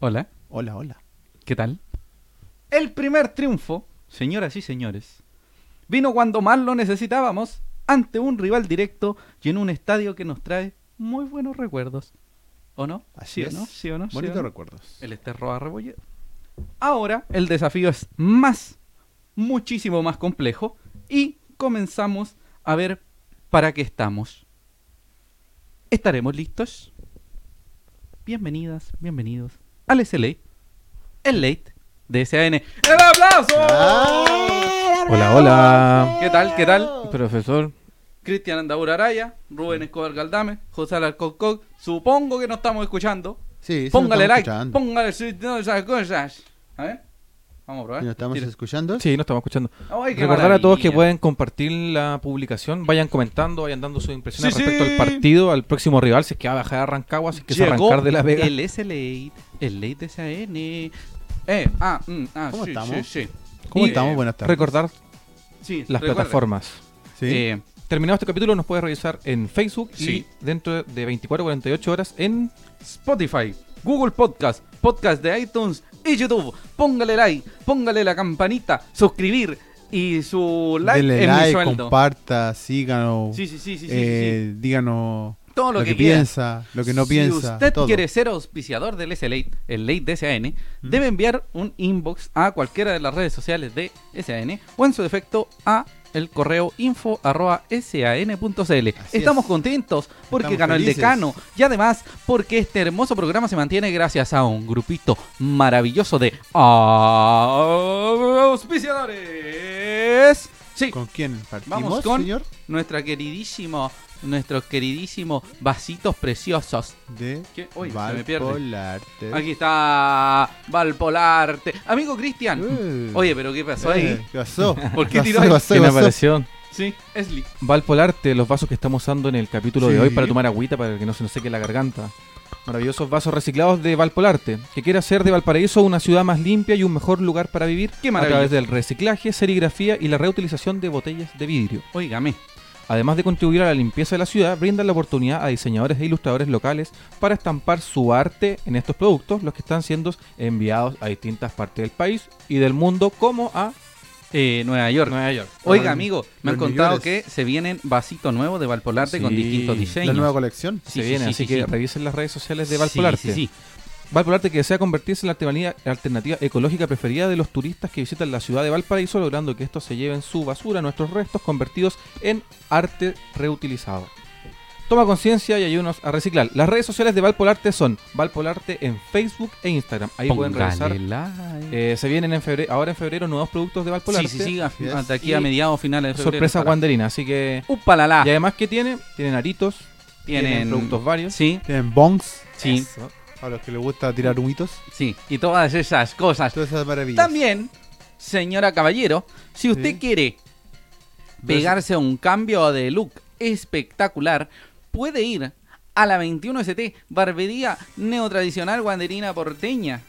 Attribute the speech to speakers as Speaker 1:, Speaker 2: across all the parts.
Speaker 1: Hola,
Speaker 2: Hola, hola.
Speaker 1: ¿qué tal? El primer triunfo, señoras y señores, vino cuando más lo necesitábamos, ante un rival directo y en un estadio que nos trae muy buenos recuerdos. ¿O no?
Speaker 2: Así
Speaker 1: ¿Sí
Speaker 2: es.
Speaker 1: ¿O no? ¿Sí o no? Ah, ¿Sí o
Speaker 2: Bonitos
Speaker 1: no?
Speaker 2: recuerdos.
Speaker 1: El Esterroa Rebolledo. Ahora el desafío es más, muchísimo más complejo y comenzamos a ver para qué estamos. ¿Estaremos listos? Bienvenidas, bienvenidos al SLA, el late de SAN. ¡El aplauso!
Speaker 3: Hola, hola.
Speaker 1: ¿Qué tal? ¿Qué tal?
Speaker 3: Profesor,
Speaker 1: Cristian Andaura Araya, Rubén Escobar Galdame, José Alarcón Coc. Supongo que no estamos escuchando.
Speaker 2: Sí, sí,
Speaker 1: Póngale
Speaker 2: nos
Speaker 1: like,
Speaker 2: estamos escuchando.
Speaker 1: póngale su- no, esas cosas. A ver, vamos a probar.
Speaker 2: Si nos estamos
Speaker 1: Tira.
Speaker 2: escuchando.
Speaker 3: sí, nos estamos escuchando.
Speaker 1: ¿Eh? Ay, qué
Speaker 3: Recordar a todos que
Speaker 1: maravilla.
Speaker 3: pueden compartir la publicación, vayan comentando, vayan dando sus impresiones
Speaker 1: Sí,
Speaker 3: respecto
Speaker 1: sí.
Speaker 3: al partido, al próximo rival, si es que va a bajar a Rancagua, si es que se va a
Speaker 1: Llegó
Speaker 3: arrancar de la Vega.
Speaker 1: El SLA, el late de SAN. Eh, ah, mm, ah,
Speaker 2: ¿Cómo
Speaker 1: sí,
Speaker 2: estamos?
Speaker 1: sí, sí.
Speaker 2: ¿Cómo
Speaker 1: Y,
Speaker 2: estamos?
Speaker 1: eh,
Speaker 2: Buenas tardes.
Speaker 3: Recordar
Speaker 1: Sí,
Speaker 3: las
Speaker 1: recuerden.
Speaker 3: plataformas.
Speaker 2: Sí.
Speaker 1: Eh,
Speaker 3: Terminado este capítulo, nos puedes revisar en Facebook
Speaker 1: Sí.
Speaker 3: y dentro de 24 48 horas en
Speaker 1: Spotify, Google Podcast, Podcast de iTunes y YouTube. Póngale like, póngale la campanita, suscribir y su like
Speaker 2: Denle
Speaker 1: es mi
Speaker 2: like,
Speaker 1: sueldo.
Speaker 2: comparta, síganos.
Speaker 1: Sí, sí, sí, sí, sí, sí,
Speaker 2: eh, Díganos
Speaker 1: sí. Todo
Speaker 2: lo,
Speaker 1: lo,
Speaker 2: que,
Speaker 1: quiera.
Speaker 2: piensa, lo que no piensa.
Speaker 1: Si usted
Speaker 2: todo.
Speaker 1: quiere ser auspiciador del SLate, el late de SAN, debe enviar un inbox a cualquiera de las redes sociales de SAN o en su defecto a el correo info arroba san.cl.
Speaker 2: Así
Speaker 1: Estamos
Speaker 2: es.
Speaker 1: contentos porque
Speaker 2: Estamos
Speaker 1: ganó el
Speaker 2: felices.
Speaker 1: decano y además porque este hermoso programa se mantiene gracias a un grupito maravilloso de auspiciadores. Sí,
Speaker 2: ¿Con quién partimos,
Speaker 1: Vamos con-
Speaker 2: señor?
Speaker 1: nuestra queridísimo, nuestros queridísimos vasitos preciosos.
Speaker 2: De
Speaker 1: ¿Qué? Uy, se me pierde.
Speaker 2: Valpolarte.
Speaker 1: Aquí está Valpolarte. Amigo
Speaker 3: Mm.
Speaker 1: Cristian.
Speaker 2: Eh,
Speaker 1: Oye, pero ¿qué pasó ahí?
Speaker 2: eh, ¿Qué pasó?
Speaker 1: ¿Por qué
Speaker 2: Pasó,
Speaker 1: tiró ahí?
Speaker 2: pasó,
Speaker 3: ¿Quién
Speaker 2: pasó.
Speaker 3: apareció?
Speaker 1: Sí, Esli.
Speaker 3: Valpolarte, los vasos que estamos usando en el capítulo
Speaker 2: Sí.
Speaker 3: de hoy para tomar agüita para que no se nos seque la garganta. Maravillosos vasos reciclados de Valpolarte, que quiere hacer de Valparaíso una ciudad más limpia y un mejor lugar para vivir
Speaker 1: Qué
Speaker 3: a
Speaker 1: maravilla.
Speaker 3: través del reciclaje, serigrafía y la reutilización de botellas de vidrio.
Speaker 1: Óigame.
Speaker 3: Además de contribuir a la limpieza de la ciudad, brindan la oportunidad a diseñadores e ilustradores locales para estampar su arte en estos productos, los que están siendo enviados a distintas partes del país y del mundo, como a
Speaker 1: Eh, Nueva York.
Speaker 3: Nueva York.
Speaker 1: Oiga,
Speaker 2: Los-
Speaker 1: amigo, me han
Speaker 2: los
Speaker 1: contado
Speaker 2: millones.
Speaker 1: que se vienen vasitos nuevos de Valpolarte con
Speaker 3: Sí.
Speaker 1: distintos
Speaker 2: La
Speaker 1: diseños.
Speaker 2: nueva colección.
Speaker 1: Sí,
Speaker 3: se
Speaker 1: sí,
Speaker 3: viene,
Speaker 1: sí,
Speaker 3: así
Speaker 1: sí,
Speaker 3: que
Speaker 1: sí.
Speaker 3: revisen las redes sociales de
Speaker 1: Sí,
Speaker 3: Valpolarte.
Speaker 1: Sí, sí,
Speaker 3: Valpolarte que desea convertirse en la alternativa, alternativa ecológica preferida de los turistas que visitan la ciudad de Valparaíso, logrando que estos se lleven su basura, nuestros restos, convertidos en arte reutilizado. Toma conciencia y ayúdanos a reciclar. Las redes sociales de Valpolarte son Valpolarte en Facebook e Instagram. Ahí pueden revisar.
Speaker 1: Póngale like.
Speaker 3: Eh, se vienen en febrero, ahora en febrero nuevos productos de
Speaker 1: sí,
Speaker 3: Valpolarte.
Speaker 1: sí, sí,
Speaker 2: Así es.
Speaker 1: a- hasta aquí
Speaker 3: Y
Speaker 1: a mediados finales de febrero.
Speaker 3: Sorpresa
Speaker 1: para-
Speaker 3: guanderina, así que...
Speaker 1: Upalala.
Speaker 3: Y además, ¿qué tiene? Tienen aritos, tienen,
Speaker 1: Tienen
Speaker 3: productos varios.
Speaker 1: Sí,
Speaker 2: Tienen bongs.
Speaker 1: sí,
Speaker 3: Eso.
Speaker 2: A los que les gusta tirar humitos.
Speaker 1: sí. Y todas esas cosas.
Speaker 2: Todas esas maravillas.
Speaker 1: También, señora Caballero, si usted
Speaker 2: Sí.
Speaker 1: quiere pegarse a un cambio de look espectacular, puede ir a la 21ST, Barbería Neotradicional Guanderina Porteña.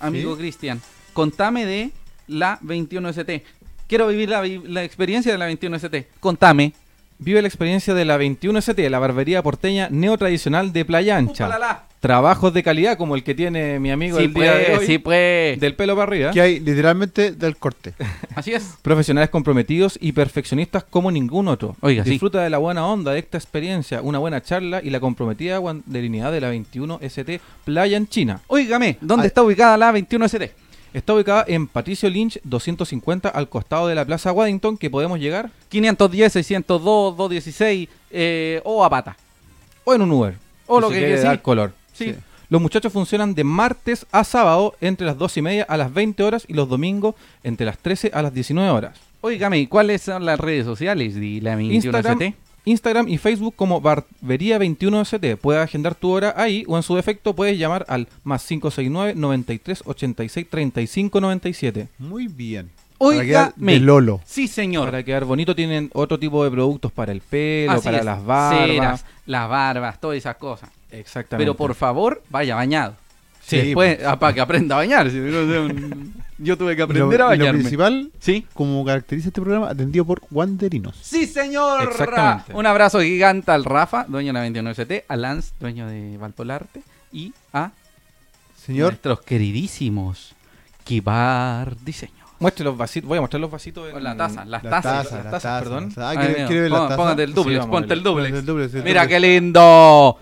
Speaker 1: Amigo
Speaker 2: Sí.
Speaker 1: Cristian, contame de la 21ST. Quiero vivir la, vi- la experiencia de la 21ST. Contame.
Speaker 3: Vive la experiencia de la 21ST, la barbería porteña neotradicional de Playa Ancha. Trabajos de calidad como el que tiene mi amigo
Speaker 1: Sí,
Speaker 3: el día de
Speaker 1: pues,
Speaker 3: hoy,
Speaker 1: sí, pues.
Speaker 3: del pelo para arriba.
Speaker 2: Que hay literalmente del corte.
Speaker 1: Así es.
Speaker 3: Profesionales comprometidos y perfeccionistas como ningún otro.
Speaker 1: Oiga, sí.
Speaker 3: Disfruta de la buena onda de esta experiencia, una buena charla y la comprometida guanderinidad de la 21ST Playa en China.
Speaker 1: Óigame,
Speaker 3: Ah.
Speaker 1: ¿dónde
Speaker 2: Ay.
Speaker 1: está ubicada la 21ST?
Speaker 3: Está ubicada en Patricio Lynch 250 al costado de la Plaza Waddington que podemos llegar
Speaker 1: 510, 602, 216 eh, o a pata.
Speaker 3: o en un Uber.
Speaker 1: O
Speaker 3: si
Speaker 1: lo
Speaker 3: se
Speaker 1: que-
Speaker 3: quiere
Speaker 1: que sí.
Speaker 3: dar color.
Speaker 1: Sí.
Speaker 3: Los muchachos funcionan de martes a sábado entre las 2 y media a las 20 horas y los domingos entre las 13 a las 19 horas.
Speaker 1: Óigame, ¿y ¿cuáles son las redes sociales de la 21ST?
Speaker 3: Instagram, Instagram y Facebook como Barbería21ST. Puedes agendar tu hora ahí o en su defecto puedes llamar al más 569 93 86 35 97.
Speaker 2: Muy bien. Para quedar
Speaker 1: Óigame.
Speaker 2: de Lolo.
Speaker 1: Sí, señor.
Speaker 3: Para quedar bonito tienen otro tipo de productos para el pelo,
Speaker 1: Así
Speaker 3: para
Speaker 1: es.
Speaker 3: las barbas.
Speaker 1: Ceras, las barbas, todas esas cosas.
Speaker 3: Exactamente.
Speaker 1: Pero por favor, vaya bañado.
Speaker 2: Sí,
Speaker 1: Después, ah, para que aprenda a bañarse. No sé, un- Yo tuve que aprender
Speaker 2: Lo-
Speaker 1: a
Speaker 2: y Lo
Speaker 1: bañarme.
Speaker 2: principal,
Speaker 1: Sí.
Speaker 2: como caracteriza este programa, atendido por Wanderinos.
Speaker 1: Sí, señor.
Speaker 3: Exactamente.
Speaker 1: Un abrazo gigante al Rafa, dueño de la 21ST, a Lance, dueño de Valpolarte, y a
Speaker 2: Señor,
Speaker 1: Nuestros queridísimos Kibar Diseño.
Speaker 3: Muestre los vasitos. Voy a mostrar los vasitos.
Speaker 1: Con la taza, las
Speaker 2: la
Speaker 1: tazas.
Speaker 2: taza,
Speaker 3: las
Speaker 2: la
Speaker 3: tazas,
Speaker 2: taza,
Speaker 3: perdón.
Speaker 2: la taza. Ah,
Speaker 1: Ay,
Speaker 2: ¿quiere-
Speaker 1: mira,
Speaker 2: quiere ver la
Speaker 1: pon-
Speaker 2: taza?
Speaker 1: Póngate el
Speaker 3: Sí,
Speaker 1: duplex,
Speaker 3: vamos a
Speaker 1: ponte el
Speaker 3: verlo.
Speaker 1: duplex.
Speaker 2: Póngate el duplex, el
Speaker 1: Mira
Speaker 2: duplex.
Speaker 1: qué lindo.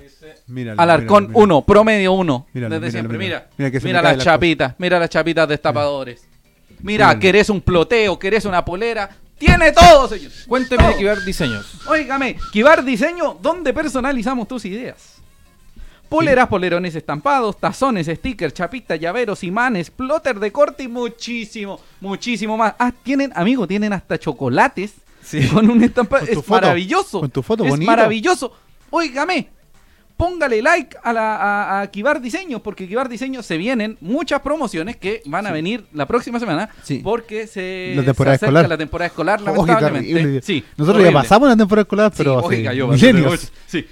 Speaker 2: Míralo,
Speaker 1: Alarcón
Speaker 2: míralo, míralo.
Speaker 1: 1, promedio 1.
Speaker 2: Míralo,
Speaker 1: Desde
Speaker 2: míralo,
Speaker 1: siempre,
Speaker 2: míralo.
Speaker 1: mira. Mira,
Speaker 2: Mira que se me cae
Speaker 1: las
Speaker 2: la
Speaker 1: chapitas, mira las chapitas destapadores. Mira,
Speaker 2: Míralo.
Speaker 1: querés un ploteo, querés una polera. Tiene todo, señor.
Speaker 3: Cuénteme de
Speaker 1: Todo.
Speaker 3: Kibar Diseños.
Speaker 1: Óigame, Kibar Diseño, donde personalizamos tus ideas. Poleras, polerones estampados, tazones, stickers, chapitas, llaveros, imanes, plotter de corte y muchísimo, muchísimo más. Ah, tienen, amigo, tienen hasta chocolates
Speaker 3: Sí.
Speaker 1: con un estampado.
Speaker 2: Con
Speaker 1: Es
Speaker 2: tu foto,
Speaker 1: maravilloso.
Speaker 2: con tu foto,
Speaker 1: es
Speaker 2: bonito.
Speaker 1: maravilloso. Óigame, póngale like a, la, a, a Kibar Diseño, porque Kibar Diseño se vienen muchas promociones que van a venir la próxima semana,
Speaker 2: Sí.
Speaker 1: porque se,
Speaker 2: La
Speaker 1: se
Speaker 2: temporada
Speaker 1: acerca
Speaker 2: escolar.
Speaker 1: la temporada escolar,
Speaker 2: Oh, qué
Speaker 1: lamentablemente.
Speaker 2: terrible.
Speaker 1: Sí,
Speaker 2: Nosotros
Speaker 1: horrible.
Speaker 2: ya pasamos la temporada escolar,
Speaker 1: Sí,
Speaker 2: pero hace
Speaker 1: oiga, yo,
Speaker 2: milenios.
Speaker 1: sí.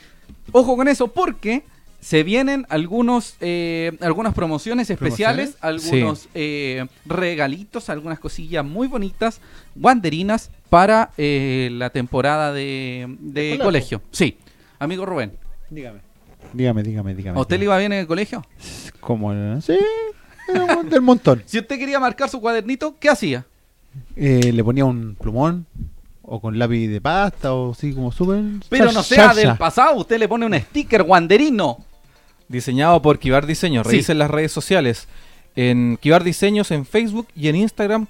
Speaker 1: Ojo con eso, porque se vienen algunos eh, algunas promociones especiales, algunos eh, regalitos, algunas cosillas muy bonitas, guanderinas para eh, la temporada de, de colegio. Sí, amigo Rubén,
Speaker 2: Dígame. Dígame, dígame, dígame.
Speaker 1: ¿a usted le iba bien en el colegio?
Speaker 2: Como el- Sí, era un- del montón.
Speaker 1: Si usted quería marcar su cuadernito, ¿qué hacía?
Speaker 2: Eh, le ponía un plumón o con lápiz de pasta o así como súper.
Speaker 1: Pero
Speaker 2: char-
Speaker 1: no sea
Speaker 2: charcha.
Speaker 1: del pasado, usted le pone un sticker guanderino.
Speaker 3: Diseñado por Kibar Diseños.
Speaker 1: Sí.
Speaker 3: Revisen las redes sociales. En Kibar Diseños en Facebook y en Instagram.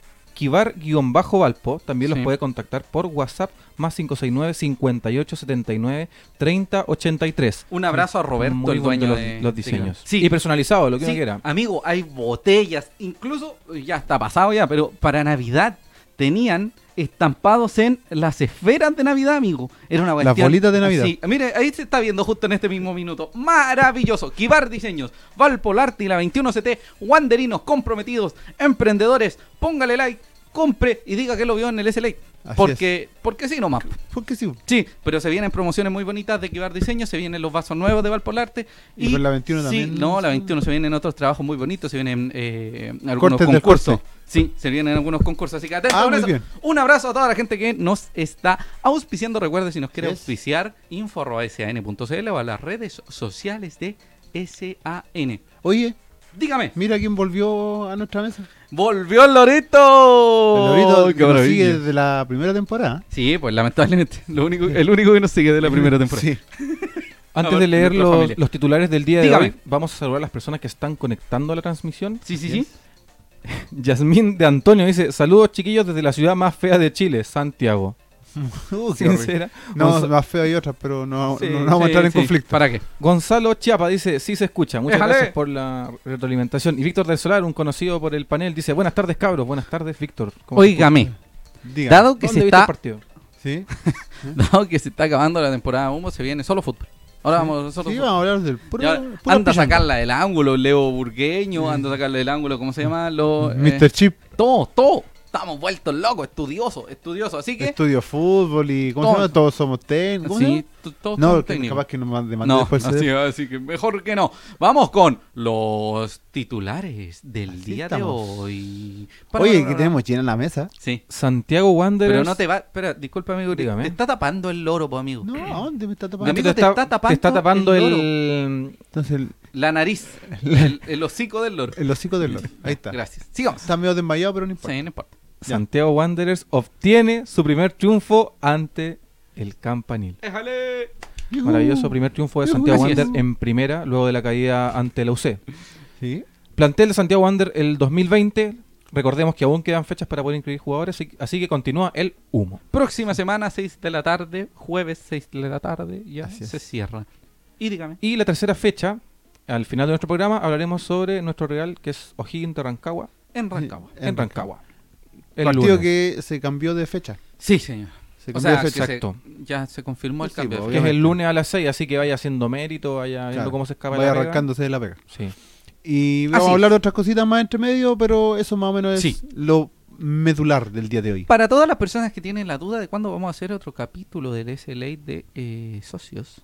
Speaker 3: Kibar-Valpo. También
Speaker 1: Sí.
Speaker 3: los puede contactar por WhatsApp. Más 569 5879 3083.
Speaker 1: Un abrazo a Roberto,
Speaker 3: Muy
Speaker 1: el
Speaker 3: bonito
Speaker 1: dueño
Speaker 3: los,
Speaker 1: de-
Speaker 3: los
Speaker 1: de
Speaker 3: diseños.
Speaker 1: Kibar. Sí.
Speaker 3: Y personalizado, lo que
Speaker 1: Sí,
Speaker 3: uno quiera.
Speaker 1: Amigo, hay botellas, incluso ya está pasado ya, pero para Navidad tenían estampados en las esferas de Navidad, amigo. Era una
Speaker 2: Las
Speaker 1: cuestión.
Speaker 2: bolitas de Navidad.
Speaker 1: Sí, mire, ahí se está viendo justo en este mismo minuto. Maravilloso. Kibar Diseños, Valpolarte y la 21CT, Wanderinos comprometidos, emprendedores, póngale like, compre y diga que lo vio en el SLA.
Speaker 2: Así
Speaker 1: Porque, porque sí nomás.
Speaker 2: Porque sí.
Speaker 1: Sí, pero se vienen promociones muy bonitas de Kibar Diseño, se vienen los vasos nuevos de Valpolarte.
Speaker 2: Y con la 21
Speaker 1: sí,
Speaker 2: también.
Speaker 1: No, la 21 se vienen otros trabajos muy bonitos, se vienen eh, algunos
Speaker 2: Cortes del
Speaker 1: concursos.
Speaker 2: corte.
Speaker 1: Sí, se vienen algunos concursos. Así que atentos
Speaker 2: Ah,
Speaker 1: con
Speaker 2: muy
Speaker 1: eso.
Speaker 2: bien.
Speaker 1: Un abrazo a toda la gente que nos está auspiciando. Recuerde, si nos quiere
Speaker 2: Yes.
Speaker 1: auspiciar, info.san.cl o a las redes sociales de SAN.
Speaker 2: Oye,
Speaker 1: Dígame,
Speaker 2: mira quién volvió a nuestra mesa.
Speaker 1: volvió el Lorito.
Speaker 2: el Lorito
Speaker 1: ¡Qué
Speaker 2: que nos
Speaker 1: maravilla!
Speaker 2: sigue desde la primera temporada.
Speaker 1: Sí, pues lamentablemente, lo único, el único que nos sigue de la primera temporada.
Speaker 2: Sí.
Speaker 3: Antes
Speaker 1: A ver,
Speaker 3: de leer
Speaker 1: nuestra
Speaker 3: los-
Speaker 1: familia.
Speaker 3: los titulares del día de
Speaker 1: Dígame.
Speaker 3: hoy, vamos a saludar a las personas que están conectando a la transmisión.
Speaker 1: Sí, sí, sí.
Speaker 3: Yasmín de Antonio dice, saludos chiquillos desde la ciudad más fea de Chile, Santiago.
Speaker 2: Uh, qué horrible.
Speaker 3: Sincera.
Speaker 2: No,
Speaker 3: Gonza-
Speaker 2: más feo hay otras, pero no,
Speaker 3: Sí,
Speaker 2: no- no vamos a
Speaker 1: Sí,
Speaker 2: entrar en
Speaker 1: sí.
Speaker 2: conflicto.
Speaker 1: ¿Para qué?
Speaker 3: Gonzalo Chiapa dice, sí se escucha, muchas
Speaker 1: Éjale.
Speaker 3: gracias por la retroalimentación. Y Víctor del Solar, un conocido por el panel, dice, buenas tardes cabros, buenas tardes Víctor. ¿Cómo se
Speaker 1: Óigame,
Speaker 2: Dígame.
Speaker 1: dado que se
Speaker 3: escucha? ¿Dónde viste
Speaker 1: está
Speaker 3: el partido?
Speaker 2: Sí,
Speaker 1: Dado que se está acabando la temporada humo, se viene solo fútbol. Ahora vamos solo
Speaker 2: sí,
Speaker 1: fútbol.
Speaker 2: vamos a hablar del
Speaker 1: Ya,
Speaker 2: puro. puro
Speaker 1: anda a
Speaker 2: pillanga.
Speaker 1: sacarla del ángulo, Leo Burgueño, anda a sacarla del ángulo, ¿cómo se llama? Lo, eh,
Speaker 2: Mr. Chip
Speaker 1: todo, todo. Estamos vueltos locos, estudiosos, estudiosos. Así que...
Speaker 2: estudio fútbol y. ¿Cómo
Speaker 1: Todo.
Speaker 2: se llama? Todos somos técnicos. ¿Cómo se
Speaker 1: Ah, Sí,
Speaker 2: llama?
Speaker 1: t- todos
Speaker 2: No,
Speaker 1: son
Speaker 2: que
Speaker 1: técnicos.
Speaker 2: capaz que nos mande mande
Speaker 1: No,
Speaker 2: después el
Speaker 1: así,
Speaker 2: CD.
Speaker 1: así que mejor que no. Vamos con los titulares del
Speaker 2: Así
Speaker 1: día
Speaker 2: estamos.
Speaker 1: de hoy. Para-
Speaker 2: Oye,
Speaker 1: para-
Speaker 2: que tenemos llena la mesa.
Speaker 1: Sí.
Speaker 3: Santiago Wanderers.
Speaker 1: Pero no te va... Espera, disculpa, amigo. te-
Speaker 3: Dígame.
Speaker 1: Te está tapando el loro, pues, amigo.
Speaker 2: No, ¿a dónde me está
Speaker 3: De
Speaker 2: tapando?
Speaker 1: Amigo,
Speaker 3: hecho,
Speaker 1: te está tapando
Speaker 3: tapando
Speaker 1: el
Speaker 3: el,
Speaker 2: Entonces, el,
Speaker 1: La nariz. El, el hocico del loro.
Speaker 2: el hocico del loro. Ahí está.
Speaker 1: Gracias. Sigamos.
Speaker 2: Está medio desmayado, pero no importa.
Speaker 1: Sí, no importa.
Speaker 2: Ya.
Speaker 3: Santiago Wanderers obtiene su primer triunfo ante el Campanil.
Speaker 2: Yujú.
Speaker 3: Maravilloso primer triunfo de
Speaker 2: Yujú.
Speaker 3: Santiago
Speaker 1: Así
Speaker 3: Wander
Speaker 1: es.
Speaker 3: en primera, luego de la caída ante la UC.
Speaker 2: Sí.
Speaker 3: Plantel de Santiago Wander el 2020. Recordemos que aún quedan fechas para poder inscribir jugadores, así- así que continúa el humo.
Speaker 1: Próxima semana, 6 de la tarde, jueves 6 de la tarde, ya
Speaker 2: Así
Speaker 1: se cierra. Y dígame.
Speaker 3: Y la tercera fecha, al final de nuestro programa, hablaremos sobre nuestro real, que es O'Higgins de Rancagua,
Speaker 1: En Rancagua.
Speaker 2: Sí.
Speaker 3: en,
Speaker 2: En
Speaker 3: Rancagua. El
Speaker 2: Partido
Speaker 3: lunes,
Speaker 2: que se cambió de fecha.
Speaker 1: Sí, señor.
Speaker 2: Se
Speaker 1: O
Speaker 2: cambió
Speaker 1: sea,
Speaker 2: de
Speaker 1: que
Speaker 2: fecha.
Speaker 1: se-
Speaker 3: exacto.
Speaker 1: ya se confirmó el
Speaker 2: Sí,
Speaker 1: cambio. de
Speaker 2: pues,
Speaker 3: que es el
Speaker 2: obviamente.
Speaker 3: lunes a las 6, así que vaya haciendo mérito, vaya viendo
Speaker 2: Claro.
Speaker 3: cómo se escapa
Speaker 2: Vaya
Speaker 3: la pega.
Speaker 2: arrancándose de la pega.
Speaker 3: Sí.
Speaker 2: Y vamos
Speaker 1: Así
Speaker 2: a hablar
Speaker 1: es.
Speaker 2: de otras cositas más entre medio, pero eso más o menos es
Speaker 1: Sí.
Speaker 2: lo medular del día de hoy.
Speaker 1: fecha. Para todas las personas que tienen la duda de cuándo vamos a hacer otro capítulo del SLA de eh, socios,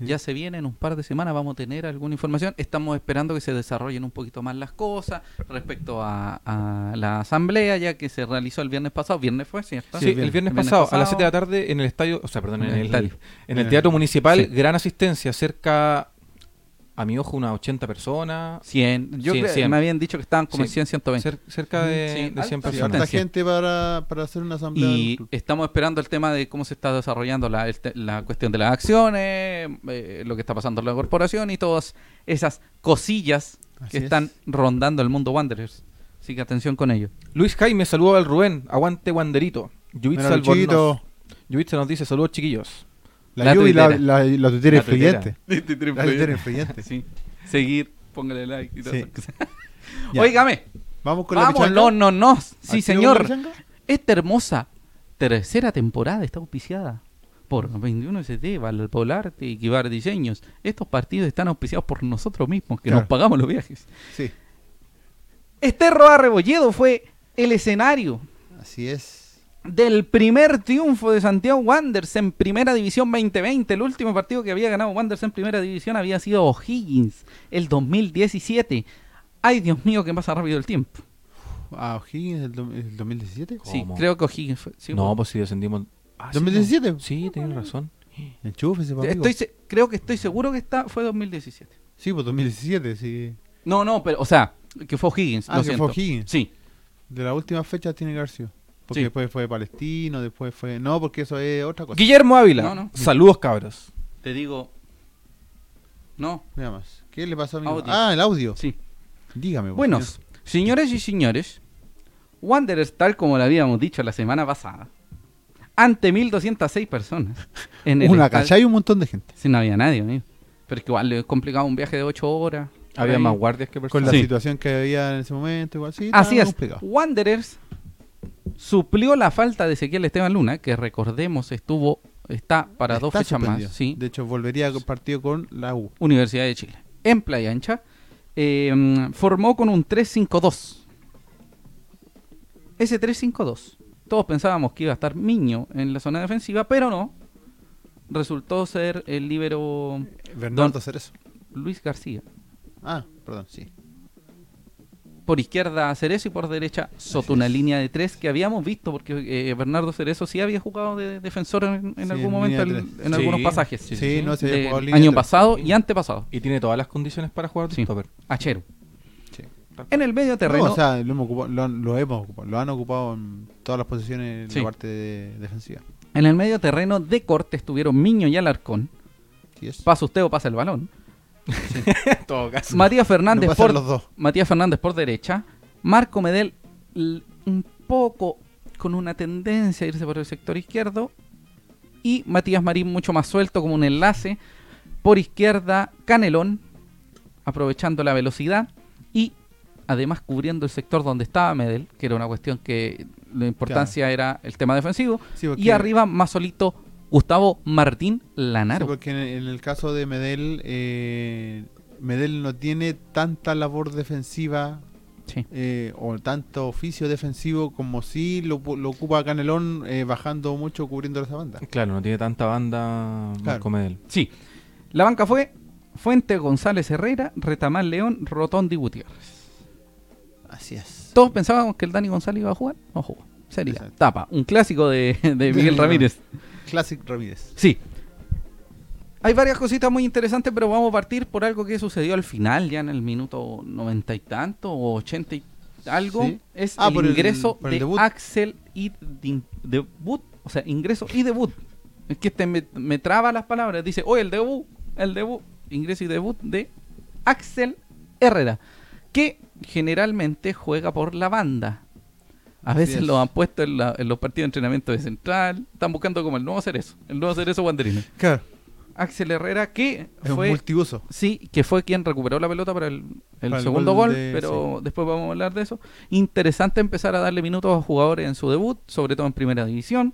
Speaker 2: Sí.
Speaker 1: ya se viene en un par de semanas, vamos a tener alguna información. Estamos esperando que se desarrollen un poquito más las cosas respecto a, a la asamblea, ya que se realizó el viernes pasado. Viernes fue, ¿cierto?
Speaker 3: Sí,
Speaker 2: el
Speaker 3: el
Speaker 2: viernes.
Speaker 3: viernes
Speaker 1: El viernes
Speaker 3: pasado, a
Speaker 1: pasado.
Speaker 3: las 7 de la tarde en el estadio, o sea, perdón,
Speaker 1: En
Speaker 3: en,
Speaker 1: el
Speaker 3: el,
Speaker 1: estadio.
Speaker 3: en el teatro municipal,
Speaker 1: Sí.
Speaker 3: gran asistencia, cerca a mi ojo, unas 80 personas.
Speaker 1: 100. Yo
Speaker 3: Sí,
Speaker 1: creo-
Speaker 3: 100.
Speaker 1: me habían dicho que estaban como en
Speaker 3: Sí.
Speaker 1: 100, 120.
Speaker 3: cer- cerca
Speaker 1: Sí,
Speaker 3: de, de 100
Speaker 1: alta-
Speaker 2: Sí,
Speaker 1: Personas.
Speaker 2: harta
Speaker 3: personas.
Speaker 1: Sí.
Speaker 2: gente para, para hacer una asamblea. del
Speaker 1: Y
Speaker 2: club.
Speaker 1: estamos esperando el tema de cómo se está desarrollando la, el te- la cuestión de las acciones, eh, lo que está pasando en la corporación y todas esas cosillas
Speaker 2: Así
Speaker 1: que
Speaker 2: es.
Speaker 1: están rondando el mundo Wanderers. Así que atención con ello.
Speaker 3: Luis Jaime, saludo al Rubén. Aguante, Wanderito.
Speaker 2: Mira,
Speaker 3: Yuvitsa Albornoz.
Speaker 2: Luchito,
Speaker 3: Yuvitsa nos dice, saludos chiquillos.
Speaker 2: la,
Speaker 1: La
Speaker 2: lluvia y la,
Speaker 1: tuitera.
Speaker 2: la, la tuitera
Speaker 1: La
Speaker 2: influyente.
Speaker 1: tuitera.
Speaker 2: La tuitera influyente.
Speaker 1: Sí. Seguir, póngale like y todas
Speaker 2: Sí.
Speaker 1: esas cosas.
Speaker 2: Ya.
Speaker 1: Óigame,
Speaker 2: Vamos con la
Speaker 1: vamos,
Speaker 2: pichanga.
Speaker 1: no, no, no. Sí,
Speaker 2: ¿Activo con
Speaker 1: señor.
Speaker 2: la pichanga?
Speaker 1: Esta hermosa tercera temporada está auspiciada por 21ST, Valpolarte y Kibar Diseños. Estos partidos están auspiciados por nosotros mismos, que
Speaker 2: Claro.
Speaker 1: nos pagamos los viajes.
Speaker 2: Sí,
Speaker 1: Esterro Arrebolledo Este fue el escenario
Speaker 2: así es.
Speaker 1: del primer triunfo de Santiago Wanderers en Primera División 2020. El último partido que había ganado Wanderers en Primera División había sido O'Higgins, el 2017. Ay, Dios mío, que pasa rápido el tiempo.
Speaker 2: Ah, O'Higgins del do- el 2017.
Speaker 1: Sí,
Speaker 3: ¿Cómo?
Speaker 1: creo que O'Higgins fue. sí, Ah.
Speaker 3: no, pues si descendimos... Ah, sí,
Speaker 2: ¿2017?
Speaker 3: no. Sí, tienes razón.
Speaker 2: Enchufe ese papá.
Speaker 1: Estoy se- creo que estoy seguro que está, fue 2017.
Speaker 2: Sí, pues 2017, sí.
Speaker 1: No, no, pero, o sea, que fue O'Higgins.
Speaker 2: Ah,
Speaker 1: lo
Speaker 2: que
Speaker 1: siento.
Speaker 2: fue O'Higgins.
Speaker 1: Sí,
Speaker 2: De las últimas fechas tiene García. Porque
Speaker 1: Sí.
Speaker 2: después fue Palestino, después fue. No, porque eso es otra cosa.
Speaker 3: Guillermo Ávila.
Speaker 1: Pues No, no.
Speaker 3: Saludos, cabros.
Speaker 1: te digo. No,
Speaker 2: Nada más. ¿Qué le pasó a mi
Speaker 1: Audio.
Speaker 2: Ah, el audio.
Speaker 1: sí.
Speaker 2: Dígame. por
Speaker 1: Buenos,
Speaker 2: favor.
Speaker 1: señores y señores, Wanderers, tal como lo habíamos dicho la semana pasada, ante 1206 personas. En el
Speaker 2: Una
Speaker 1: estadio-
Speaker 2: cacha y un montón de gente.
Speaker 1: Sí, no había nadie, amigo. Pero que igual es complicado un viaje de 8 horas.
Speaker 3: Había
Speaker 1: Ahí.
Speaker 3: más guardias que
Speaker 2: Con
Speaker 3: personas.
Speaker 2: la
Speaker 1: Sí.
Speaker 2: situación que había en ese momento, igual. Sí,
Speaker 1: Así
Speaker 2: estaba
Speaker 1: es.
Speaker 2: complicado.
Speaker 1: Wanderers suplió la falta de Ezequiel Esteban Luna, que recordemos estuvo está para dos
Speaker 2: Está
Speaker 1: fechas
Speaker 2: suspendido.
Speaker 1: más, sí,
Speaker 2: De hecho, volvería a partido con la U.
Speaker 1: Universidad de Chile. En Playa Ancha eh, mm, formó con un 3-5-2. Ese 3-5-2. Todos pensábamos que iba a estar Miño en la zona defensiva, pero no. Resultó ser el líbero
Speaker 2: Bernardo
Speaker 1: Don-
Speaker 2: Cerezo.
Speaker 1: Luis García.
Speaker 2: Ah, perdón, sí.
Speaker 1: por izquierda Cerezo y por derecha Soto, una línea de tres que habíamos visto, porque eh, Bernardo Cerezo sí había jugado de defensor en, en
Speaker 2: Sí,
Speaker 1: algún
Speaker 2: en
Speaker 1: momento,
Speaker 2: línea de
Speaker 1: en,
Speaker 2: tres.
Speaker 1: en
Speaker 3: Sí,
Speaker 1: algunos pasajes.
Speaker 2: Sí,
Speaker 3: Sí, sí, sí.
Speaker 2: no se había
Speaker 1: Del
Speaker 2: jugado línea
Speaker 1: año
Speaker 2: atrás.
Speaker 1: pasado y antepasado.
Speaker 3: Y tiene todas las condiciones para jugar de
Speaker 1: Sí.
Speaker 3: stopper.
Speaker 1: Achero.
Speaker 2: Sí.
Speaker 1: En el medio terreno.
Speaker 2: No, o sea, lo hemos ocupado, lo, han- lo hemos ocupado, lo han ocupado en todas las posiciones en
Speaker 1: Sí.
Speaker 2: la parte de- defensiva.
Speaker 1: En el medio terreno de corte estuvieron Miño y Alarcón.
Speaker 2: Sí, es.
Speaker 1: Pasa usted o pasa el balón.
Speaker 3: En todo caso.
Speaker 1: Matías Fernández
Speaker 2: Lo pasan
Speaker 1: por
Speaker 2: los dos.
Speaker 1: Matías Fernández por derecha. Marco Medel l- un poco con una tendencia a irse por el sector izquierdo. Y Matías Marín mucho más suelto como un enlace. Por izquierda, Canelón, aprovechando la velocidad. Y además cubriendo el sector donde estaba Medel, que era una cuestión que la importancia era el tema defensivo.
Speaker 2: Sí, porque-
Speaker 1: Y arriba, más solito, Gustavo Martín
Speaker 2: sí,
Speaker 1: Lanaro.
Speaker 2: porque en el, en el caso de Medel, eh, Medel no tiene tanta labor defensiva
Speaker 1: Sí.
Speaker 2: eh, o tanto oficio defensivo como si lo, pu- lo ocupa Canelón eh, bajando mucho, cubriendo esa banda.
Speaker 3: Claro, no tiene tanta banda
Speaker 2: Claro.
Speaker 3: como él.
Speaker 1: Sí. La banca fue Fuente González Herrera, Retamal León, Rotondi Gutiérrez.
Speaker 2: Así es.
Speaker 1: Todos pensábamos que el Dani González iba a jugar. No jugó. Sería
Speaker 2: Exacto.
Speaker 1: tapa. Un clásico de, de Miguel Ramírez.
Speaker 2: Classic Ramírez.
Speaker 1: Sí. Hay varias cositas muy interesantes, pero vamos a partir por algo que sucedió al final, ya en el minuto noventa y tanto o ochenta y algo.
Speaker 2: Sí.
Speaker 1: Es
Speaker 2: Ah,
Speaker 1: el
Speaker 2: por el-
Speaker 1: ingreso
Speaker 2: por el
Speaker 1: de
Speaker 2: debut.
Speaker 1: Axel y din- debut, o sea, ingreso y debut. Es que este me, me traba las palabras. Dice, oye, el debut, el debut, ingreso y debut de Axel Herrera, que generalmente juega por la banda. A
Speaker 2: Así
Speaker 1: veces
Speaker 2: es.
Speaker 1: lo han puesto en, la- en los partidos de entrenamiento de central. Están buscando como el nuevo cerezo, el nuevo cerezo Wanderino.
Speaker 2: Claro,
Speaker 1: Axel Herrera, que
Speaker 2: es
Speaker 1: fue,
Speaker 2: un multiuso.
Speaker 1: sí, que fue quien recuperó la pelota para el, el
Speaker 2: Para el
Speaker 1: segundo gol,
Speaker 2: gol de-
Speaker 1: pero después vamos a hablar de eso. Interesante empezar a darle minutos a jugadores en su debut, sobre todo en primera división.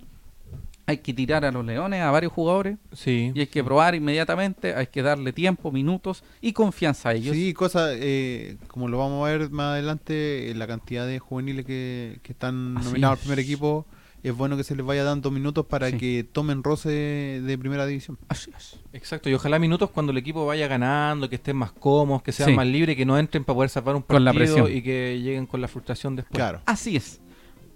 Speaker 1: Hay que tirar a los leones, a varios jugadores,
Speaker 3: Sí.
Speaker 1: y hay que probar inmediatamente, hay que darle tiempo, minutos y confianza a ellos.
Speaker 2: Sí, cosas eh, como lo vamos a ver más adelante, eh, la cantidad de juveniles que, que están
Speaker 1: Así
Speaker 2: nominados
Speaker 1: es.
Speaker 2: al primer equipo, es bueno que se les vaya dando minutos para
Speaker 1: Sí.
Speaker 2: que tomen roce de primera división.
Speaker 1: Así es.
Speaker 3: Exacto, y ojalá minutos cuando el equipo vaya ganando, que estén más cómodos, que sean
Speaker 1: Sí.
Speaker 3: más libres, que no entren para poder salvar un partido
Speaker 1: Con la presión.
Speaker 3: y que lleguen con la frustración después.
Speaker 2: Claro.
Speaker 1: Así es.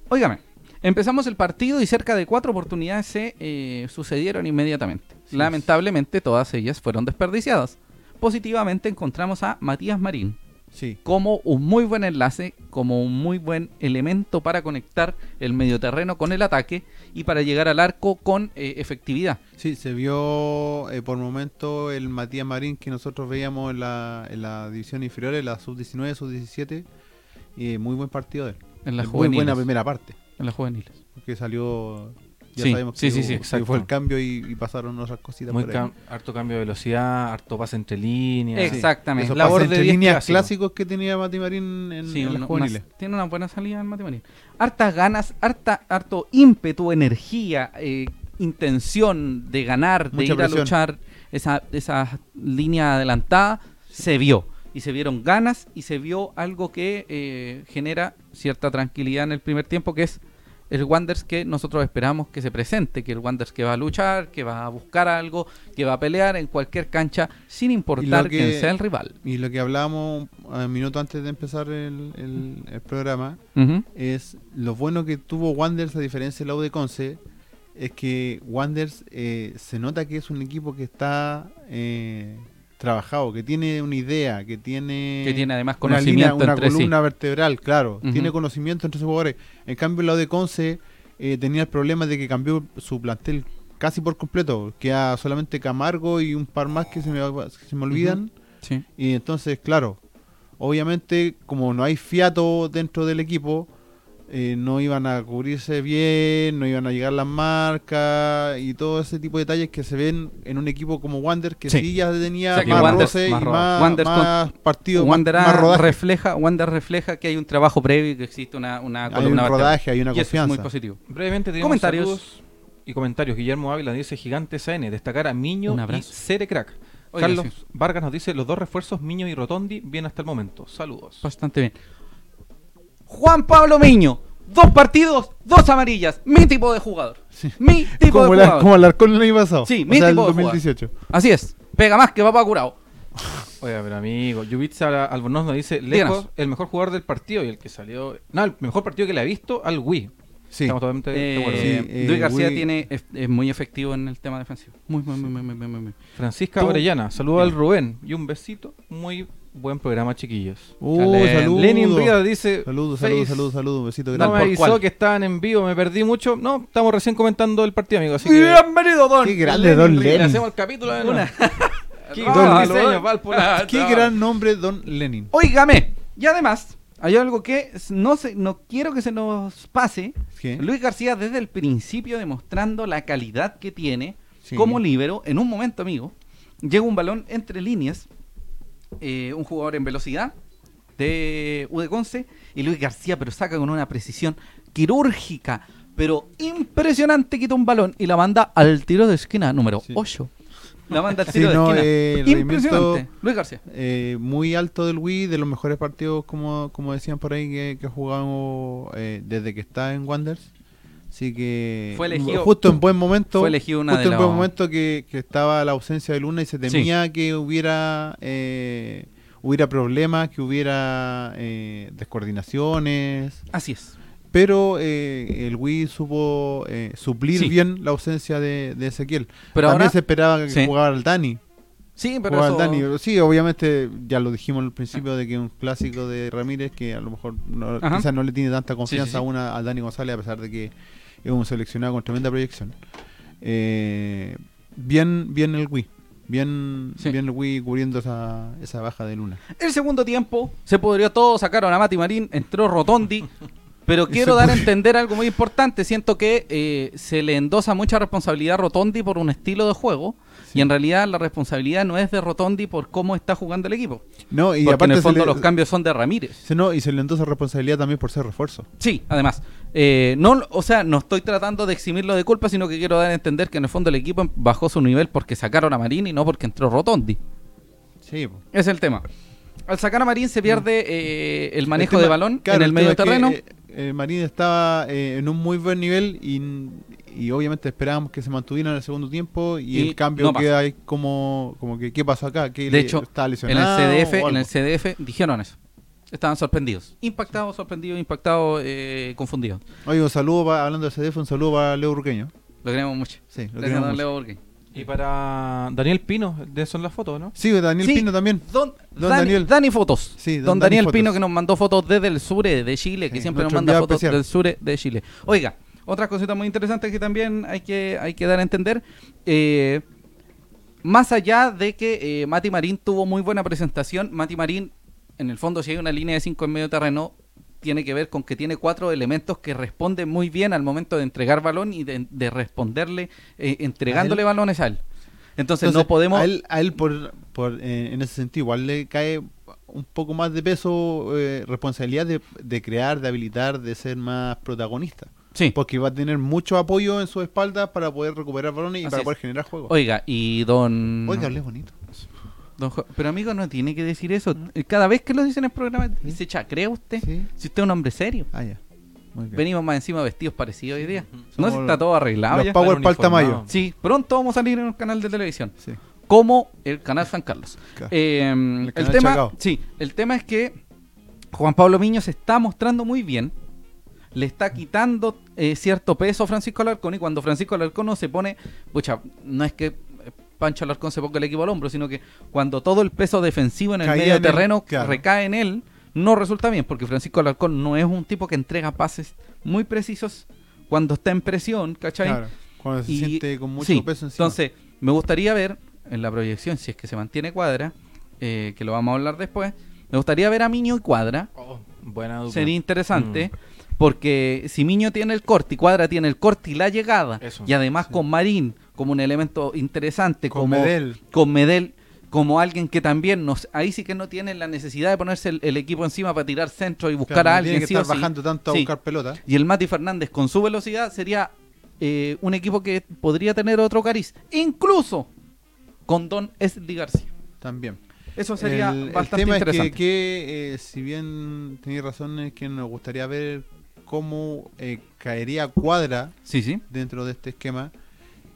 Speaker 1: Óigame, empezamos el partido y cerca de cuatro oportunidades se eh, sucedieron inmediatamente.
Speaker 2: Así es.
Speaker 1: Lamentablemente todas ellas fueron desperdiciadas. positivamente encontramos a Matías Marín
Speaker 2: Sí.
Speaker 1: como un muy buen enlace, como un muy buen elemento para conectar el medioterreno con el ataque y para llegar al arco con eh, efectividad.
Speaker 2: Sí, se vio eh, por momento el Matías Marín que nosotros veíamos en la, en la división inferior, en la sub-19, sub-17. Y eh, muy buen partido de él.
Speaker 1: En las
Speaker 2: muy
Speaker 1: juveniles.
Speaker 2: buena primera parte.
Speaker 1: En las juveniles.
Speaker 2: Porque salió. Ya
Speaker 1: Sí,
Speaker 2: sabemos
Speaker 1: sí,
Speaker 2: que
Speaker 1: sí,
Speaker 2: hubo-
Speaker 1: sí,
Speaker 2: que
Speaker 3: exacto.
Speaker 2: fue el cambio y, y pasaron otras cositas
Speaker 3: Muy
Speaker 2: por ahí.
Speaker 3: cam- harto cambio de velocidad, harto pase entre líneas.
Speaker 2: Sí.
Speaker 1: Exactamente.
Speaker 2: Esos
Speaker 3: Labor
Speaker 2: pases
Speaker 3: de
Speaker 2: entre
Speaker 3: 10
Speaker 2: líneas
Speaker 3: clásicos.
Speaker 2: clásicos que tenía Mati Marín en,
Speaker 1: Sí,
Speaker 2: en
Speaker 1: una-
Speaker 2: las juveniles.
Speaker 1: unas- tiene una buena salida en Matías Hartas ganas, harta, harto ímpetu, energía, eh, intención de ganar, de
Speaker 2: Mucha
Speaker 1: ir
Speaker 2: presión.
Speaker 1: a luchar esa, esa línea adelantada, se vio. Y se vieron ganas y se vio algo que eh, genera cierta tranquilidad en el primer tiempo, que es el Wanders que nosotros esperamos que se presente, que el Wanders que va a luchar, que va a buscar algo, que va a pelear en cualquier cancha, sin importar
Speaker 2: que-
Speaker 1: quién sea el rival.
Speaker 2: Y lo que hablábamos un minuto antes de empezar el, el- el programa
Speaker 1: Ujú.
Speaker 2: es lo bueno que tuvo Wanderers a diferencia del U de Conce es que Wanderers eh, se nota que es un equipo que está eh, trabajado, que tiene una idea, que tiene,
Speaker 1: Que tiene además
Speaker 2: una
Speaker 1: conocimiento
Speaker 2: una
Speaker 1: entre sí.
Speaker 2: columna vertebral, claro,
Speaker 1: Ujú.
Speaker 2: tiene conocimiento entre sus jugadores. En cambio, el U de Conce eh, tenía el problema de que cambió su plantel casi por completo, queda solamente Camargo y un par más que se me, se me olvidan.
Speaker 1: Sí.
Speaker 2: Y entonces, claro, obviamente, como no hay fiato dentro del equipo, eh, no iban a cubrirse bien, no iban a llegar las marcas y todo ese tipo de detalles que se ven en un equipo como Wander, que
Speaker 1: Sí.
Speaker 2: sí, ya tenía
Speaker 1: O sea, que
Speaker 2: más
Speaker 1: Wander-
Speaker 2: roce
Speaker 3: más
Speaker 2: y
Speaker 3: rodaje.
Speaker 2: más,
Speaker 1: Wander
Speaker 2: más partido, más,
Speaker 1: Wander
Speaker 2: más rodaje.
Speaker 1: refleja, Wander refleja que hay un trabajo previo y que existe una, una
Speaker 2: Hay un
Speaker 1: columna vertebral.
Speaker 2: rodaje, hay una
Speaker 1: Y eso es muy
Speaker 2: confianza.
Speaker 1: positivo.
Speaker 3: Brevemente tenemos
Speaker 1: Comentarios.
Speaker 3: saludos y comentarios. Guillermo Ávila dice Gigante SN, destacar a Miño
Speaker 1: Un
Speaker 3: y
Speaker 1: abrazo.
Speaker 3: Cere Crack.
Speaker 1: Oiga,
Speaker 3: Carlos
Speaker 1: sí.
Speaker 3: Vargas nos dice los dos refuerzos, Miño y Rotondi, bien hasta el momento. Saludos.
Speaker 1: Bastante bien. Juan Pablo Miño. Dos partidos, dos amarillas. Mi tipo de jugador. Mi tipo
Speaker 2: como, el,
Speaker 1: de jugador.
Speaker 2: como el Alarcón el año pasado,
Speaker 1: Sí,
Speaker 2: o
Speaker 1: mi
Speaker 2: sea, el
Speaker 1: tipo de jugador.
Speaker 2: 2018.
Speaker 1: Así es. Pega más que papá curado.
Speaker 3: Oiga, pero amigo, Yubitsa Albornoz nos dice
Speaker 1: Díganos.
Speaker 3: lejos el mejor jugador del partido y el que salió. No, el mejor partido que le ha visto al Wii.
Speaker 2: Sí.
Speaker 3: Estamos totalmente de acuerdo.
Speaker 1: Eh,
Speaker 2: Sí, eh,
Speaker 1: Luis García
Speaker 2: Will-
Speaker 1: tiene, es, es muy efectivo en el tema defensivo. Muy, muy, muy, muy, muy, muy, muy.
Speaker 3: Francisca
Speaker 1: Tú-
Speaker 3: Orellana, saludo al
Speaker 1: Sí.
Speaker 3: Rubén y un besito. Muy buen programa, chiquillos.
Speaker 2: Uh,
Speaker 1: Calén.
Speaker 2: saludos.
Speaker 3: Lenin Rivas dice:
Speaker 2: Saludos, saludos,
Speaker 3: "Face,
Speaker 2: saludos, saludos, un besito
Speaker 3: No
Speaker 2: grande.
Speaker 3: me
Speaker 1: por
Speaker 3: avisó
Speaker 1: cuál.
Speaker 3: que estaban en vivo, me perdí mucho. No, estamos recién comentando el partido, amigo. Así que
Speaker 1: Bienvenido, don.
Speaker 2: Qué grande Don
Speaker 3: le
Speaker 2: Lenin.
Speaker 3: hacemos el capítulo de
Speaker 1: Una-
Speaker 3: una. Qué
Speaker 1: Don
Speaker 3: gran
Speaker 1: Lenin.
Speaker 3: diseño, Valpo.
Speaker 1: Ah,
Speaker 2: Qué
Speaker 1: no.
Speaker 2: gran nombre Don Lenin.
Speaker 1: Óigame. Y además, hay algo que s- no, se, no quiero que se nos pase.
Speaker 2: ¿Qué?
Speaker 1: Luis García desde el principio demostrando la calidad que tiene
Speaker 2: Sí.
Speaker 1: como líbero. En un momento, amigo, llega un balón entre líneas, eh, un jugador en velocidad de UD Conce y Luis García, pero saca con una precisión quirúrgica, pero impresionante, quita un balón y la manda al tiro de esquina número
Speaker 2: Sí.
Speaker 1: 8. La manda al
Speaker 2: Sí,
Speaker 1: tiro de
Speaker 2: no,
Speaker 1: esquina.
Speaker 2: eh, el
Speaker 1: impresionante.
Speaker 2: rendimiento-
Speaker 1: Luis García.
Speaker 2: eh, muy alto del Wii, de los mejores partidos, como, como decían por ahí, que, que ha jugado eh, desde que está en Wanderers. Así que
Speaker 1: Fue elegido-
Speaker 2: justo en buen momento,
Speaker 1: fue elegido una
Speaker 2: justo
Speaker 1: de
Speaker 2: en buen
Speaker 1: las-
Speaker 2: momento que, que estaba la ausencia de Luna y se temía que hubiera eh, hubiera problemas, que hubiera eh, descoordinaciones,
Speaker 1: Así es.
Speaker 2: pero eh, el Wii supo eh, suplir
Speaker 1: Sí.
Speaker 2: bien la ausencia de, de Ezequiel.
Speaker 1: Pero
Speaker 2: También
Speaker 1: ahora-
Speaker 2: se esperaba que
Speaker 1: sí.
Speaker 2: jugara el Dani,
Speaker 1: Sí, pero
Speaker 2: Juega
Speaker 1: eso-
Speaker 2: el Dani. Sí, obviamente ya lo dijimos al principio de que un clásico de Ramírez que a lo mejor no,
Speaker 1: Ajá.
Speaker 2: quizás no le tiene tanta confianza
Speaker 1: Sí, sí, sí.
Speaker 2: aún a, a Dani González a pesar de que es un seleccionado con tremenda proyección. Eh, bien, bien el Wii. Bien,
Speaker 1: Sí.
Speaker 2: bien el Wii cubriendo esa, esa baja de Luna.
Speaker 1: El segundo tiempo se podrió todo, sacaron a Mati Marín, entró Rotondi. Pero
Speaker 2: Y
Speaker 1: quiero
Speaker 2: se
Speaker 1: dar a
Speaker 2: pudrió.
Speaker 1: entender algo muy importante. Siento que eh, se le endosa mucha responsabilidad a Rotondi por un estilo de juego. Y en realidad la responsabilidad no es de Rotondi por cómo está jugando el equipo.
Speaker 2: No, y
Speaker 1: porque en
Speaker 2: aparte
Speaker 1: el
Speaker 2: se
Speaker 1: fondo
Speaker 2: le-
Speaker 1: los cambios son de Ramírez.
Speaker 2: se- no, y se le entonces responsabilidad también por ser refuerzo.
Speaker 1: Sí, además. eh, no, o sea, no estoy tratando de eximirlo de culpa, sino que quiero dar a entender que en el fondo el equipo bajó su nivel porque sacaron a Marín y no porque entró Rotondi.
Speaker 2: Sí, po.
Speaker 1: Ese Es el tema. Al sacar a Marín se pierde eh, el manejo
Speaker 2: tema-
Speaker 1: de balón
Speaker 2: claro,
Speaker 1: en el,
Speaker 2: tema
Speaker 1: medio
Speaker 2: es que,
Speaker 1: terreno.
Speaker 2: eh, eh, Marín estaba eh, en un muy buen nivel y, y obviamente esperábamos que se mantuviera en el segundo tiempo y,
Speaker 1: Y
Speaker 2: el cambio
Speaker 1: no
Speaker 2: que hay como, como que qué pasó acá, que
Speaker 1: De hecho,
Speaker 2: está
Speaker 1: en el
Speaker 2: lesionado.
Speaker 1: CDF,
Speaker 2: o
Speaker 1: en el
Speaker 2: algo.
Speaker 1: CDF dijeron eso. Estaban sorprendidos. Impactados, sorprendidos, impactados, eh, confundidos.
Speaker 2: Oye, un saludo pa- hablando de CDF, un saludo para Leo Urqueño.
Speaker 1: Lo queremos mucho.
Speaker 2: Sí, lo
Speaker 1: Gracias,
Speaker 2: queremos
Speaker 1: don
Speaker 2: mucho.
Speaker 1: Leo Burguín.
Speaker 3: Y para Daniel Pino, de son las fotos, ¿no?
Speaker 2: Sí, Daniel
Speaker 1: Sí.
Speaker 2: Pino también.
Speaker 1: Don,
Speaker 2: Don
Speaker 1: Dani,
Speaker 2: Daniel.
Speaker 1: Dani Fotos.
Speaker 2: Sí,
Speaker 1: don,
Speaker 2: don Dani
Speaker 1: Daniel
Speaker 2: Fotos.
Speaker 1: Pino que nos mandó fotos desde el sur eh, de Chile, que
Speaker 2: Sí,
Speaker 1: siempre nos
Speaker 2: nuestro
Speaker 1: manda
Speaker 2: enviado
Speaker 1: fotos
Speaker 2: especial.
Speaker 1: del sur eh, de Chile. Oiga, otras cositas muy interesantes que también hay que, hay que dar a entender. eh, más allá de que eh, Mati Marín tuvo muy buena presentación, Mati Marín, en el fondo, si hay una línea de cinco en medio terreno, tiene que ver con que tiene cuatro elementos que responden muy bien al momento de entregar balón y de, de responderle, eh, entregándole balones a él. Entonces, no
Speaker 2: Entonces,
Speaker 1: podemos...
Speaker 2: A él, a él por, por, eh, en ese sentido, igual le cae un poco más de peso, eh, responsabilidad de, de crear, de habilitar, de ser más protagonista.
Speaker 1: sí.
Speaker 2: Porque va a tener mucho apoyo en su espalda para poder recuperar balones y
Speaker 1: Así
Speaker 2: para
Speaker 1: es. mm.
Speaker 2: poder generar juego.
Speaker 1: Oiga, y don...
Speaker 2: Oiga, hablé bonito.
Speaker 1: Don Jo- pero amigo, no tiene que decir eso. Eh, Cada vez que lo dicen en el programa, dice chacrea usted.
Speaker 2: Sí.
Speaker 1: Si usted es un hombre serio.
Speaker 2: Ah, ya. Muy bien.
Speaker 1: Venimos más encima vestidos parecidos hoy día. No
Speaker 2: Somos
Speaker 1: si está todo arreglado
Speaker 2: los
Speaker 1: ya.
Speaker 2: Power
Speaker 3: Están
Speaker 2: Palta
Speaker 3: uniformados.
Speaker 2: Mayo.
Speaker 1: Sí, pronto vamos a salir en un canal de televisión.
Speaker 2: Sí.
Speaker 1: Como el canal San Carlos.
Speaker 2: Claro.
Speaker 1: Eh, el,
Speaker 2: canal
Speaker 1: tema,
Speaker 2: Chacao.
Speaker 1: sí, el tema es que Juan Pablo Miño se está mostrando muy bien. Le está quitando eh, cierto peso a Francisco Alarcón. Y cuando Francisco Alarcón no se pone. Pucha, no es que eh, Pancho Alarcón se ponga el equipo al hombro, sino que cuando todo el peso defensivo en el
Speaker 2: Caía
Speaker 1: medio
Speaker 2: en él,
Speaker 1: terreno
Speaker 2: claro.
Speaker 1: recae en él, no resulta bien. Porque Francisco Alarcón no es un tipo que entrega pases muy precisos cuando está en presión, ¿cachai?
Speaker 2: Claro, Cuando se
Speaker 1: Y-
Speaker 2: siente con mucho
Speaker 1: sí,
Speaker 2: peso encima.
Speaker 1: Entonces, me gustaría ver en la proyección, si es que se mantiene cuadra, eh, que lo vamos a hablar después, me gustaría ver a Miño y cuadra.
Speaker 3: buena dupla.
Speaker 1: Sería interesante. Porque si Miño tiene el corte y Cuadra tiene el corte y la llegada,
Speaker 3: Eso,
Speaker 1: y además con Marín como un elemento interesante,
Speaker 2: Con
Speaker 1: como
Speaker 2: Medel.
Speaker 1: con Medel, como alguien que también nos, ahí sí que no tiene la necesidad de ponerse el, el equipo encima para tirar centro y buscar
Speaker 2: Claro,
Speaker 1: a
Speaker 2: no
Speaker 1: alguien.
Speaker 2: Tiene que
Speaker 1: sí o
Speaker 2: estar
Speaker 1: sí.
Speaker 2: bajando tanto
Speaker 1: Sí.
Speaker 2: a buscar pelota.
Speaker 1: Y el Mati Fernández con su velocidad sería eh, un equipo que podría tener otro cariz, incluso con Don Esli García.
Speaker 2: También.
Speaker 1: Eso sería
Speaker 2: el, el
Speaker 1: bastante
Speaker 2: tema
Speaker 1: interesante.
Speaker 2: es que, que, eh, si bien tenéis razón, es que nos gustaría ver cómo eh, caería Cuadra
Speaker 1: Sí, sí.
Speaker 2: dentro de este esquema,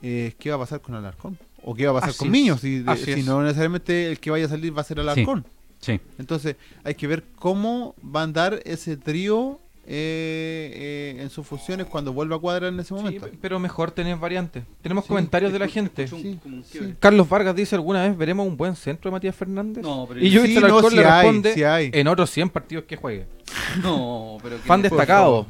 Speaker 2: eh, qué va a pasar con Alarcón. O qué va a pasar
Speaker 1: Así
Speaker 2: con
Speaker 1: es,
Speaker 2: Miño, si, de-
Speaker 1: así
Speaker 2: si
Speaker 1: es.
Speaker 2: no necesariamente el que vaya a salir va a ser Alarcón.
Speaker 1: Sí.
Speaker 2: Entonces hay que ver cómo va a andar ese trío eh, eh, en sus funciones cuando vuelva a Cuadra en ese
Speaker 3: Sí,
Speaker 1: pues.
Speaker 2: momento.
Speaker 3: pe- pero mejor tener variantes. Tenemos
Speaker 2: Sí,
Speaker 3: comentarios de la
Speaker 1: escucho-
Speaker 3: gente.
Speaker 1: escucho un- como un quiebre.
Speaker 3: Carlos Vargas dice, ¿alguna vez veremos un buen centro de Matías Fernández?
Speaker 1: No, pero
Speaker 3: y yo
Speaker 2: Sí, no,
Speaker 3: Víctor Alarcón
Speaker 2: sí
Speaker 3: le
Speaker 2: hay,
Speaker 3: responde,
Speaker 2: sí hay.
Speaker 3: en otros 100 partidos que juegue.
Speaker 1: No, pero que-
Speaker 3: Fan
Speaker 1: por
Speaker 3: destacado,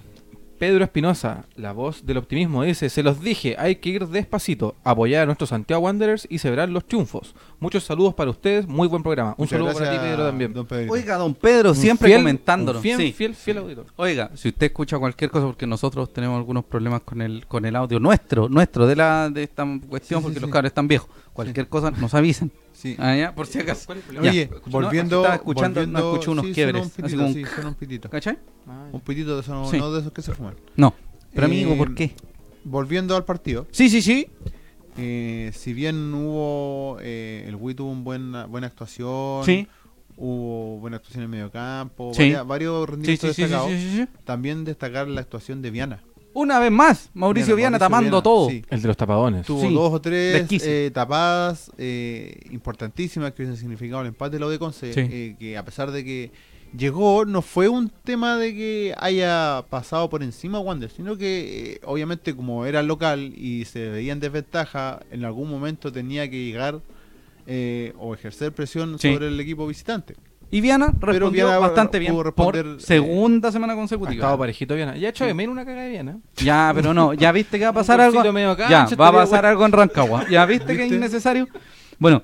Speaker 3: Pedro Espinosa, la voz del optimismo, dice, se los dije, hay que ir despacito, apoyar a nuestros Santiago Wanderers y celebrar los triunfos. Muchos saludos para ustedes, muy buen programa. Un
Speaker 2: Muchas
Speaker 3: saludo para
Speaker 2: gracias,
Speaker 3: ti, Pedro, también.
Speaker 2: don
Speaker 1: favor.
Speaker 2: Pedrito.
Speaker 1: Oiga, don Pedro,
Speaker 3: Un
Speaker 1: siempre
Speaker 3: fiel-
Speaker 1: comentándolo.
Speaker 3: un Fiel,
Speaker 1: Sí.
Speaker 3: fiel, fiel auditor.
Speaker 1: Oiga, si usted escucha cualquier cosa, porque nosotros tenemos algunos problemas con el con el audio nuestro, nuestro de la de esta cuestión,
Speaker 2: Sí, sí,
Speaker 1: porque los
Speaker 2: sí.
Speaker 1: cabros están viejos. Cualquier cosa nos avisan.
Speaker 2: Sí.
Speaker 1: Ah, ya, por si acaso.
Speaker 3: ¿Cuál es el
Speaker 1: Ya.
Speaker 3: problema?
Speaker 2: Oye,
Speaker 1: No,
Speaker 2: volviendo,
Speaker 1: estaba escuchando, no
Speaker 2: volviendo-
Speaker 1: escuché unos
Speaker 2: sí,
Speaker 1: quiebres,
Speaker 2: Suena un
Speaker 1: así
Speaker 2: pitito,
Speaker 1: como un-
Speaker 2: sí, suena un pitito.
Speaker 1: ¿Cachai?
Speaker 3: Ah,
Speaker 2: Un pitito de esos-
Speaker 1: Sí.
Speaker 2: no de esos que se fuman.
Speaker 1: No. Pero amigo,
Speaker 2: Eh,
Speaker 1: ¿por qué?
Speaker 2: Volviendo al partido,
Speaker 1: Sí, sí, sí.
Speaker 2: eh, si bien hubo. eh, el Wii tuvo una buena, buena actuación.
Speaker 1: Sí.
Speaker 2: Hubo buena actuación en medio campo.
Speaker 1: Sí.
Speaker 2: varia- varios
Speaker 1: Sí, sí,
Speaker 2: rendimientos
Speaker 1: sí, sí,
Speaker 2: destacados.
Speaker 1: sí, sí, sí.
Speaker 2: También destacar la actuación de Viana.
Speaker 1: Una vez más, Mauricio Viana tapando
Speaker 2: Viana,
Speaker 1: todo.
Speaker 2: sí.
Speaker 3: El de los tapadones.
Speaker 2: Tuvo
Speaker 1: Sí,
Speaker 2: dos o tres
Speaker 1: desquicio.
Speaker 2: eh, tapadas eh, importantísimas que hubiesen significado el empate de la U de Conce.
Speaker 1: Sí.
Speaker 2: eh, que a pesar de que llegó, no fue un tema de que haya pasado por encima Wander, sino que eh, obviamente como era local y se veía en desventaja, en algún momento tenía que llegar eh, o ejercer presión
Speaker 1: Sí.
Speaker 2: sobre el equipo visitante.
Speaker 1: Y Viana respondió
Speaker 2: Viana
Speaker 1: bastante
Speaker 2: pudo
Speaker 1: bien por
Speaker 2: responder, eh,
Speaker 1: segunda semana
Speaker 3: Ha
Speaker 1: consecutiva.
Speaker 3: estado parejito Viana. Ya he hecho de menos una caga de ¿eh? Viana.
Speaker 1: Ya, pero no, ya viste que va a
Speaker 3: Un
Speaker 1: pasar algo.
Speaker 3: golcito medio cancha,
Speaker 1: Ya, va
Speaker 3: estaría
Speaker 1: a pasar
Speaker 3: bueno.
Speaker 1: algo en Rancagua. Ya viste que es
Speaker 2: ¿Viste?
Speaker 1: innecesario. Bueno,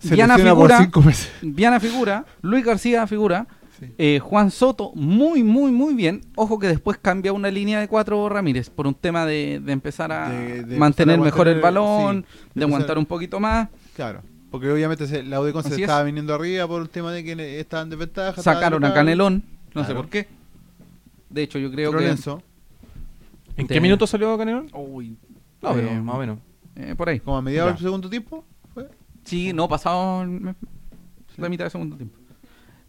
Speaker 2: Se
Speaker 1: Viana
Speaker 2: lesiona por
Speaker 1: figura,
Speaker 2: cinco meses.
Speaker 1: Viana figura, Luis García figura,
Speaker 2: Sí.
Speaker 1: eh, Juan Soto muy, muy, muy bien. Ojo que después cambia una línea de cuatro Ramírez por un tema de, de empezar a
Speaker 2: De- de empezar
Speaker 1: mantener
Speaker 2: a
Speaker 1: mejor el
Speaker 2: mantener-
Speaker 1: balón,
Speaker 2: sí,
Speaker 1: de
Speaker 2: empezar-
Speaker 1: aguantar un poquito más.
Speaker 2: Claro. Porque obviamente se- la U de Conce
Speaker 1: Así es.
Speaker 2: estaba viniendo arriba por el tema de que ne- estaba en desventaja. estaba
Speaker 1: Sacaron a
Speaker 2: local.
Speaker 1: Canelón, no sé
Speaker 2: Claro.
Speaker 1: por qué. De hecho, yo creo
Speaker 2: Lorenzo,
Speaker 3: ¿En
Speaker 1: Te-
Speaker 3: qué minuto salió Canelón?
Speaker 1: que. Uy,
Speaker 3: No, pero
Speaker 1: eh,
Speaker 3: más o menos.
Speaker 1: eh, por ahí.
Speaker 2: como a mediados
Speaker 3: Ya.
Speaker 2: del segundo tiempo, fue.
Speaker 1: Sí, no, pasado el- la mitad del segundo tiempo.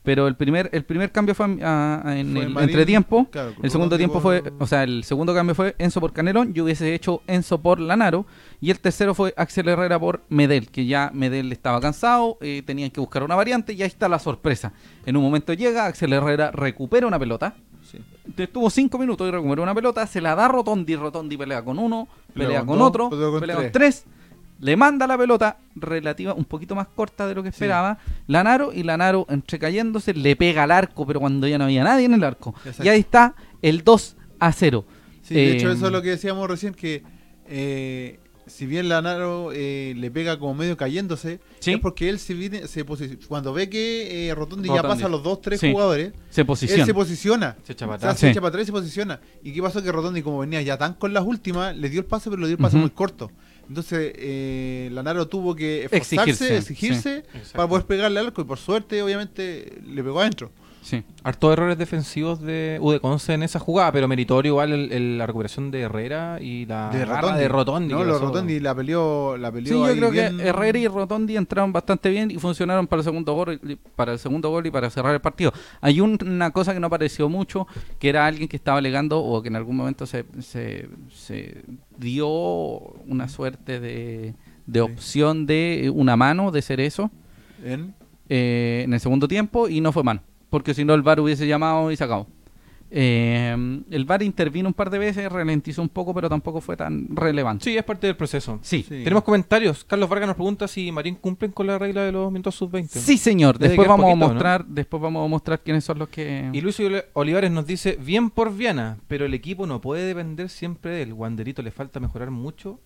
Speaker 1: Pero el primer, el primer cambio fue a- a- en
Speaker 2: Fue
Speaker 1: el
Speaker 2: Marín,
Speaker 1: entretiempo.
Speaker 2: claro,
Speaker 1: el
Speaker 2: Rodón
Speaker 1: segundo
Speaker 2: de
Speaker 1: tiempo fue,
Speaker 2: por-
Speaker 1: o sea, el segundo cambio fue Enzo por Canelón. Yo hubiese hecho Enzo por Lanaro. Y el tercero fue Axel Herrera por Medel, que ya Medel estaba cansado, eh, tenían que buscar una variante. Y ahí está la sorpresa. En un momento llega, Axel Herrera recupera una pelota.
Speaker 2: Sí.
Speaker 1: Estuvo cinco minutos y recuperó una pelota, se la da Rotondi, Rotondi pelea con uno,
Speaker 2: Pelea
Speaker 1: pelea
Speaker 2: con
Speaker 1: con
Speaker 2: dos,
Speaker 1: otro,
Speaker 2: pelea con
Speaker 1: pelea con
Speaker 2: tres.
Speaker 1: tres, Le manda la pelota relativa, un poquito más corta de lo que esperaba, Lanaro, y Lanaro, entre cayéndose, le pega al arco, pero cuando ya no había nadie en el arco.
Speaker 2: Exacto.
Speaker 1: Y ahí está el 2 a 0.
Speaker 2: Sí, de hecho
Speaker 1: Eh,
Speaker 2: eso es lo que decíamos recién, que eh, si bien Lanaro eh, le pega como medio cayéndose,
Speaker 1: Sí.
Speaker 2: es porque él se viene, se posi- cuando ve que eh, Rotondi, ya
Speaker 3: Rotondi.
Speaker 2: pasa a los dos, tres
Speaker 1: Sí.
Speaker 2: jugadores,
Speaker 1: Se
Speaker 2: él
Speaker 1: posiciona.
Speaker 2: se posiciona.
Speaker 3: Se echa
Speaker 2: O
Speaker 3: para
Speaker 2: sea,
Speaker 3: atrás.
Speaker 2: se
Speaker 1: Sí.
Speaker 2: echa para atrás y se posiciona. ¿Y qué pasó? Que Rotondi, como venía ya tan con las últimas, le dio el pase, pero le dio el pase
Speaker 1: Ujú.
Speaker 2: muy corto. Entonces, eh, Lanaro tuvo que esforzarse,
Speaker 1: Exigirse,
Speaker 2: exigirse,
Speaker 3: Exacto.
Speaker 2: para poder pegarle al arco. Y por suerte, obviamente, le pegó adentro.
Speaker 1: Sí.
Speaker 3: Harto errores defensivos de Udeconce en esa jugada, pero meritorio igual el- el- la recuperación de Herrera y
Speaker 1: Ah,
Speaker 3: la
Speaker 2: De
Speaker 3: garra
Speaker 2: Rotondi.
Speaker 3: de Rotondi.
Speaker 2: No,
Speaker 3: que
Speaker 2: lo
Speaker 3: pasó.
Speaker 2: Rotondi la peleó, la
Speaker 1: Sí,
Speaker 2: peleó
Speaker 1: yo
Speaker 2: ahí
Speaker 1: creo
Speaker 2: bien-
Speaker 1: que Herrera y Rotondi entraron bastante bien y funcionaron para el segundo gol y para el segundo gol y para cerrar el partido. Hay un- una cosa que no apareció mucho, que era alguien que estaba alegando o que en algún momento se, se- se dio una suerte de, de opción de eh, una mano de Cerezo
Speaker 2: en-
Speaker 1: eh, en el segundo tiempo y no fue mano, porque si no el VAR hubiese llamado y sacado. Eh, el VAR intervino un par de veces, ralentizó un poco, pero tampoco fue tan relevante.
Speaker 3: Sí, es parte del proceso.
Speaker 1: Sí.
Speaker 2: Sí.
Speaker 3: Tenemos comentarios. Carlos Vargas nos pregunta si Marín cumplen con la regla de los minutos sub-20.
Speaker 1: Sí, señor.
Speaker 3: Debe
Speaker 1: Después
Speaker 3: quedar
Speaker 1: vamos a
Speaker 3: poquito, ¿no?
Speaker 1: mostrar, después vamos a mostrar quiénes son los que.
Speaker 3: Y Luis Oli- Olivares nos dice, bien por Viana, pero el equipo no puede depender siempre del Wanderito, le falta mejorar mucho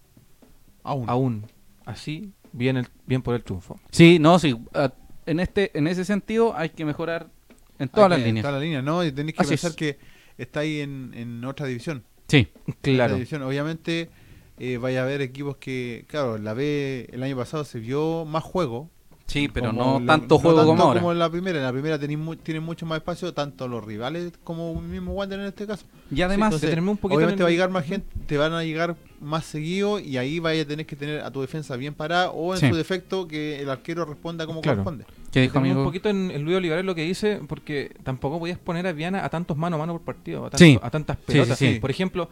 Speaker 2: aún.
Speaker 3: aún. Así, bien, el, bien por el triunfo.
Speaker 1: Sí, no, sí. ah, en este, en ese sentido hay que mejorar en todas
Speaker 2: Hay
Speaker 1: las
Speaker 2: que-
Speaker 1: líneas.
Speaker 2: Todas las líneas, ¿no? Y tenéis que
Speaker 1: Así
Speaker 2: pensar
Speaker 1: es.
Speaker 2: que está ahí en, en otra división.
Speaker 1: Sí,
Speaker 2: en otra
Speaker 3: Claro.
Speaker 2: división. Obviamente eh, vaya a haber equipos que, claro, la B el año pasado se vio más juego.
Speaker 1: sí, pero
Speaker 2: como
Speaker 1: no
Speaker 2: lo-
Speaker 1: tanto
Speaker 2: no
Speaker 1: juego
Speaker 2: tanto
Speaker 1: como ahora.
Speaker 2: en la primera. En la primera tenéis mu- tienen mucho más espacio, tanto los rivales como un mismo Wander en este caso.
Speaker 1: Y además,
Speaker 3: entonces- detenerme un poquito en
Speaker 2: obviamente
Speaker 3: el-
Speaker 2: va a llegar más gente, te van a llegar más seguido y ahí vaya a tener que tener a tu defensa bien parada o en
Speaker 1: Sí.
Speaker 2: su defecto que el arquero responda como
Speaker 3: Claro.
Speaker 2: corresponde.
Speaker 1: que dijo
Speaker 3: Detenerme
Speaker 1: amigo-
Speaker 3: un poquito en, en Luis Olivares lo que dice, porque tampoco podías poner a Viana a tantos mano a mano por partido, a, tanto-
Speaker 1: Sí.
Speaker 3: a tantas
Speaker 1: sí,
Speaker 3: pelotas.
Speaker 1: sí.
Speaker 3: Por ejemplo,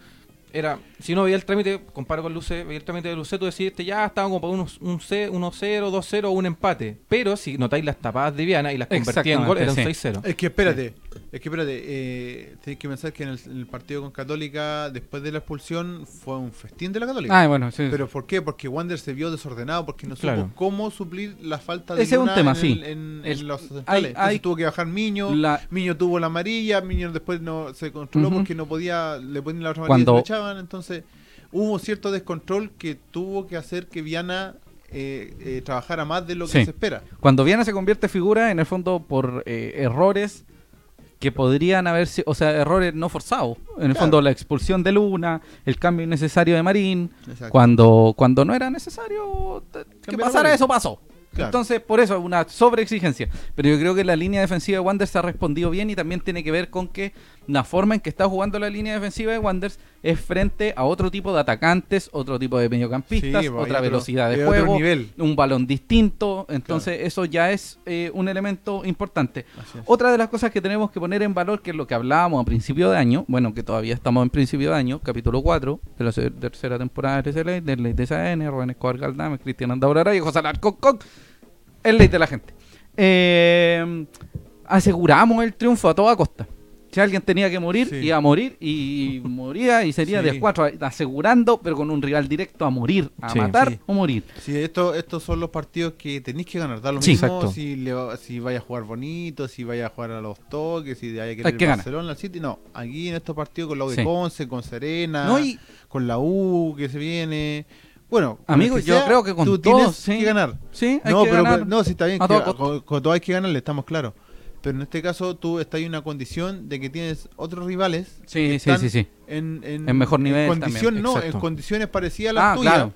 Speaker 3: era si uno veía el trámite, comparo con Luce, veía el trámite de Luce, tú decías, "Este ya estaban como para unos, un C- 1-0, 2-0, un empate. Pero si notáis las tapadas de Viana y las convertía en gol,
Speaker 1: Exactamente,
Speaker 3: era un
Speaker 1: sí.
Speaker 3: 6-0.
Speaker 2: Es que espérate, es que espérate, eh, tenés que pensar que en el, en el partido con Católica, después de la expulsión, fue un festín de la Católica.
Speaker 1: Ah, bueno, sí.
Speaker 2: ¿Pero por qué? Porque Wander se vio desordenado, porque no
Speaker 3: Claro.
Speaker 2: supo cómo suplir la falta de
Speaker 1: Ese es un
Speaker 2: Luna
Speaker 1: tema,
Speaker 2: en,
Speaker 1: sí.
Speaker 2: el- en- en
Speaker 1: El-
Speaker 2: los
Speaker 1: hay-
Speaker 2: centrales. Entonces
Speaker 1: hay-
Speaker 2: tuvo que bajar Miño,
Speaker 1: la-
Speaker 2: Miño tuvo la amarilla, Miño después no se controló
Speaker 1: Ujú.
Speaker 2: porque no podía, le ponían la otra amarilla
Speaker 1: Cuando-
Speaker 2: y se lo echaban, entonces hubo cierto descontrol que tuvo que hacer que Viana eh, eh, trabajara más de lo que
Speaker 1: Sí.
Speaker 2: se espera.
Speaker 1: Cuando Viana se convierte en figura, en el fondo, por eh, errores que podrían haber sido, o sea, errores no forzados. En el
Speaker 2: Claro.
Speaker 1: fondo, la expulsión de Luna, el cambio innecesario de Marín,
Speaker 2: Exacto.
Speaker 1: cuando, cuando no era necesario t- que
Speaker 2: Cambiar a
Speaker 1: pasara
Speaker 2: Marín.
Speaker 1: eso, pasó.
Speaker 2: Claro.
Speaker 1: Entonces, por eso, una sobreexigencia. Pero yo creo que la línea defensiva de Wanderers ha respondido bien y también tiene que ver con que la forma en que está jugando la línea defensiva de Wanderers es frente a otro tipo de atacantes, otro tipo de mediocampistas,
Speaker 2: Sí, pues, hay
Speaker 1: otra
Speaker 2: otro-
Speaker 1: velocidad de
Speaker 2: hay otro
Speaker 1: juego,
Speaker 2: nivel.
Speaker 1: un balón distinto. Entonces, eso ya es eh, un elemento importante.
Speaker 2: Así es.
Speaker 1: Otra de las cosas que tenemos que poner en valor, que es lo que hablábamos a principio de año, bueno, que todavía estamos en principio de año, capítulo 4 de la se- tercera temporada de RSL, de Ley de SAN, Rubén Escobar Galdame, Cristian Andaurara y José Alarcón Coc, el ley de la gente. Eh, aseguramos el triunfo a toda costa. Si alguien tenía que morir,
Speaker 2: Sí.
Speaker 1: iba a morir y moría y sería
Speaker 2: Sí.
Speaker 1: de cuatro, asegurando, pero con un rival directo a morir, a
Speaker 3: Sí.
Speaker 1: matar
Speaker 2: Sí.
Speaker 1: o morir.
Speaker 2: Sí, esto, estos son los partidos que tenéis que ganar. Da lo
Speaker 1: Sí.
Speaker 2: mismo
Speaker 3: Exacto.
Speaker 2: si, le, va- si vaya a jugar bonito, si vaya a jugar a los toques, si vaya a querer
Speaker 1: Hay que
Speaker 2: el
Speaker 1: ganar.
Speaker 2: Barcelona, el City. No, aquí en estos partidos con la U de
Speaker 1: Sí.
Speaker 2: Conce, con Serena,
Speaker 1: No, y-
Speaker 2: con la U que se viene. Bueno, con
Speaker 1: Amigo,
Speaker 2: el que
Speaker 1: yo creo que con
Speaker 2: tú
Speaker 1: todos,
Speaker 2: tienes
Speaker 1: sí.
Speaker 2: que ganar.
Speaker 1: Sí, hay
Speaker 2: No,
Speaker 1: que
Speaker 2: pero
Speaker 1: ganar.
Speaker 2: pero- no, sí, está bien.
Speaker 1: A
Speaker 2: que
Speaker 1: toda
Speaker 2: con,
Speaker 1: costa.
Speaker 2: con todo hay que ganarle, estamos claros. Pero en este caso tú estás en una condición de que tienes otros rivales
Speaker 1: Sí, sí,
Speaker 2: están
Speaker 1: sí, sí.
Speaker 2: en,
Speaker 1: En mejor nivel
Speaker 2: condición,
Speaker 1: también,
Speaker 2: no,
Speaker 1: exacto.
Speaker 2: en condiciones parecidas a las
Speaker 1: Ah,
Speaker 2: tuyas
Speaker 1: claro.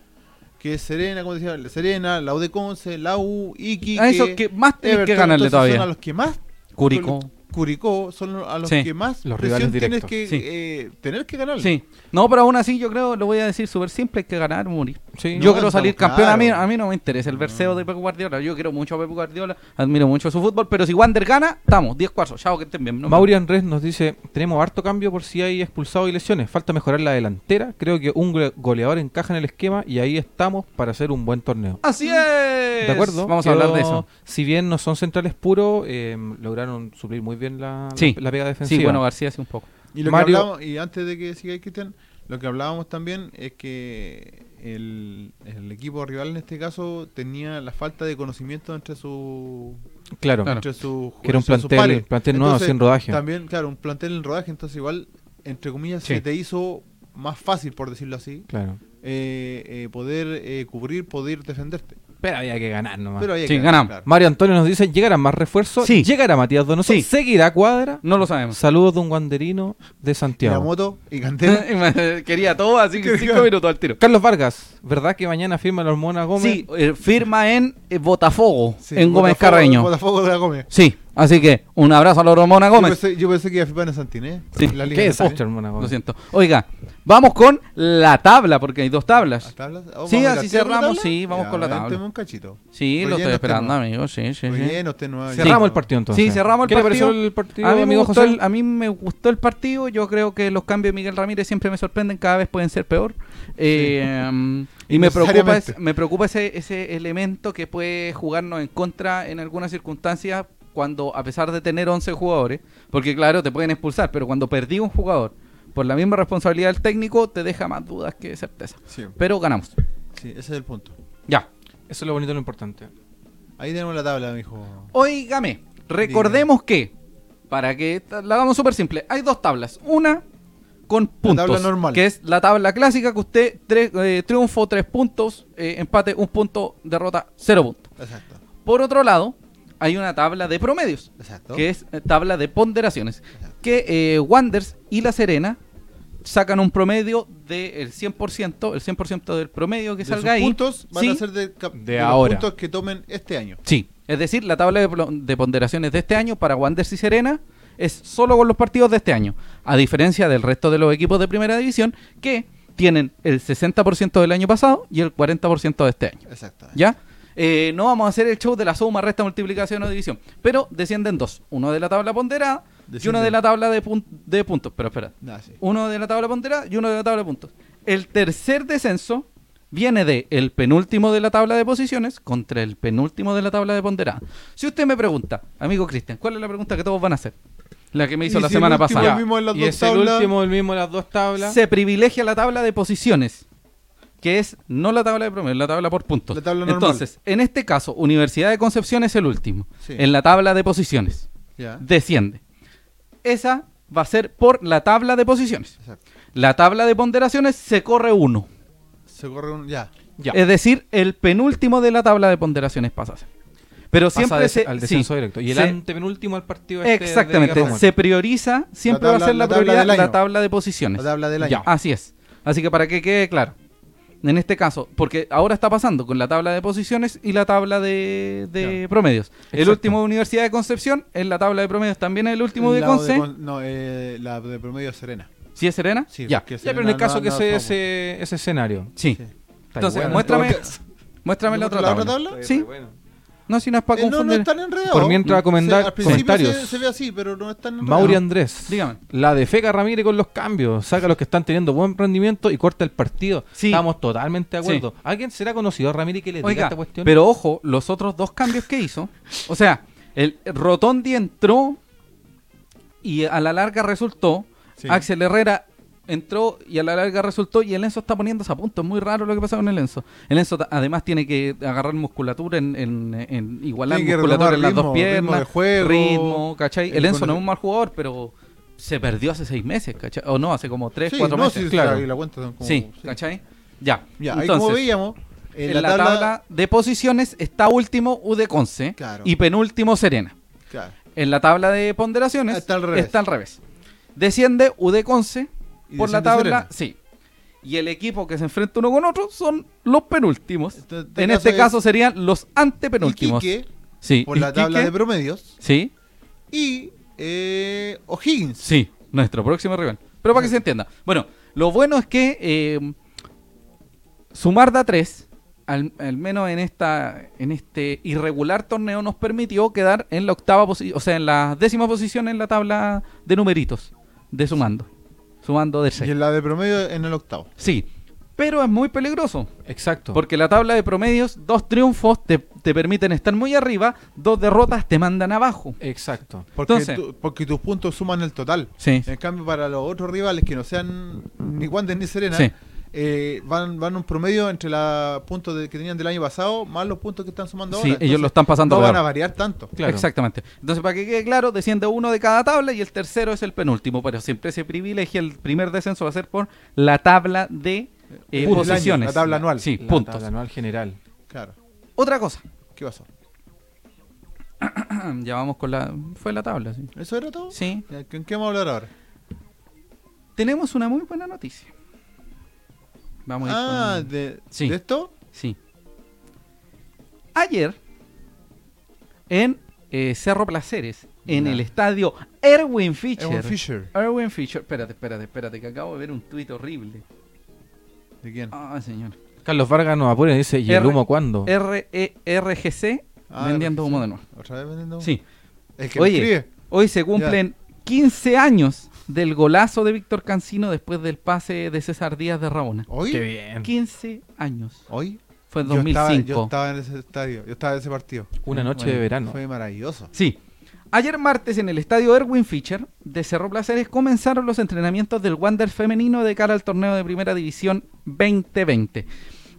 Speaker 2: que es Serena, como decía, Serena, la U de Conce, la U, Iki,
Speaker 1: A esos Ah, que más tenés que
Speaker 2: Everton,
Speaker 1: ganarle
Speaker 2: entonces
Speaker 1: todavía.
Speaker 2: Son a los que más
Speaker 1: Curicó.
Speaker 2: Curicó son a los
Speaker 1: Sí,
Speaker 2: que más
Speaker 3: los
Speaker 2: presión
Speaker 3: rivales
Speaker 2: tienes
Speaker 3: directos.
Speaker 2: que
Speaker 1: Sí.
Speaker 2: eh, tener que ganarle.
Speaker 1: Sí. No, pero aún así yo creo, lo voy a decir súper simple, hay que ganar o morir.
Speaker 3: Sí,
Speaker 1: yo
Speaker 2: no,
Speaker 1: quiero salir
Speaker 2: estamos
Speaker 1: campeón, a mí,
Speaker 2: claros.
Speaker 1: a mí no me interesa el verseo de Pep Guardiola, yo quiero mucho a Pep Guardiola, admiro mucho su fútbol, pero si Wander gana, estamos, 10-4, chao, que estén bien. no-
Speaker 3: Mauri Andrés nos dice, tenemos harto cambio por si hay expulsados y lesiones. Falta mejorar la delantera. Creo que un go- goleador encaja en el esquema y ahí estamos para hacer un buen torneo.
Speaker 1: Así es.
Speaker 3: ¿De acuerdo?
Speaker 1: Vamos a
Speaker 3: Quedó-
Speaker 1: hablar de eso.
Speaker 3: Si bien no son centrales puros, eh, lograron suplir muy bien la, la-
Speaker 1: Sí.
Speaker 3: la, pega defensiva.
Speaker 1: Sí, bueno, García sí un poco.
Speaker 2: Y, lo que
Speaker 3: Mario-
Speaker 2: hablábamos- y antes de que siga ahí, Cristian, lo que hablábamos también es que el, el equipo rival en este caso tenía la falta de conocimiento entre su
Speaker 3: Claro,
Speaker 1: Claro.
Speaker 2: entre sus
Speaker 3: que era un
Speaker 2: entre sus
Speaker 3: plantel,
Speaker 2: pares.
Speaker 3: plantel nuevo,
Speaker 2: Entonces,
Speaker 3: sin rodaje.
Speaker 2: También, claro, un plantel en rodaje, entonces igual, entre comillas,
Speaker 1: Sí.
Speaker 2: se te hizo más fácil, por decirlo así,
Speaker 3: Claro.
Speaker 2: eh, eh, poder eh, cubrir, poder defenderte.
Speaker 3: Pero había que ganar nomás.
Speaker 2: Pero ahí
Speaker 1: Sí, ganamos.
Speaker 3: Mario Antonio nos dice, ¿llegará más refuerzos?
Speaker 1: Sí.
Speaker 3: ¿Llegará Matías Donoso?
Speaker 1: Sí.
Speaker 3: ¿Seguirá Cuadra?
Speaker 1: No lo sabemos.
Speaker 3: Saludos de un guanderino de
Speaker 2: La
Speaker 3: Santiago.
Speaker 2: moto y Candela.
Speaker 1: Quería todo, así que cinco minutos al tiro.
Speaker 3: Carlos Vargas, ¿verdad que mañana firma la hormona Gómez?
Speaker 1: Sí, eh, firma en eh, Botafogo,
Speaker 2: Sí,
Speaker 1: en Gómez
Speaker 2: Botafogo-
Speaker 1: Carreño.
Speaker 2: Botafogo de la Gómez.
Speaker 1: Sí, así que un abrazo a la Romona
Speaker 2: Yo
Speaker 1: Gómez.
Speaker 2: pensé, yo pensé que iba a flipar en Santini, ¿eh?
Speaker 1: Sí,
Speaker 2: La Liga de Santini.
Speaker 3: Qué desastre, hormona
Speaker 1: Lo
Speaker 3: Gómez.
Speaker 1: siento. Oiga, vamos con la tabla, porque hay dos tablas.
Speaker 2: ¿Las tablas? Oh, ¿vamos a
Speaker 1: Sí, así
Speaker 2: la tabla?
Speaker 1: cerramos, sí, vamos con la
Speaker 2: aventemos
Speaker 1: tabla.
Speaker 2: un cachito.
Speaker 1: Sí,
Speaker 2: Hoy día
Speaker 1: lo estoy
Speaker 2: no
Speaker 1: esperando,
Speaker 2: estemos-
Speaker 1: amigo. Sí, sí,
Speaker 2: Hoy
Speaker 1: sí.
Speaker 2: día no esté nueva-
Speaker 3: Cerramos
Speaker 2: Sí.
Speaker 3: el partido entonces.
Speaker 1: Sí, cerramos el
Speaker 3: ¿Qué le
Speaker 1: partido.
Speaker 3: pareció el partido,
Speaker 1: A mí, me
Speaker 3: amigo
Speaker 1: gustó
Speaker 3: José?
Speaker 1: el, a mí me gustó el partido. Yo creo que los cambios de Miguel Ramírez siempre me sorprenden. Cada vez pueden ser peor. Eh, um, y me preocupa,
Speaker 2: Innecesariamente.
Speaker 1: me preocupa ese, ese elemento que puede jugarnos en contra en algunas circunstancias cuando, a pesar de tener 11 jugadores, porque claro, te pueden expulsar, pero cuando perdí un jugador por la misma responsabilidad del técnico, te deja más dudas que certeza.
Speaker 2: Sí,
Speaker 1: Pero ganamos.
Speaker 2: sí, ese es el punto.
Speaker 1: Ya.
Speaker 3: Eso es lo bonito y lo importante.
Speaker 2: Ahí tenemos la tabla, mijo.
Speaker 1: Óigame, recordemos que, para que ta- la hagamos súper simple, hay dos tablas. Una con puntos,
Speaker 2: tabla normal.
Speaker 1: que es la tabla clásica que usted tre- eh, triunfo tres puntos, eh, empate un punto, derrota cero puntos.
Speaker 2: Exacto,
Speaker 1: Por otro lado, hay una tabla de promedios,
Speaker 2: exacto.
Speaker 1: que es eh, tabla de ponderaciones,
Speaker 2: Exacto.
Speaker 1: que eh, Wanders y La Serena sacan un promedio del 100%, el 100% del promedio que
Speaker 2: De sus
Speaker 1: salga ahí.
Speaker 2: puntos van
Speaker 1: Sí,
Speaker 2: a ser de, cap-
Speaker 3: De
Speaker 2: de los
Speaker 3: ahora.
Speaker 2: puntos que tomen este año.
Speaker 1: Sí, es decir, la tabla de, plo- de ponderaciones de este año para Wanderers y Serena es solo con los partidos de este año, a diferencia del resto de los equipos de primera división que tienen el 60% del año pasado y el 40% de este año.
Speaker 2: Exacto.
Speaker 1: ¿Ya? Eh, no vamos a hacer el show de la suma, resta, multiplicación o división, pero descienden dos, uno de la tabla ponderada y uno
Speaker 2: Descienden.
Speaker 1: de la tabla de, pun- de puntos. Pero espera,
Speaker 2: Nada, Ah, sí.
Speaker 1: uno de la tabla ponderada y uno de la tabla de puntos. El tercer descenso viene de el penúltimo de la tabla de posiciones contra el penúltimo de la tabla de ponderada. Si usted me pregunta, amigo Cristian, ¿cuál es la pregunta que todos van a hacer? La que me hizo
Speaker 2: Y
Speaker 1: la
Speaker 2: si el
Speaker 1: semana
Speaker 2: último
Speaker 1: pasada.
Speaker 2: es mismo en las
Speaker 3: y
Speaker 2: dos
Speaker 3: es el
Speaker 2: tablas.
Speaker 3: último, el mismo en las dos tablas.
Speaker 1: Se privilegia la tabla de posiciones, que es no la tabla de promedio, la tabla por puntos.
Speaker 2: La tabla normal.
Speaker 1: Entonces, en este caso, Universidad de Concepción es el último
Speaker 2: Sí. Ah.
Speaker 1: en la tabla de posiciones.
Speaker 2: Ya.
Speaker 1: Desciende. Esa va a ser por la tabla de posiciones.
Speaker 2: Exacto.
Speaker 1: La tabla de ponderaciones se corre uno.
Speaker 2: Se corre un. Ya.
Speaker 3: Ya.
Speaker 1: Es decir, el penúltimo de la tabla de ponderaciones pasa a ser. Pero
Speaker 3: Pasa
Speaker 1: siempre
Speaker 3: de-
Speaker 1: se,
Speaker 3: al descenso
Speaker 1: sí,
Speaker 3: directo. Y el
Speaker 1: se-
Speaker 3: antepenúltimo al partido este de
Speaker 1: exactamente,
Speaker 3: Liga Romualda.
Speaker 1: se prioriza, siempre
Speaker 2: La
Speaker 1: va a
Speaker 2: tabla-
Speaker 1: ser la,
Speaker 2: la tabla
Speaker 1: prioridad
Speaker 2: del año.
Speaker 1: la tabla de posiciones.
Speaker 2: La tabla del año.
Speaker 1: Ya, Ah, así es. Así que para que quede claro. En este caso, porque ahora está pasando con la tabla de posiciones y la tabla de, de promedios. El
Speaker 3: Exacto.
Speaker 1: último de Universidad de Concepción, en la tabla de promedios también es el último de
Speaker 2: La
Speaker 1: Conce.
Speaker 2: Con- No, eh, la de promedio Serena.
Speaker 1: ¿Sí es Serena?
Speaker 2: Sí,
Speaker 1: ya.
Speaker 2: que
Speaker 3: Ya, pero en
Speaker 2: Serena
Speaker 3: el caso
Speaker 2: no-
Speaker 3: que
Speaker 2: no
Speaker 3: se
Speaker 2: fue
Speaker 3: ese, ese escenario.
Speaker 1: Sí.
Speaker 2: bueno. Sí.
Speaker 3: Está
Speaker 1: Entonces,
Speaker 3: bueno,
Speaker 1: muéstrame,
Speaker 3: en todo caso.
Speaker 1: muéstrame la otra
Speaker 2: ¿La
Speaker 1: tabla.
Speaker 2: otra tabla?
Speaker 1: Sí. No, si no es para
Speaker 2: Eh, no, no
Speaker 1: confundir.
Speaker 2: están enredados.
Speaker 3: Por mientras, comentar
Speaker 2: Se- al principio
Speaker 3: comentarios.
Speaker 2: se, se ve así, pero no están enredados.
Speaker 3: Mauri Andrés.
Speaker 1: Dígame.
Speaker 3: La de Feca Ramírez con los cambios. Saca a los que están teniendo buen rendimiento y corta el partido.
Speaker 1: Sí.
Speaker 3: Estamos totalmente de acuerdo.
Speaker 1: Sí.
Speaker 3: ¿Alguien será conocido a Ramírez que le diga
Speaker 1: Oiga,
Speaker 3: esta cuestión?
Speaker 1: pero ojo, los otros dos cambios que hizo. O sea, el Rotondi entró y a la larga resultó.
Speaker 2: Sí.
Speaker 1: Axel Herrera entró y a la larga resultó. Y el Enzo está poniéndose a punto. Es muy raro lo que pasa con el Enzo. El Enzo ta- además tiene que agarrar musculatura en, en- en- igualar
Speaker 2: Tiene que
Speaker 1: musculatura
Speaker 2: retomar
Speaker 1: en las dos
Speaker 2: ritmo,
Speaker 1: piernas.
Speaker 2: ritmo de juego.
Speaker 1: ritmo, ¿cachai? El,
Speaker 2: El
Speaker 1: Enzo
Speaker 2: con-
Speaker 1: no es un mal jugador, pero se perdió hace seis meses, ¿cachai? O no, hace como tres,
Speaker 2: Sí,
Speaker 1: cuatro
Speaker 2: no,
Speaker 1: meses.
Speaker 2: sí,
Speaker 3: claro.
Speaker 2: la- la cuenta son como-
Speaker 1: Sí,
Speaker 2: sí.
Speaker 1: ¿cachai? Ya.
Speaker 2: Ya, ahí
Speaker 1: Entonces,
Speaker 2: como veíamos, en, la, tabla.
Speaker 1: de posiciones está último U de Conce
Speaker 2: Claro.
Speaker 1: y penúltimo Serena.
Speaker 2: claro,
Speaker 1: En la tabla de ponderaciones
Speaker 2: Ah, Está al revés.
Speaker 1: revés. Desciende U de Conce
Speaker 2: Y
Speaker 1: por la
Speaker 2: desciende
Speaker 1: tabla,
Speaker 2: Serena.
Speaker 1: sí. Y el equipo que se enfrenta uno con otro son los penúltimos.
Speaker 2: Este- este
Speaker 1: en
Speaker 2: caso
Speaker 1: este
Speaker 2: es-
Speaker 1: caso serían los antepenúltimos.
Speaker 2: Iquique,
Speaker 1: sí.
Speaker 2: por la
Speaker 1: Iquique,
Speaker 2: tabla de promedios.
Speaker 1: Sí,
Speaker 2: Y eh, O'Higgins.
Speaker 1: sí, nuestro próximo rival. Pero para que se entienda. Bueno, lo bueno es que eh, sumar da 3, al, al menos en esta en este irregular torneo, nos permitió quedar en la octava posición, o sea, en la décima posición en la tabla de numeritos, de sumando. Sumando de
Speaker 2: Y
Speaker 1: 6.
Speaker 2: en la de promedio en el octavo.
Speaker 1: Sí, pero es muy peligroso.
Speaker 3: Exacto.
Speaker 1: Porque la tabla de promedios, dos triunfos te, te permiten estar muy arriba, dos derrotas te mandan abajo.
Speaker 3: Exacto.
Speaker 2: Porque,
Speaker 1: Entonces-
Speaker 2: tu- porque tus puntos suman el total.
Speaker 1: Sí.
Speaker 2: En cambio, para los otros rivales que no sean ni Wander ni Serena,
Speaker 1: Sí.
Speaker 2: eh, van, van un promedio entre los puntos de- que tenían del año pasado más los puntos que están sumando
Speaker 1: Sí,
Speaker 2: ahora.
Speaker 1: ellos lo
Speaker 2: Entonces,
Speaker 1: están pasando
Speaker 2: No
Speaker 1: peor.
Speaker 2: van a variar tanto.
Speaker 3: Claro.
Speaker 1: Exactamente. Entonces, para que quede claro, desciende uno de cada tabla y el tercero es el penúltimo, pero siempre se privilegia el primer descenso va a ser por la tabla de eh,
Speaker 2: Puntos.
Speaker 1: posiciones.
Speaker 2: La tabla anual.
Speaker 1: Sí,
Speaker 3: La
Speaker 1: puntos.
Speaker 3: tabla anual general.
Speaker 2: Claro.
Speaker 1: Otra cosa.
Speaker 2: ¿Qué pasó?
Speaker 1: ya vamos con la... Fue la tabla, sí.
Speaker 2: ¿Eso era todo?
Speaker 1: Sí.
Speaker 2: Ya, ¿Con qué vamos a hablar ahora?
Speaker 1: Tenemos una muy buena noticia. Vamos a
Speaker 2: ah,
Speaker 1: ir con-
Speaker 2: de,
Speaker 1: Sí.
Speaker 2: ¿de esto?
Speaker 1: Sí. Ayer, en eh, Cerro Placeres, en
Speaker 3: Ya.
Speaker 1: el estadio Erwin Fischer.
Speaker 2: Ewan Fisher.
Speaker 1: Erwin Fischer. Espérate, espérate, espérate, que acabo de ver un tuit horrible.
Speaker 2: ¿De quién?
Speaker 1: Ah, señor.
Speaker 3: Carlos Vargas nos apura y dice, ¿y el
Speaker 1: R- E
Speaker 3: humo cuándo?
Speaker 1: RERGC
Speaker 2: Ah,
Speaker 1: vendiendo
Speaker 2: sí.
Speaker 1: humo de nuevo.
Speaker 2: ¿Otra vez vendiendo?
Speaker 1: Sí.
Speaker 2: El que
Speaker 1: Oye.
Speaker 2: Oye. escribe.
Speaker 1: Hoy se cumplen 15 años del golazo de Víctor Cancino después del pase de César Díaz de Rabona.
Speaker 2: Hoy.
Speaker 3: Qué bien.
Speaker 1: 15 años.
Speaker 2: Hoy.
Speaker 1: Fue en
Speaker 2: Yo estaba-
Speaker 1: 2005.
Speaker 2: Yo estaba, en ese estadio. Yo estaba en ese partido.
Speaker 3: Una noche
Speaker 1: Bueno,
Speaker 3: de verano.
Speaker 2: Fue maravilloso.
Speaker 1: Sí. Ayer martes en el estadio Erwin Fischer de Cerro Placeres comenzaron los entrenamientos del Wander femenino de cara al torneo de Primera División 2020.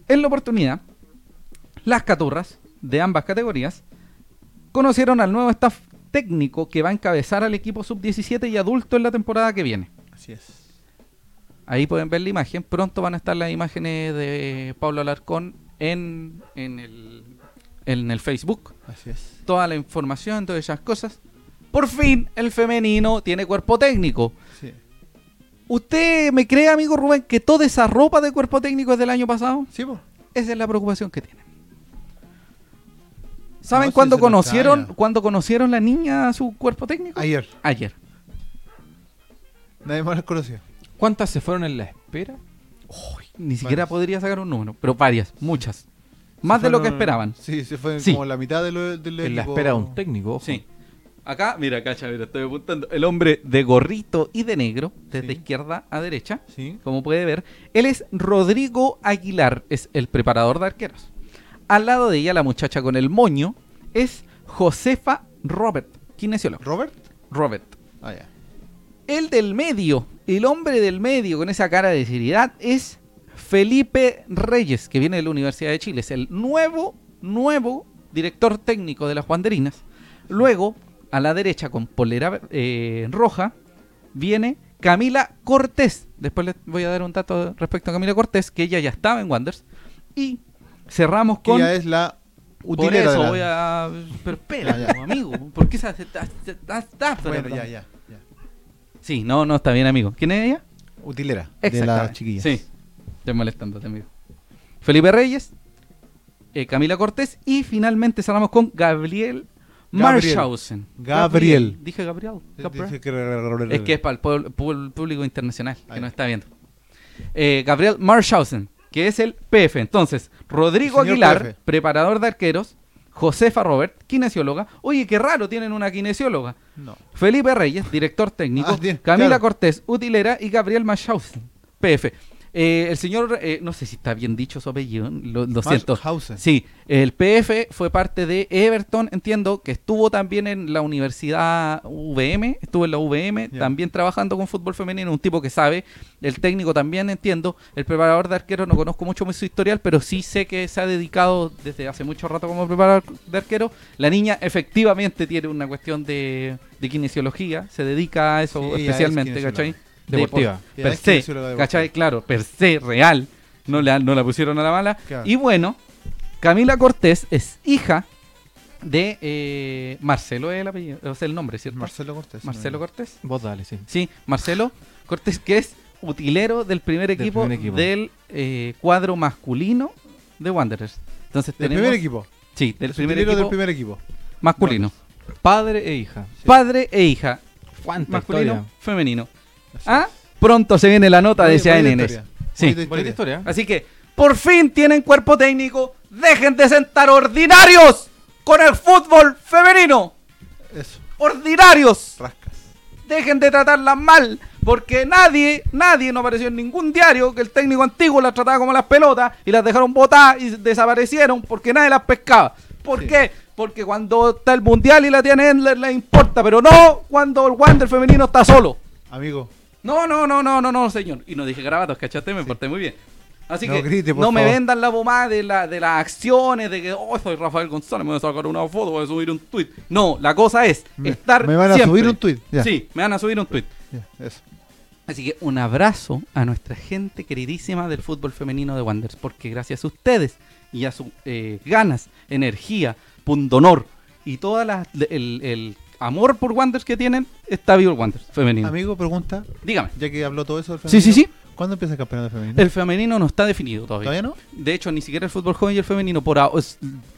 Speaker 1: En la oportunidad, las caturras de ambas categorías conocieron al nuevo staff técnico que va a encabezar al equipo sub-17 y adulto en la temporada que viene.
Speaker 2: Así es.
Speaker 1: Ahí pueden ver la imagen. Pronto van a estar las imágenes de Pablo Alarcón en, en el, en el Facebook
Speaker 2: Así es.
Speaker 1: toda la información, todas esas cosas. Por fin, el femenino tiene cuerpo técnico.
Speaker 2: Sí.
Speaker 1: ¿Usted me cree, amigo Rubén, que toda esa ropa de cuerpo técnico es del año pasado?
Speaker 2: Sí, po.
Speaker 1: Esa es la preocupación que tienen. ¿Saben
Speaker 2: No, sí,
Speaker 1: cuándo
Speaker 2: se lo
Speaker 1: conocieron
Speaker 2: extraña.
Speaker 1: cuándo conocieron la niña a su cuerpo técnico?
Speaker 2: Ayer.
Speaker 1: Ayer.
Speaker 2: Nadie más las conoció.
Speaker 3: ¿Cuántas se fueron en la espera?
Speaker 1: Ni siquiera
Speaker 2: Varias.
Speaker 1: podría sacar un número, pero varias, muchas. Más
Speaker 2: Se
Speaker 1: de lo que
Speaker 2: fueron-
Speaker 1: esperaban.
Speaker 2: Sí, se fue
Speaker 1: Sí.
Speaker 2: como la mitad de lo, del
Speaker 3: En la
Speaker 2: equipo.
Speaker 3: espera de un técnico, ojo.
Speaker 1: Sí. Acá, mira, cacha, mira, estoy apuntando. El hombre de gorrito y de negro, desde
Speaker 2: Sí.
Speaker 1: izquierda a derecha.
Speaker 2: Sí.
Speaker 1: como puede ver, él es Rodrigo Aguilar, es el preparador de arqueros. Al lado de ella, la muchacha con el moño, es Josefa Robert, kinesiólogo.
Speaker 2: ¿Robert?
Speaker 1: Robert.
Speaker 2: Ah, ya.
Speaker 1: El del medio, el hombre del medio con esa cara de seriedad, es Felipe Reyes, que viene de la Universidad de Chile. Es el nuevo, nuevo director técnico de las Juanderinas. Luego, a la derecha, con polera eh, roja, viene Camila Cortés. Después les voy a dar un dato respecto a Camila Cortés, que ella ya estaba en Wanders. Y cerramos
Speaker 2: Que
Speaker 1: con...
Speaker 2: ella es la
Speaker 1: Por
Speaker 2: utilera de
Speaker 1: eso
Speaker 2: la- Ah,
Speaker 1: voy a... Pero espera,
Speaker 2: Ya, ya.
Speaker 1: amigo. ¿Por qué se hace ta- ta- ta- ta-
Speaker 2: Bueno, ya, ya, ya.
Speaker 1: Sí, no, no, está bien, amigo. ¿Quién es ella?
Speaker 2: Utilera de
Speaker 1: Exactamente.
Speaker 2: las chiquillas.
Speaker 1: Sí, estoy molestándote, amigo. Felipe Reyes, eh, Camila Cortés y finalmente cerramos con Gabriel
Speaker 2: Gabriel.
Speaker 1: Marshausen.
Speaker 2: Gabriel.
Speaker 1: Dije Gabriel. Gabriel.
Speaker 2: Dice que-
Speaker 1: Es que es para el puebl- pul- público internacional que
Speaker 2: Ahí.
Speaker 1: nos está viendo. Eh, Gabriel Marshausen, que es el PF. Entonces, Rodrigo
Speaker 2: Señor
Speaker 1: Aguilar,
Speaker 2: PF.
Speaker 1: preparador de arqueros. Josefa Robert, kinesióloga. Oye, qué raro, tienen una kinesióloga.
Speaker 2: No.
Speaker 1: Felipe Reyes, director técnico.
Speaker 2: Ah, tiene-
Speaker 1: Camila
Speaker 2: claro.
Speaker 1: Cortés, utilera. Y Gabriel Machhausen, PF. Eh, el señor, eh, no sé si está bien dicho su apellido, lo, lo siento.
Speaker 2: Marshausen.
Speaker 1: Sí, el PF fue parte de Everton, entiendo, que estuvo también en la universidad VM, estuvo en la VM,
Speaker 2: Ya.
Speaker 1: también trabajando con fútbol femenino, un tipo que sabe, el técnico también entiendo, el preparador de arquero no conozco mucho su historial, pero sí sé que se ha dedicado desde hace mucho rato como preparador de arquero. La niña efectivamente tiene una cuestión de, de kinesiología, se dedica a eso
Speaker 2: Sí, ella es
Speaker 1: especialmente,
Speaker 2: kinesióloga.
Speaker 1: ¿cachai?
Speaker 3: Deportiva.
Speaker 2: Ella
Speaker 1: De- per
Speaker 2: es
Speaker 1: se,
Speaker 2: kinesióloga deportiva.
Speaker 1: ¿cachai? Claro, per se, real. No la, no la pusieron a la mala.
Speaker 2: Claro.
Speaker 1: Y bueno, Camila Cortés es hija de eh, Marcelo, es el apellido, o sea, el nombre, ¿cierto?
Speaker 2: Marcelo Cortés.
Speaker 1: Marcelo Cortés.
Speaker 3: Vos dale, sí.
Speaker 1: Sí, Marcelo Cortés, que es utilero del primer
Speaker 3: Del
Speaker 1: equipo del,
Speaker 3: primer equipo.
Speaker 1: eh, cuadro masculino de Wanderers. Entonces
Speaker 2: Del
Speaker 1: tenemos.
Speaker 2: primer equipo.
Speaker 1: Sí, del
Speaker 2: Es
Speaker 1: primer
Speaker 2: utilero
Speaker 1: equipo
Speaker 2: del primer equipo.
Speaker 1: masculino.
Speaker 3: Padre e hija.
Speaker 1: Padre e hija.
Speaker 3: ¿Cuánta
Speaker 1: Masculino,
Speaker 3: historia?
Speaker 1: femenino.
Speaker 2: Así
Speaker 1: Ah,
Speaker 2: es.
Speaker 1: pronto se viene la nota de
Speaker 2: Bonita
Speaker 1: CNN.
Speaker 2: historia.
Speaker 1: Sí.
Speaker 2: Bonita
Speaker 3: Bonita historia.
Speaker 1: Así que, por fin tienen cuerpo técnico. Dejen de sentar ordinarios con el fútbol femenino.
Speaker 2: Eso.
Speaker 1: Ordinarios.
Speaker 2: Rascas.
Speaker 1: Dejen de tratarlas mal. Porque nadie, nadie, no apareció en ningún diario que el técnico antiguo las trataba como las pelotas y las dejaron botar y desaparecieron porque nadie las pescaba. ¿Por
Speaker 2: Sí.
Speaker 1: qué? Porque cuando está el mundial y la tiene Endler, les importa, pero no cuando el Wander femenino está solo.
Speaker 2: Amigo,
Speaker 1: No, no, no, no, no, no, señor. Y no dije garabatos, ¿cachaste? Me porté muy bien. Así
Speaker 2: No
Speaker 1: que
Speaker 2: grite, por
Speaker 1: no me
Speaker 2: favor.
Speaker 1: vendan la pomada de, la, de las acciones, de que, oh, soy Rafael González, me voy a sacar una foto, voy a subir un tweet. No, la cosa es
Speaker 2: Me-
Speaker 1: estar.
Speaker 2: me van a
Speaker 1: siempre.
Speaker 2: subir un tuit, ya.
Speaker 1: Sí, me van a subir un tweet.
Speaker 2: Ya, eso.
Speaker 1: Así que un abrazo a nuestra gente queridísima del fútbol femenino de Wanderers, porque gracias a ustedes y a sus ganas, energía, pundonor y todo el, el amor por Wanderers que tienen, está vivo el Wanderers femenino.
Speaker 2: Amigo, pregunta,
Speaker 1: Dígame.
Speaker 2: ya que habló todo eso del
Speaker 1: Sí, sí, sí.
Speaker 2: ¿Cuándo empieza el campeonato femenino?
Speaker 1: El femenino no está definido todavía.
Speaker 2: ¿Todavía no?
Speaker 1: De hecho, ni siquiera el fútbol joven y el femenino. Por ahora- es-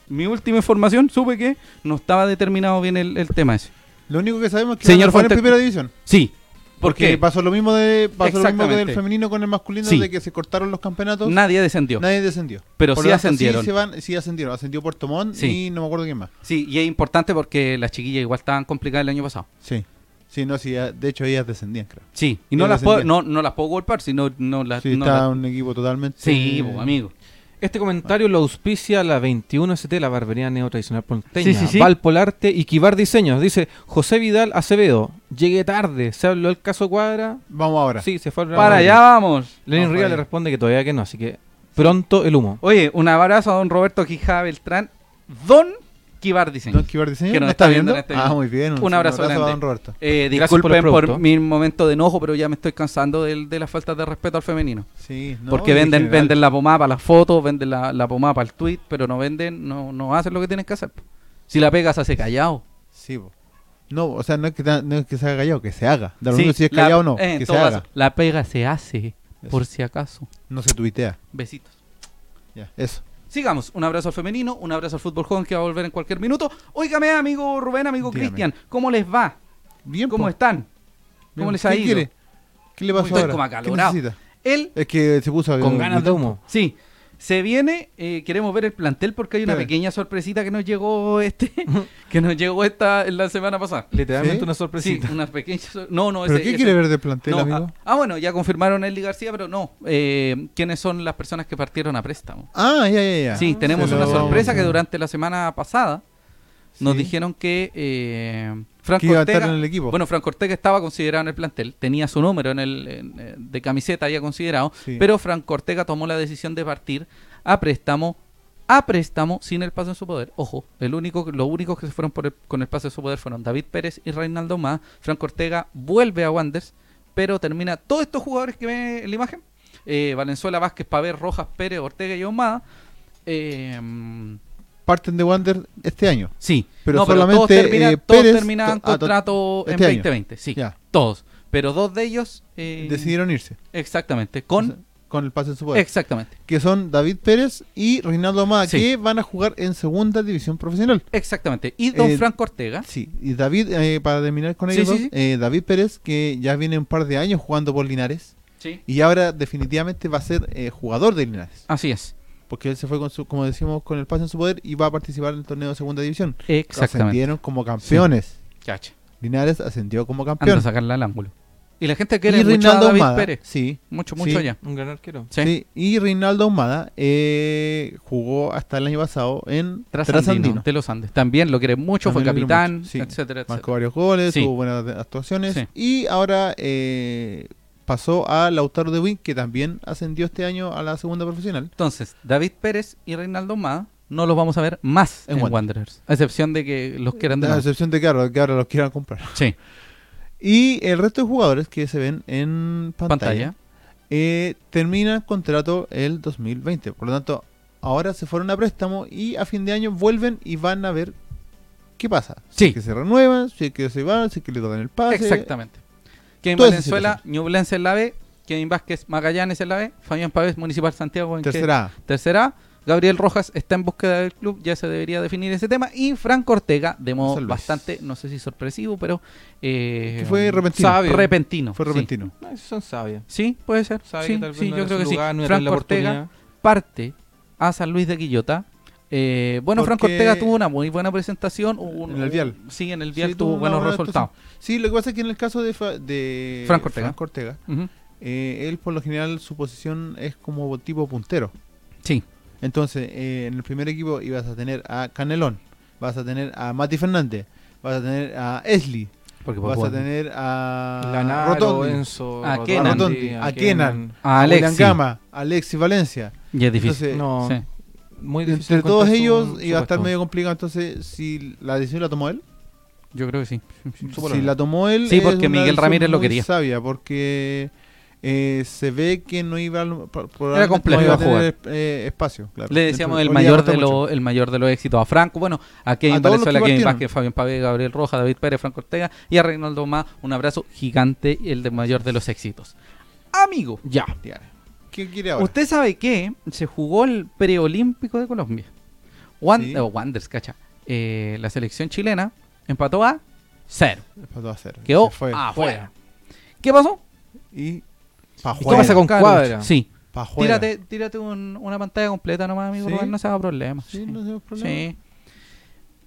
Speaker 1: mi última información supe que no estaba determinado bien el, el tema ese.
Speaker 2: Lo único que sabemos es que van
Speaker 1: Señor
Speaker 2: a jugar en
Speaker 1: Fonte-
Speaker 2: primera división.
Speaker 1: Sí. ¿Por
Speaker 2: Porque
Speaker 1: qué?
Speaker 2: pasó lo mismo de pasó lo mismo que
Speaker 1: Exactamente.
Speaker 2: del femenino con el masculino
Speaker 1: Sí.
Speaker 2: de que se cortaron los campeonatos.
Speaker 1: Nadie descendió.
Speaker 2: Nadie descendió.
Speaker 1: Pero
Speaker 2: Por
Speaker 1: sí
Speaker 2: lo tanto,
Speaker 1: ascendieron.
Speaker 2: Sí, se van- sí ascendieron. Ascendió Puerto Montt
Speaker 1: Sí.
Speaker 2: y no me acuerdo quién más.
Speaker 1: Sí, y es importante porque las chiquillas igual estaban complicadas el año pasado.
Speaker 2: Sí. Sí, no, sí, ya- de hecho ellas descendían, creo.
Speaker 1: Sí, y no
Speaker 2: Ellas
Speaker 1: las puedo, no,
Speaker 2: descendían.
Speaker 1: no las puedo golpear, sino no las
Speaker 2: Sí,
Speaker 1: no
Speaker 2: está
Speaker 1: las-
Speaker 2: un equipo totalmente.
Speaker 1: Sí, po, amigo.
Speaker 3: Este comentario lo auspicia la 21ST, la barbería neotradicional ponteña,
Speaker 1: Sí, sí, sí.
Speaker 3: Valpolarte y Quivar Diseños. Dice José Vidal Acevedo, llegué tarde, se habló el caso Cuadra.
Speaker 2: Vamos ahora.
Speaker 3: Sí, se fue al Real
Speaker 1: Para
Speaker 3: Madrid.
Speaker 1: allá vamos.
Speaker 3: Lenin
Speaker 2: Vamos
Speaker 3: Riga
Speaker 2: para
Speaker 3: le
Speaker 2: allá.
Speaker 3: responde que todavía que no, así que pronto el humo.
Speaker 1: Oye, un abrazo a don Roberto Quijada Beltrán, don Kibar Diseño.
Speaker 2: Don Kibar Diseño,
Speaker 1: Que nos
Speaker 2: ¿no
Speaker 1: está
Speaker 2: está viendo?
Speaker 1: viendo en este
Speaker 2: ah,
Speaker 1: momento.
Speaker 2: muy bien.
Speaker 1: Un abrazo grande.
Speaker 2: a Don Roberto.
Speaker 1: Eh,
Speaker 3: Gracias por
Speaker 1: disculpen
Speaker 3: el
Speaker 1: por,
Speaker 3: producto.
Speaker 1: mi momento de enojo, pero ya me estoy cansando del- de, la falta de respeto al femenino.
Speaker 2: Sí, no,
Speaker 1: Porque
Speaker 2: en
Speaker 1: venden,
Speaker 2: general.
Speaker 1: venden la pomada para las fotos, venden la, la pomada para el tweet, pero no venden, no, no hacen lo que tienen que hacer. po. Si la pegas, hace callado.
Speaker 2: Sí, po. No, o sea, no es que, ta- no es que se haga callado, que se haga. Da lo
Speaker 1: Sí,
Speaker 2: mismo si es
Speaker 1: la-
Speaker 2: callado o no,
Speaker 1: eh, en
Speaker 2: que se
Speaker 1: todo
Speaker 2: haga.
Speaker 1: caso, La pega se hace,
Speaker 2: Eso.
Speaker 1: por si acaso.
Speaker 2: No se tuitea.
Speaker 1: Besitos.
Speaker 2: Ya, eso.
Speaker 1: Sigamos, un abrazo al femenino, un abrazo al fútbol joven que va a volver en cualquier minuto. Óigame, amigo Rubén, amigo
Speaker 2: Dígame.
Speaker 1: Cristian, ¿cómo les va?
Speaker 2: Bien,
Speaker 1: ¿Cómo
Speaker 2: po.
Speaker 1: están? ¿Cómo
Speaker 2: Bien.
Speaker 1: les ha
Speaker 2: ¿Qué
Speaker 1: ido?
Speaker 2: quiere? ¿Qué le pasó
Speaker 1: Estoy
Speaker 2: ahora?
Speaker 1: como
Speaker 2: ¿Qué
Speaker 1: acalorado.
Speaker 2: necesita?
Speaker 1: Él,
Speaker 2: Es que se puso...
Speaker 3: Con ganas de humo.
Speaker 1: sí, se viene, eh, queremos ver el plantel porque hay una
Speaker 2: Sí.
Speaker 1: pequeña sorpresita que nos llegó este, que nos llegó esta en la semana pasada.
Speaker 3: Literalmente
Speaker 2: ¿Sí?
Speaker 3: una
Speaker 1: Sí,
Speaker 3: sorpresita.
Speaker 1: una pequeña sor- No, no,
Speaker 2: ¿Pero
Speaker 1: ese-
Speaker 2: qué
Speaker 1: ese-
Speaker 2: quiere ver del plantel,
Speaker 1: no,
Speaker 2: amigo?
Speaker 1: ah, ah, bueno, ya confirmaron Eli García, pero no. eh, ¿Quiénes son las personas que partieron a préstamo?
Speaker 2: Ah, ya, ya, ya.
Speaker 1: Sí, tenemos
Speaker 2: Se
Speaker 1: una
Speaker 2: lo-
Speaker 1: sorpresa que durante la semana pasada nos
Speaker 2: Sí.
Speaker 1: dijeron que eh, Franco
Speaker 2: Que iba a
Speaker 1: Ortega,
Speaker 2: estar en el equipo.
Speaker 1: bueno, Franco Ortega estaba considerado en el plantel, tenía su número en el en, eh, de camiseta ya considerado,
Speaker 2: Sí.
Speaker 1: pero Franco Ortega tomó la decisión de partir a préstamo a préstamo sin el paso en su poder. Ojo, el único los únicos que se fueron por el- con el paso en su poder fueron David Pérez y Reinaldo Má. Franco Ortega vuelve a Wanders, pero termina todos estos jugadores que ven en la imagen, eh, Valenzuela, Vázquez, Paver, Rojas, Pérez, Ortega y Ahumada. eh,
Speaker 2: Parten de Wander este año.
Speaker 1: Sí,
Speaker 2: Pero
Speaker 1: no, todos,
Speaker 2: solamente,
Speaker 1: terminan,
Speaker 2: eh,
Speaker 1: todos
Speaker 2: Pérez-
Speaker 1: terminaban
Speaker 2: to- ah, to-
Speaker 1: contrato en
Speaker 2: este año.
Speaker 1: 2020, sí,
Speaker 2: Ya.
Speaker 1: todos. Pero dos de ellos eh,
Speaker 2: Decidieron irse.
Speaker 1: exactamente
Speaker 2: O sea,
Speaker 1: con
Speaker 2: con el pase en su poder.
Speaker 1: exactamente,
Speaker 2: que son David Pérez y Reinaldo Amada,
Speaker 1: Sí.
Speaker 2: que van a jugar en segunda división profesional.
Speaker 1: exactamente. Y don
Speaker 2: Eh,
Speaker 1: Franco Ortega,
Speaker 2: Sí, y David, eh, para terminar con
Speaker 1: ¿Ah? Sí,
Speaker 2: ellos,
Speaker 1: sí,
Speaker 2: dos,
Speaker 1: sí.
Speaker 2: eh, David Pérez, que ya viene un par de años jugando por Linares,
Speaker 1: sí,
Speaker 2: y ahora definitivamente va a ser eh, jugador de Linares,
Speaker 1: así es,
Speaker 2: porque él se fue, con su, como decimos, con el pase en su poder y va a participar en el torneo de segunda división.
Speaker 1: exactamente.
Speaker 2: Ascendieron como campeones.
Speaker 1: Chacha,
Speaker 2: Linares ascendió como
Speaker 1: anda a
Speaker 2: campeón.
Speaker 1: sacarla al ángulo. Y la gente
Speaker 2: Y
Speaker 1: quiere mucho a
Speaker 2: Reinaldo
Speaker 1: David
Speaker 2: Ahumada,
Speaker 1: Pérez,
Speaker 2: sí,
Speaker 1: mucho
Speaker 2: Sí.
Speaker 1: mucho allá.
Speaker 3: Un gran arquero.
Speaker 1: Sí.
Speaker 2: sí, y Reinaldo Ahumada eh, jugó hasta el año pasado en
Speaker 1: Trasandino,
Speaker 2: Trasandino.
Speaker 1: de los Andes. También lo quiere mucho,
Speaker 2: También
Speaker 1: fue
Speaker 2: lo quiero
Speaker 1: capitán,
Speaker 2: mucho. Sí.
Speaker 1: etcétera, etcétera.
Speaker 2: Marcó varios goles,
Speaker 1: Sí.
Speaker 2: tuvo buenas de- actuaciones.
Speaker 1: Sí.
Speaker 2: Y ahora eh, pasó a Lautaro de Win, que también ascendió este año a la segunda profesional.
Speaker 1: Entonces, David Pérez y Reinaldo Mada no los vamos a ver más
Speaker 2: En Ah,
Speaker 1: en,
Speaker 2: Wander.
Speaker 1: Wanderers, a excepción de que los quieran de
Speaker 2: A
Speaker 1: nuevo.
Speaker 2: excepción de que ahora, que ahora los quieran comprar.
Speaker 1: Sí,
Speaker 2: Y el resto de jugadores que se ven en pantalla,
Speaker 1: pantalla.
Speaker 2: eh, terminan contrato el 2020. Por lo tanto, ahora se fueron a préstamo y a fin de año vuelven y van a ver qué pasa. Si
Speaker 1: Sí.
Speaker 2: es que se renuevan, si es que se van, si es que le tocan el pase.
Speaker 1: Exactamente. Kevin
Speaker 2: Toda esa
Speaker 1: Valenzuela, Ñublense en la B, Kevin Vázquez, Magallanes en la B, Fabián Pavés, Municipal Santiago en que-
Speaker 2: Tercera. A.
Speaker 1: tercera A. Gabriel Rojas está en búsqueda del club, ya se debería definir ese tema. Y Franco Ortega, de modo
Speaker 2: San Luis.
Speaker 1: bastante, no sé si sorpresivo, pero eh,
Speaker 2: Que fue repentino.
Speaker 3: Sabe.
Speaker 1: repentino.
Speaker 2: Fue
Speaker 1: sí.
Speaker 2: repentino.
Speaker 3: No, esos son sabias.
Speaker 1: Sí, puede ser.
Speaker 3: Sabe
Speaker 1: sí,
Speaker 3: que tal vez
Speaker 1: sí,
Speaker 3: no
Speaker 1: yo
Speaker 3: era
Speaker 1: creo
Speaker 3: su
Speaker 1: que sí.
Speaker 3: lugar, no era tal
Speaker 1: Franco
Speaker 3: la
Speaker 1: Ortega
Speaker 3: oportunidad.
Speaker 1: parte a San Luis de Quillota. Eh, bueno,
Speaker 2: Porque-
Speaker 1: Franco Ortega tuvo una muy buena presentación. un-
Speaker 2: En el Vial.
Speaker 1: Sí, en el Vial
Speaker 2: Sí,
Speaker 1: tuvo
Speaker 2: una
Speaker 1: buenos
Speaker 2: buena
Speaker 1: resultados.
Speaker 2: actuación. Sí, lo que pasa es que en el caso de, Fa- de
Speaker 1: Franco Ortega.
Speaker 2: Ortega,
Speaker 1: Ujú.
Speaker 2: eh, él por lo general su posición es como tipo puntero.
Speaker 1: Sí,
Speaker 2: Entonces, eh, en el primer equipo ibas a tener a Canelón, vas a tener a Mati Fernández, vas a tener a Esli,
Speaker 1: Porque
Speaker 2: vas
Speaker 1: Papúa-
Speaker 2: a tener a
Speaker 3: Lanaro,
Speaker 2: Rotondi,
Speaker 3: Enzo,
Speaker 1: A
Speaker 3: Rotondi,
Speaker 1: Ah, Kenan.
Speaker 2: Rotondi, a Kenan.
Speaker 1: a
Speaker 2: Julián
Speaker 1: Alexis.
Speaker 2: Gama, Alexis Valencia.
Speaker 1: Y es difícil.
Speaker 2: Entonces,
Speaker 3: No,
Speaker 1: Sí.
Speaker 3: muy difícil.
Speaker 2: entre todos
Speaker 3: encontrar su-
Speaker 2: ellos
Speaker 3: su
Speaker 2: iba a estar
Speaker 3: puesto.
Speaker 2: medio complicado. Entonces, si la decisión la tomó él,
Speaker 1: Yo creo que sí.
Speaker 3: Supongo
Speaker 2: si
Speaker 3: que-
Speaker 2: la tomó él,
Speaker 1: Sí,
Speaker 2: es
Speaker 1: porque
Speaker 2: una
Speaker 1: Miguel
Speaker 2: decisión
Speaker 1: Ramírez lo
Speaker 2: muy
Speaker 1: quería.
Speaker 2: Sabia, porque eh, se ve que no iba, a- pro- probablemente
Speaker 1: Era complejo
Speaker 2: no iba a
Speaker 1: jugar.
Speaker 2: tener eh, espacio. claro.
Speaker 1: Le decíamos
Speaker 2: Dentro-
Speaker 1: el
Speaker 2: o le
Speaker 1: mayor,
Speaker 2: iba a
Speaker 1: de
Speaker 2: costar
Speaker 1: los, el mayor de los éxitos a Franco, bueno, a Kevin
Speaker 2: A todos los
Speaker 1: Valenzuela,
Speaker 2: que
Speaker 1: Kevin
Speaker 2: partieron.
Speaker 1: Vázquez, Fabián Pavé, Gabriel Rojas, David Pérez, Franco Ortega y a Reinaldo Más. Un abrazo gigante, el de mayor de los éxitos. Amigo, ya.
Speaker 2: mucho. Ya. ¿Qué quiere ahora?
Speaker 1: Usted sabe que se jugó el preolímpico de Colombia. Wan-
Speaker 2: Sí.
Speaker 1: oh, Wanders, cacha. Eh, la selección chilena empató a cero.
Speaker 2: Empató a cero.
Speaker 1: Quedó
Speaker 2: Se fue.
Speaker 1: afuera. ¿Qué pasó?
Speaker 2: Y pa'
Speaker 3: ¿Y qué
Speaker 2: fuera,
Speaker 3: pasa con
Speaker 1: Carlos.
Speaker 3: Cuadra?
Speaker 1: Sí.
Speaker 2: pa' fuera.
Speaker 1: Tírate, tírate un- una pantalla completa nomás, amigo,
Speaker 2: Sí.
Speaker 1: Rubén, no se haga problema.
Speaker 2: Sí,
Speaker 1: Sí.
Speaker 2: no tenemos problema.
Speaker 1: Sí.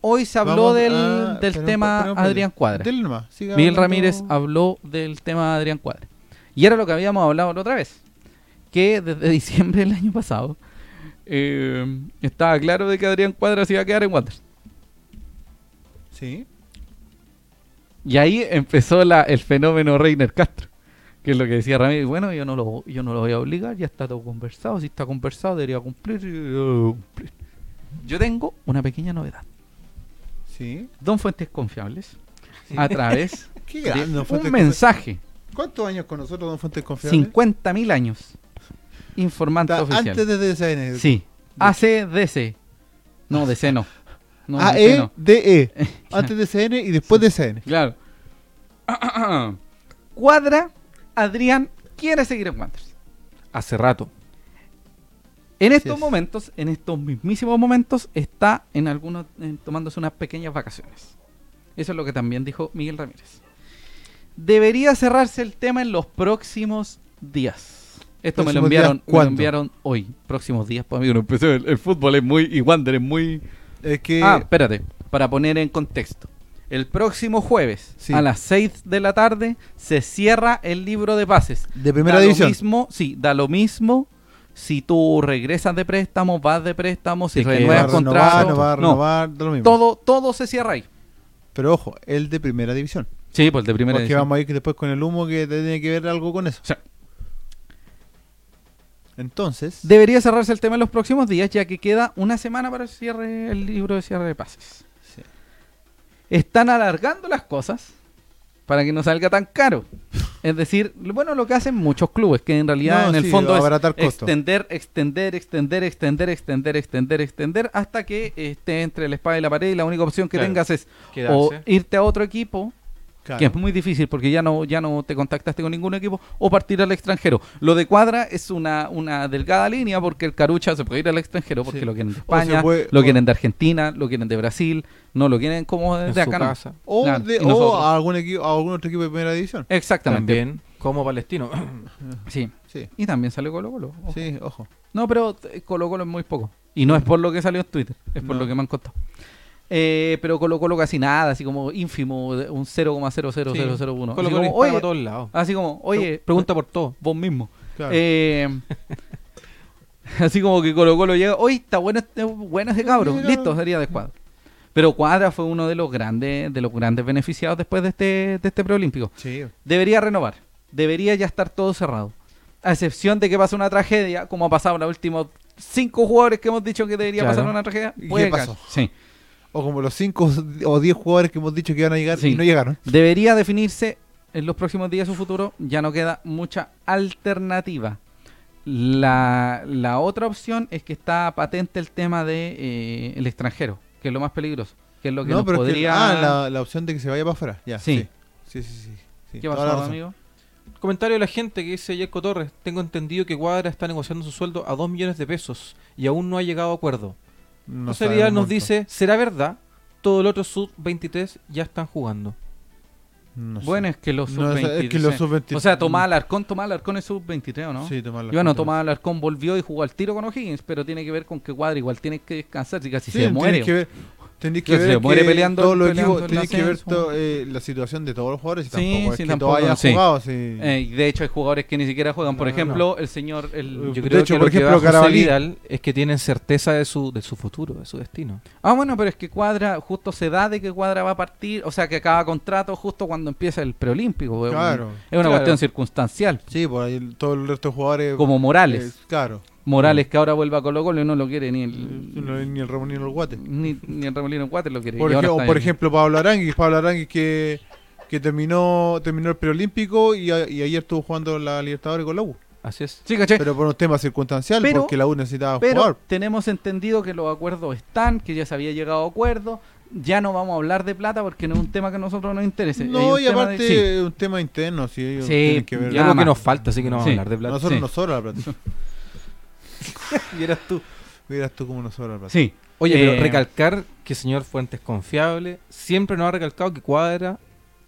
Speaker 1: Hoy se habló
Speaker 2: Vamos
Speaker 1: del,
Speaker 2: a-
Speaker 1: del
Speaker 2: pero-
Speaker 1: tema
Speaker 2: pero-
Speaker 1: Adrián Cuadra.
Speaker 2: Del nomás, siga
Speaker 1: Miguel
Speaker 2: hablando.
Speaker 1: Ramírez ah. habló del tema de Adrián Cuadra. Y era lo que habíamos hablado la otra vez. Que desde diciembre del año pasado eh, estaba claro de que Adrián Cuadra se iba a quedar en Wanderers.
Speaker 2: Sí.
Speaker 1: Y ahí empezó la- el fenómeno Reiner Castro. Que es lo que decía Ramírez. Bueno, yo no lo, yo no lo voy a obligar, ya está todo conversado. Si está conversado, debería cumplir. y yo debo cumplir. Yo tengo una pequeña novedad.
Speaker 2: Sí.
Speaker 1: Don Fuentes Confiables, a través
Speaker 2: Qué
Speaker 1: de
Speaker 2: grande, don Fuentes
Speaker 1: un mensaje.
Speaker 2: Confiable. ¿Cuántos años con nosotros, don Fuentes Confiable?
Speaker 1: 50.000 años. Informante
Speaker 2: Está
Speaker 1: oficial.
Speaker 2: Antes de DCN.
Speaker 1: Sí. ACDC. No, DC no. No, DC no.
Speaker 2: AEDE. E, Antes de CN y después de CN.
Speaker 1: Claro. Cuadra, Adrián quiere seguir en Wanderers.
Speaker 3: Hace rato.
Speaker 1: En
Speaker 2: Así
Speaker 1: estos
Speaker 2: es.
Speaker 1: momentos, en estos mismísimos momentos, está en algunos en- tomándose unas pequeñas vacaciones. Eso es lo que también dijo Miguel Ramírez. Debería cerrarse el tema en los próximos días. Esto me lo
Speaker 2: ¿Próximos días
Speaker 1: enviaron, me lo
Speaker 2: cuándo?
Speaker 1: enviaron hoy. Próximos días, pues amigo, no empezó el, el fútbol es muy y Wander es muy.
Speaker 2: Es que.
Speaker 1: Ah, espérate, para poner en contexto. El próximo jueves
Speaker 2: Sí.
Speaker 1: a las 6 de la tarde se cierra el libro de pases
Speaker 2: de primera
Speaker 1: da
Speaker 2: división.
Speaker 1: Lo mismo, sí, da lo mismo si tú regresas de préstamo, vas de préstamo, si
Speaker 3: Sí, que
Speaker 1: renuevas
Speaker 2: va a renovar,
Speaker 1: contrato.
Speaker 2: no va a
Speaker 1: no,
Speaker 2: renovar, da lo mismo.
Speaker 1: todo, todo se cierra ahí.
Speaker 2: Pero ojo, el de primera división.
Speaker 1: Sí,
Speaker 2: pues,
Speaker 1: por el de primera
Speaker 2: porque vamos a ir después con el humo que tiene que ver algo con eso.
Speaker 1: O sea,
Speaker 2: Entonces,
Speaker 1: Debería cerrarse el tema en los próximos días, ya que queda una semana para el cierre, el libro de cierre de pases.
Speaker 2: sí.
Speaker 1: Están alargando las cosas para que no salga tan caro. Es decir, bueno, lo que hacen muchos clubes, que en realidad
Speaker 2: No,
Speaker 1: en el
Speaker 2: sí,
Speaker 1: fondo es
Speaker 2: abaratar costo.
Speaker 1: extender, extender, extender, extender, extender, extender, extender, hasta que esté entre la espada y la pared y la única opción que
Speaker 3: Claro.
Speaker 1: tengas es
Speaker 3: Quedarse.
Speaker 1: o irte a otro equipo
Speaker 2: claro.
Speaker 1: que es muy difícil porque ya no ya no te contactaste con ningún equipo o partir al extranjero lo de cuadra es una una delgada línea porque el carucha se puede ir al extranjero porque
Speaker 2: Sí.
Speaker 1: lo
Speaker 2: O
Speaker 1: quieren de
Speaker 2: se
Speaker 1: España
Speaker 2: puede-
Speaker 1: lo
Speaker 2: o-
Speaker 1: quieren de Argentina lo quieren de Brasil no lo quieren como de
Speaker 3: En
Speaker 1: de
Speaker 3: su
Speaker 1: acá no.
Speaker 3: casa.
Speaker 2: o,
Speaker 1: Claro,
Speaker 2: de-
Speaker 1: y
Speaker 2: o
Speaker 1: nosotros.
Speaker 2: a, algún equipo, a algún otro equipo de primera división.
Speaker 1: exactamente
Speaker 3: También como palestino.
Speaker 1: sí
Speaker 2: Sí,
Speaker 1: y también salió Colo Colo ojo.
Speaker 2: sí, ojo.
Speaker 1: no pero eh, Colo Colo es muy poco y no es por lo que salió en Twitter es por
Speaker 2: No.
Speaker 1: lo que me han contado Eh, pero Colo Colo casi nada así como ínfimo de- un 0,00001
Speaker 3: Colo
Speaker 1: así,
Speaker 3: Colo
Speaker 1: como,
Speaker 3: dispara
Speaker 1: oye,
Speaker 3: a todos lados.
Speaker 1: así como oye
Speaker 3: Pregunta por todo.
Speaker 1: vos mismo
Speaker 2: Claro.
Speaker 1: Eh, así como que Colo Colo llega, hoy está bueno este, bueno ese cabro,
Speaker 2: Mira.
Speaker 1: listo, sería de cuadro. Pero Cuadra fue uno de los grandes, de los grandes beneficiados después de este, de este preolímpico.
Speaker 2: sí.
Speaker 1: Debería renovar, debería ya estar todo cerrado. A excepción de que pase una tragedia, como ha pasado en los últimos cinco jugadores que hemos dicho que debería
Speaker 3: Claro.
Speaker 1: pasar una tragedia.
Speaker 2: ¿Y
Speaker 1: puede
Speaker 2: qué
Speaker 1: que-
Speaker 2: pasó?
Speaker 1: Sí.
Speaker 2: O como los 5 o 10 jugadores que hemos dicho que iban a llegar
Speaker 1: Sí.
Speaker 2: y no llegaron.
Speaker 1: Debería definirse en los próximos días su futuro. Ya no queda mucha alternativa. La, la otra opción es que está patente el tema de eh, el extranjero, que es lo más peligroso, que es lo que nos
Speaker 2: es que-
Speaker 1: podría.
Speaker 2: ah, la, la opción de que se vaya para afuera. Ya,
Speaker 1: Sí.
Speaker 2: sí. Sí, sí, sí. sí.
Speaker 1: ¿Qué
Speaker 2: Toda la
Speaker 1: pasó,
Speaker 2: razón.
Speaker 1: amigo?
Speaker 3: Comentario de la gente que dice Yerko Torres, tengo entendido que Cuadra está negociando su sueldo a 2 millones de pesos y aún no ha llegado a acuerdo.
Speaker 2: No
Speaker 3: José
Speaker 2: sabemos
Speaker 3: Vidal nos
Speaker 2: mucho.
Speaker 3: dice, ¿será verdad? Todo el otro sub-23 ya están jugando.
Speaker 2: No sé.
Speaker 1: Bueno, es que los
Speaker 2: No,
Speaker 1: sub-23.
Speaker 2: es- es que los sub-23.
Speaker 1: O sea, Tomás Alarcón, Tomás Alarcón es sub-23, ¿o no?
Speaker 2: Sí, tomar
Speaker 1: Y
Speaker 2: las
Speaker 1: bueno,
Speaker 2: controlas.
Speaker 1: Tomás Alarcón volvió y jugó al tiro con O'Higgins, pero tiene que ver con que Cuadra igual tiene que descansar, si casi
Speaker 2: Sí,
Speaker 1: se
Speaker 2: tiene
Speaker 1: muere.
Speaker 2: que ver. Tenéis
Speaker 1: Que
Speaker 2: que
Speaker 1: se
Speaker 2: ver
Speaker 1: muere
Speaker 2: que
Speaker 1: peleando-
Speaker 2: todos los
Speaker 1: peleando
Speaker 2: equipos,
Speaker 1: el
Speaker 2: tenéis que ver
Speaker 1: ascenso.
Speaker 2: to- eh, la situación de todos los jugadores. y
Speaker 1: Sí,
Speaker 2: tampoco es
Speaker 1: sí,
Speaker 2: que
Speaker 1: tampoco,
Speaker 2: todos hayan
Speaker 1: sí.
Speaker 2: jugado. sí.
Speaker 1: Eh, y de hecho, hay jugadores que ni siquiera juegan. Por
Speaker 2: No, no,
Speaker 1: ejemplo, el señor. el-
Speaker 2: De
Speaker 3: Yo creo
Speaker 2: hecho,
Speaker 3: que
Speaker 2: por
Speaker 3: lo que
Speaker 2: ejemplo,
Speaker 3: va José
Speaker 2: Carabalí-
Speaker 3: Vidal es que tienen certeza de su, de su futuro, de su destino.
Speaker 1: Ah, bueno, pero es que Cuadra, justo se da de que Cuadra va a partir. O sea, que acaba contrato justo cuando empieza el preolímpico. Es un-
Speaker 2: Claro.
Speaker 1: Es una
Speaker 3: Claro.
Speaker 1: cuestión circunstancial.
Speaker 2: Sí, por ahí el- todo el resto de jugadores.
Speaker 1: Como Morales.
Speaker 2: eh, claro.
Speaker 1: Morales que ahora vuelve a Colo Colo y no lo quiere ni el.
Speaker 2: No, ni el Ramón ni el Guate.
Speaker 1: Ni, ni el Remolino Cuate lo quiere.
Speaker 2: Por,
Speaker 1: Mm. y ahora
Speaker 2: ejemplo,
Speaker 1: está
Speaker 2: por
Speaker 1: en-
Speaker 2: ejemplo, Pablo Aranguis. Pablo Aranguis que, que terminó, terminó el preolímpico y, a- y ayer estuvo jugando la Libertadores con la U.
Speaker 3: Así es.
Speaker 1: Sí, ¿cachai?
Speaker 2: Pero por un tema circunstancial,
Speaker 1: Pero-
Speaker 2: porque la U necesitaba
Speaker 1: Pero
Speaker 2: jugar.
Speaker 1: tenemos entendido que los acuerdos están, que ya se había llegado a acuerdo. Ya no vamos a hablar de plata porque no es un tema que a nosotros nos interese.
Speaker 2: No,
Speaker 1: Es un
Speaker 2: y
Speaker 1: tema
Speaker 2: aparte
Speaker 1: de- sí.
Speaker 2: es un tema interno, sí, ellos
Speaker 1: Sí,
Speaker 2: tienen que ver.
Speaker 3: Y
Speaker 1: Nada
Speaker 3: algo que
Speaker 1: más.
Speaker 3: nos falta, así que no vamos
Speaker 1: Sí.
Speaker 3: a hablar de plata.
Speaker 2: Nosotros
Speaker 1: sí.
Speaker 2: nos sobra la plata. Vieras tú. Vieras tú cómo nos sobra la plata.
Speaker 1: Sí.
Speaker 3: Oye,
Speaker 1: Eh,
Speaker 3: pero recalcar que señor Fuentes es confiable, siempre nos ha recalcado que Cuadra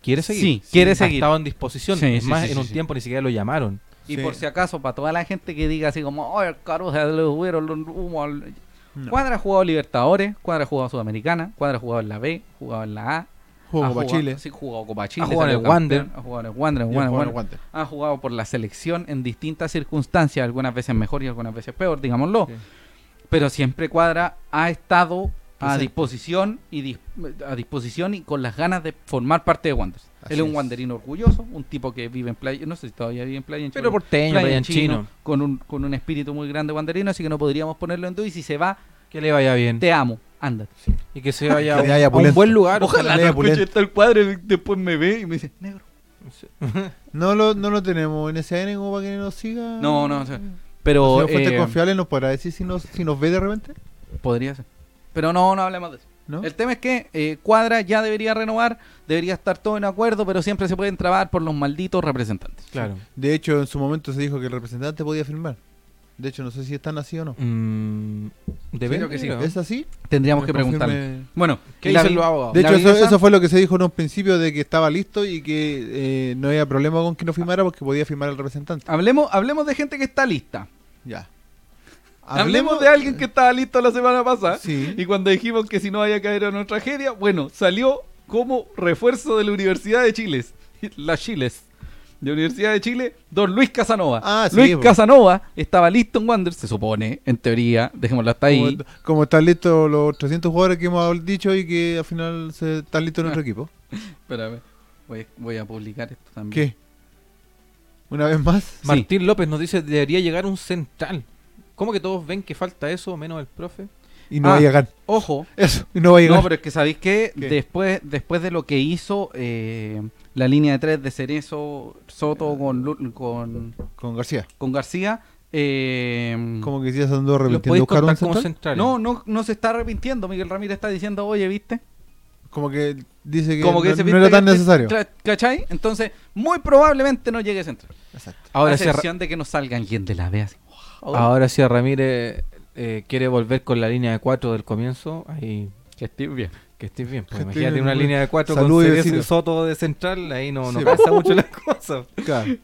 Speaker 3: quiere seguir.
Speaker 1: Sí, quiere
Speaker 3: Ha
Speaker 1: seguir.
Speaker 3: estado en disposición.
Speaker 1: Sí,
Speaker 3: es
Speaker 1: sí,
Speaker 3: más,
Speaker 1: sí,
Speaker 3: en
Speaker 1: sí,
Speaker 3: un
Speaker 1: sí.
Speaker 3: tiempo ni siquiera lo llamaron.
Speaker 1: Y
Speaker 2: Sí.
Speaker 1: por si acaso, para toda la gente que diga así como, oh, el caro se le subieron los humos. al-".
Speaker 2: No.
Speaker 1: Cuadra ha jugado Libertadores, Cuadra ha jugado Sudamericana, Cuadra ha jugado en la B, jugado en la A.
Speaker 2: Juego
Speaker 1: ha
Speaker 2: para
Speaker 1: jugado-
Speaker 2: Chile.
Speaker 1: Sí, jugado Copa Chile.
Speaker 3: Ha jugado en
Speaker 1: salió
Speaker 3: el
Speaker 1: campeón,
Speaker 3: Wander.
Speaker 1: Ha jugado en el Wander, en
Speaker 2: y
Speaker 1: Wander,
Speaker 2: juego en el
Speaker 1: Wander.
Speaker 2: guante.
Speaker 1: Ha jugado por la selección en distintas circunstancias, algunas veces mejor y algunas veces peor, digámoslo.
Speaker 3: Sí.
Speaker 1: Pero siempre Cuadra ha estado a
Speaker 3: Presente.
Speaker 1: disposición y dis- a disposición y con las ganas de formar parte de Wander.
Speaker 2: Así
Speaker 1: Él es un
Speaker 2: es.
Speaker 1: wanderino orgulloso, un tipo que vive en playa, no sé si todavía vive en playa en Chile.
Speaker 3: Pero porteño,
Speaker 1: Playa
Speaker 3: playa
Speaker 1: en
Speaker 3: en chino.
Speaker 1: Con un, con un espíritu muy grande wanderino, así que no podríamos ponerlo en duda. Y si se va,
Speaker 3: Que le vaya bien.
Speaker 1: te amo, ándate.
Speaker 3: Y que se vaya a
Speaker 2: Que
Speaker 3: un,
Speaker 2: le haya
Speaker 3: a un
Speaker 2: pulento.
Speaker 3: buen lugar.
Speaker 2: Ojalá no escuche
Speaker 1: esto el padre, después me ve y me dice, negro.
Speaker 2: No lo, no lo tenemos en ese AN como para que nos siga.
Speaker 1: No, no, o sea,
Speaker 2: O
Speaker 1: pero
Speaker 2: sea, fuente
Speaker 1: eh,
Speaker 2: confiable nos podrá decir si nos, si nos ve de repente.
Speaker 1: podría ser. Pero no, no hablemos de eso.
Speaker 2: ¿No?
Speaker 1: El tema es que eh, Cuadra ya debería renovar, debería estar todo en acuerdo, pero siempre se pueden trabar por los malditos representantes.
Speaker 3: Claro.
Speaker 2: De hecho, en su momento se dijo que el representante podía firmar. De hecho, no sé si están así o no.
Speaker 3: Mm, depende,
Speaker 1: creo que sí.
Speaker 3: ¿no?
Speaker 2: ¿Es así?
Speaker 1: Tendríamos que
Speaker 2: Confirme.
Speaker 1: preguntarle. Bueno,
Speaker 3: ¿Qué
Speaker 1: la
Speaker 3: dicen
Speaker 1: vi-
Speaker 3: los abogados?
Speaker 2: De
Speaker 1: Oh. La
Speaker 2: hecho, eso,
Speaker 1: viveza-
Speaker 2: eso fue lo que se dijo en un principio de que estaba listo y que eh, no había problema con que no firmara porque podía firmar el representante.
Speaker 1: hablemos, hablemos de gente que está lista.
Speaker 2: Ya.
Speaker 1: Hablemos, de alguien que estaba listo la semana pasada.
Speaker 2: Sí.
Speaker 1: Y cuando dijimos que si no había caer en una tragedia, bueno, salió como refuerzo de la Universidad de Chile. La Chiles. De la Universidad de Chile, don Luis Casanova.
Speaker 2: Ah, sí,
Speaker 1: Luis
Speaker 2: po.
Speaker 1: Casanova estaba listo en Wander, se supone, en teoría, dejémoslo hasta ahí.
Speaker 2: Como, como están listos los 300 jugadores que hemos dicho y que al final se están listos en nuestro equipo.
Speaker 1: Espérame, voy, voy a publicar esto también.
Speaker 2: ¿Qué? ¿Una vez más?
Speaker 1: Sí.
Speaker 3: Martín López nos dice, debería llegar un central. ¿Cómo que todos ven que falta eso, menos el profe?
Speaker 2: Y no
Speaker 1: Ah.
Speaker 2: va a llegar.
Speaker 1: Ojo,
Speaker 2: Eso, y no va a llegar.
Speaker 1: no, pero es que sabéis que
Speaker 2: ¿Qué?
Speaker 1: después, después de lo que hizo eh, la línea de tres de Cerezo, Soto con, Lu- con,
Speaker 2: Con García.
Speaker 1: con García, eh,
Speaker 2: Como que ya se andó
Speaker 3: ¿Los
Speaker 2: arrepintiendo de
Speaker 3: podéis
Speaker 2: buscar
Speaker 3: contar
Speaker 2: un
Speaker 3: como
Speaker 2: central.
Speaker 3: central?
Speaker 1: No, no, no se está arrepintiendo. Miguel Ramírez está diciendo, oye, ¿viste?
Speaker 2: Como que dice que,
Speaker 1: Como que
Speaker 2: no,
Speaker 1: ese
Speaker 2: no
Speaker 1: ¿viste
Speaker 2: era tan
Speaker 1: que-
Speaker 2: necesario.
Speaker 1: tra- ¿Cachai? Entonces, muy probablemente no llegue a central.
Speaker 2: Exacto.
Speaker 1: a
Speaker 3: Ahora sí,
Speaker 1: excepción de que no salga alguien de la B así.
Speaker 3: Ahora, Ahora sí, Ramírez eh, quiere volver con la línea de 4 del comienzo. Ahí
Speaker 1: Que esté bien.
Speaker 3: que estés bien. Pues,
Speaker 2: Que estés
Speaker 3: imagínate
Speaker 2: bien,
Speaker 3: una
Speaker 2: pues.
Speaker 3: línea de 4 con
Speaker 2: Salud y
Speaker 3: Cerezo y
Speaker 2: besitos.
Speaker 3: Soto de central. Ahí no, no
Speaker 2: Sí.
Speaker 3: pasa mucho las cosas.
Speaker 2: Claro.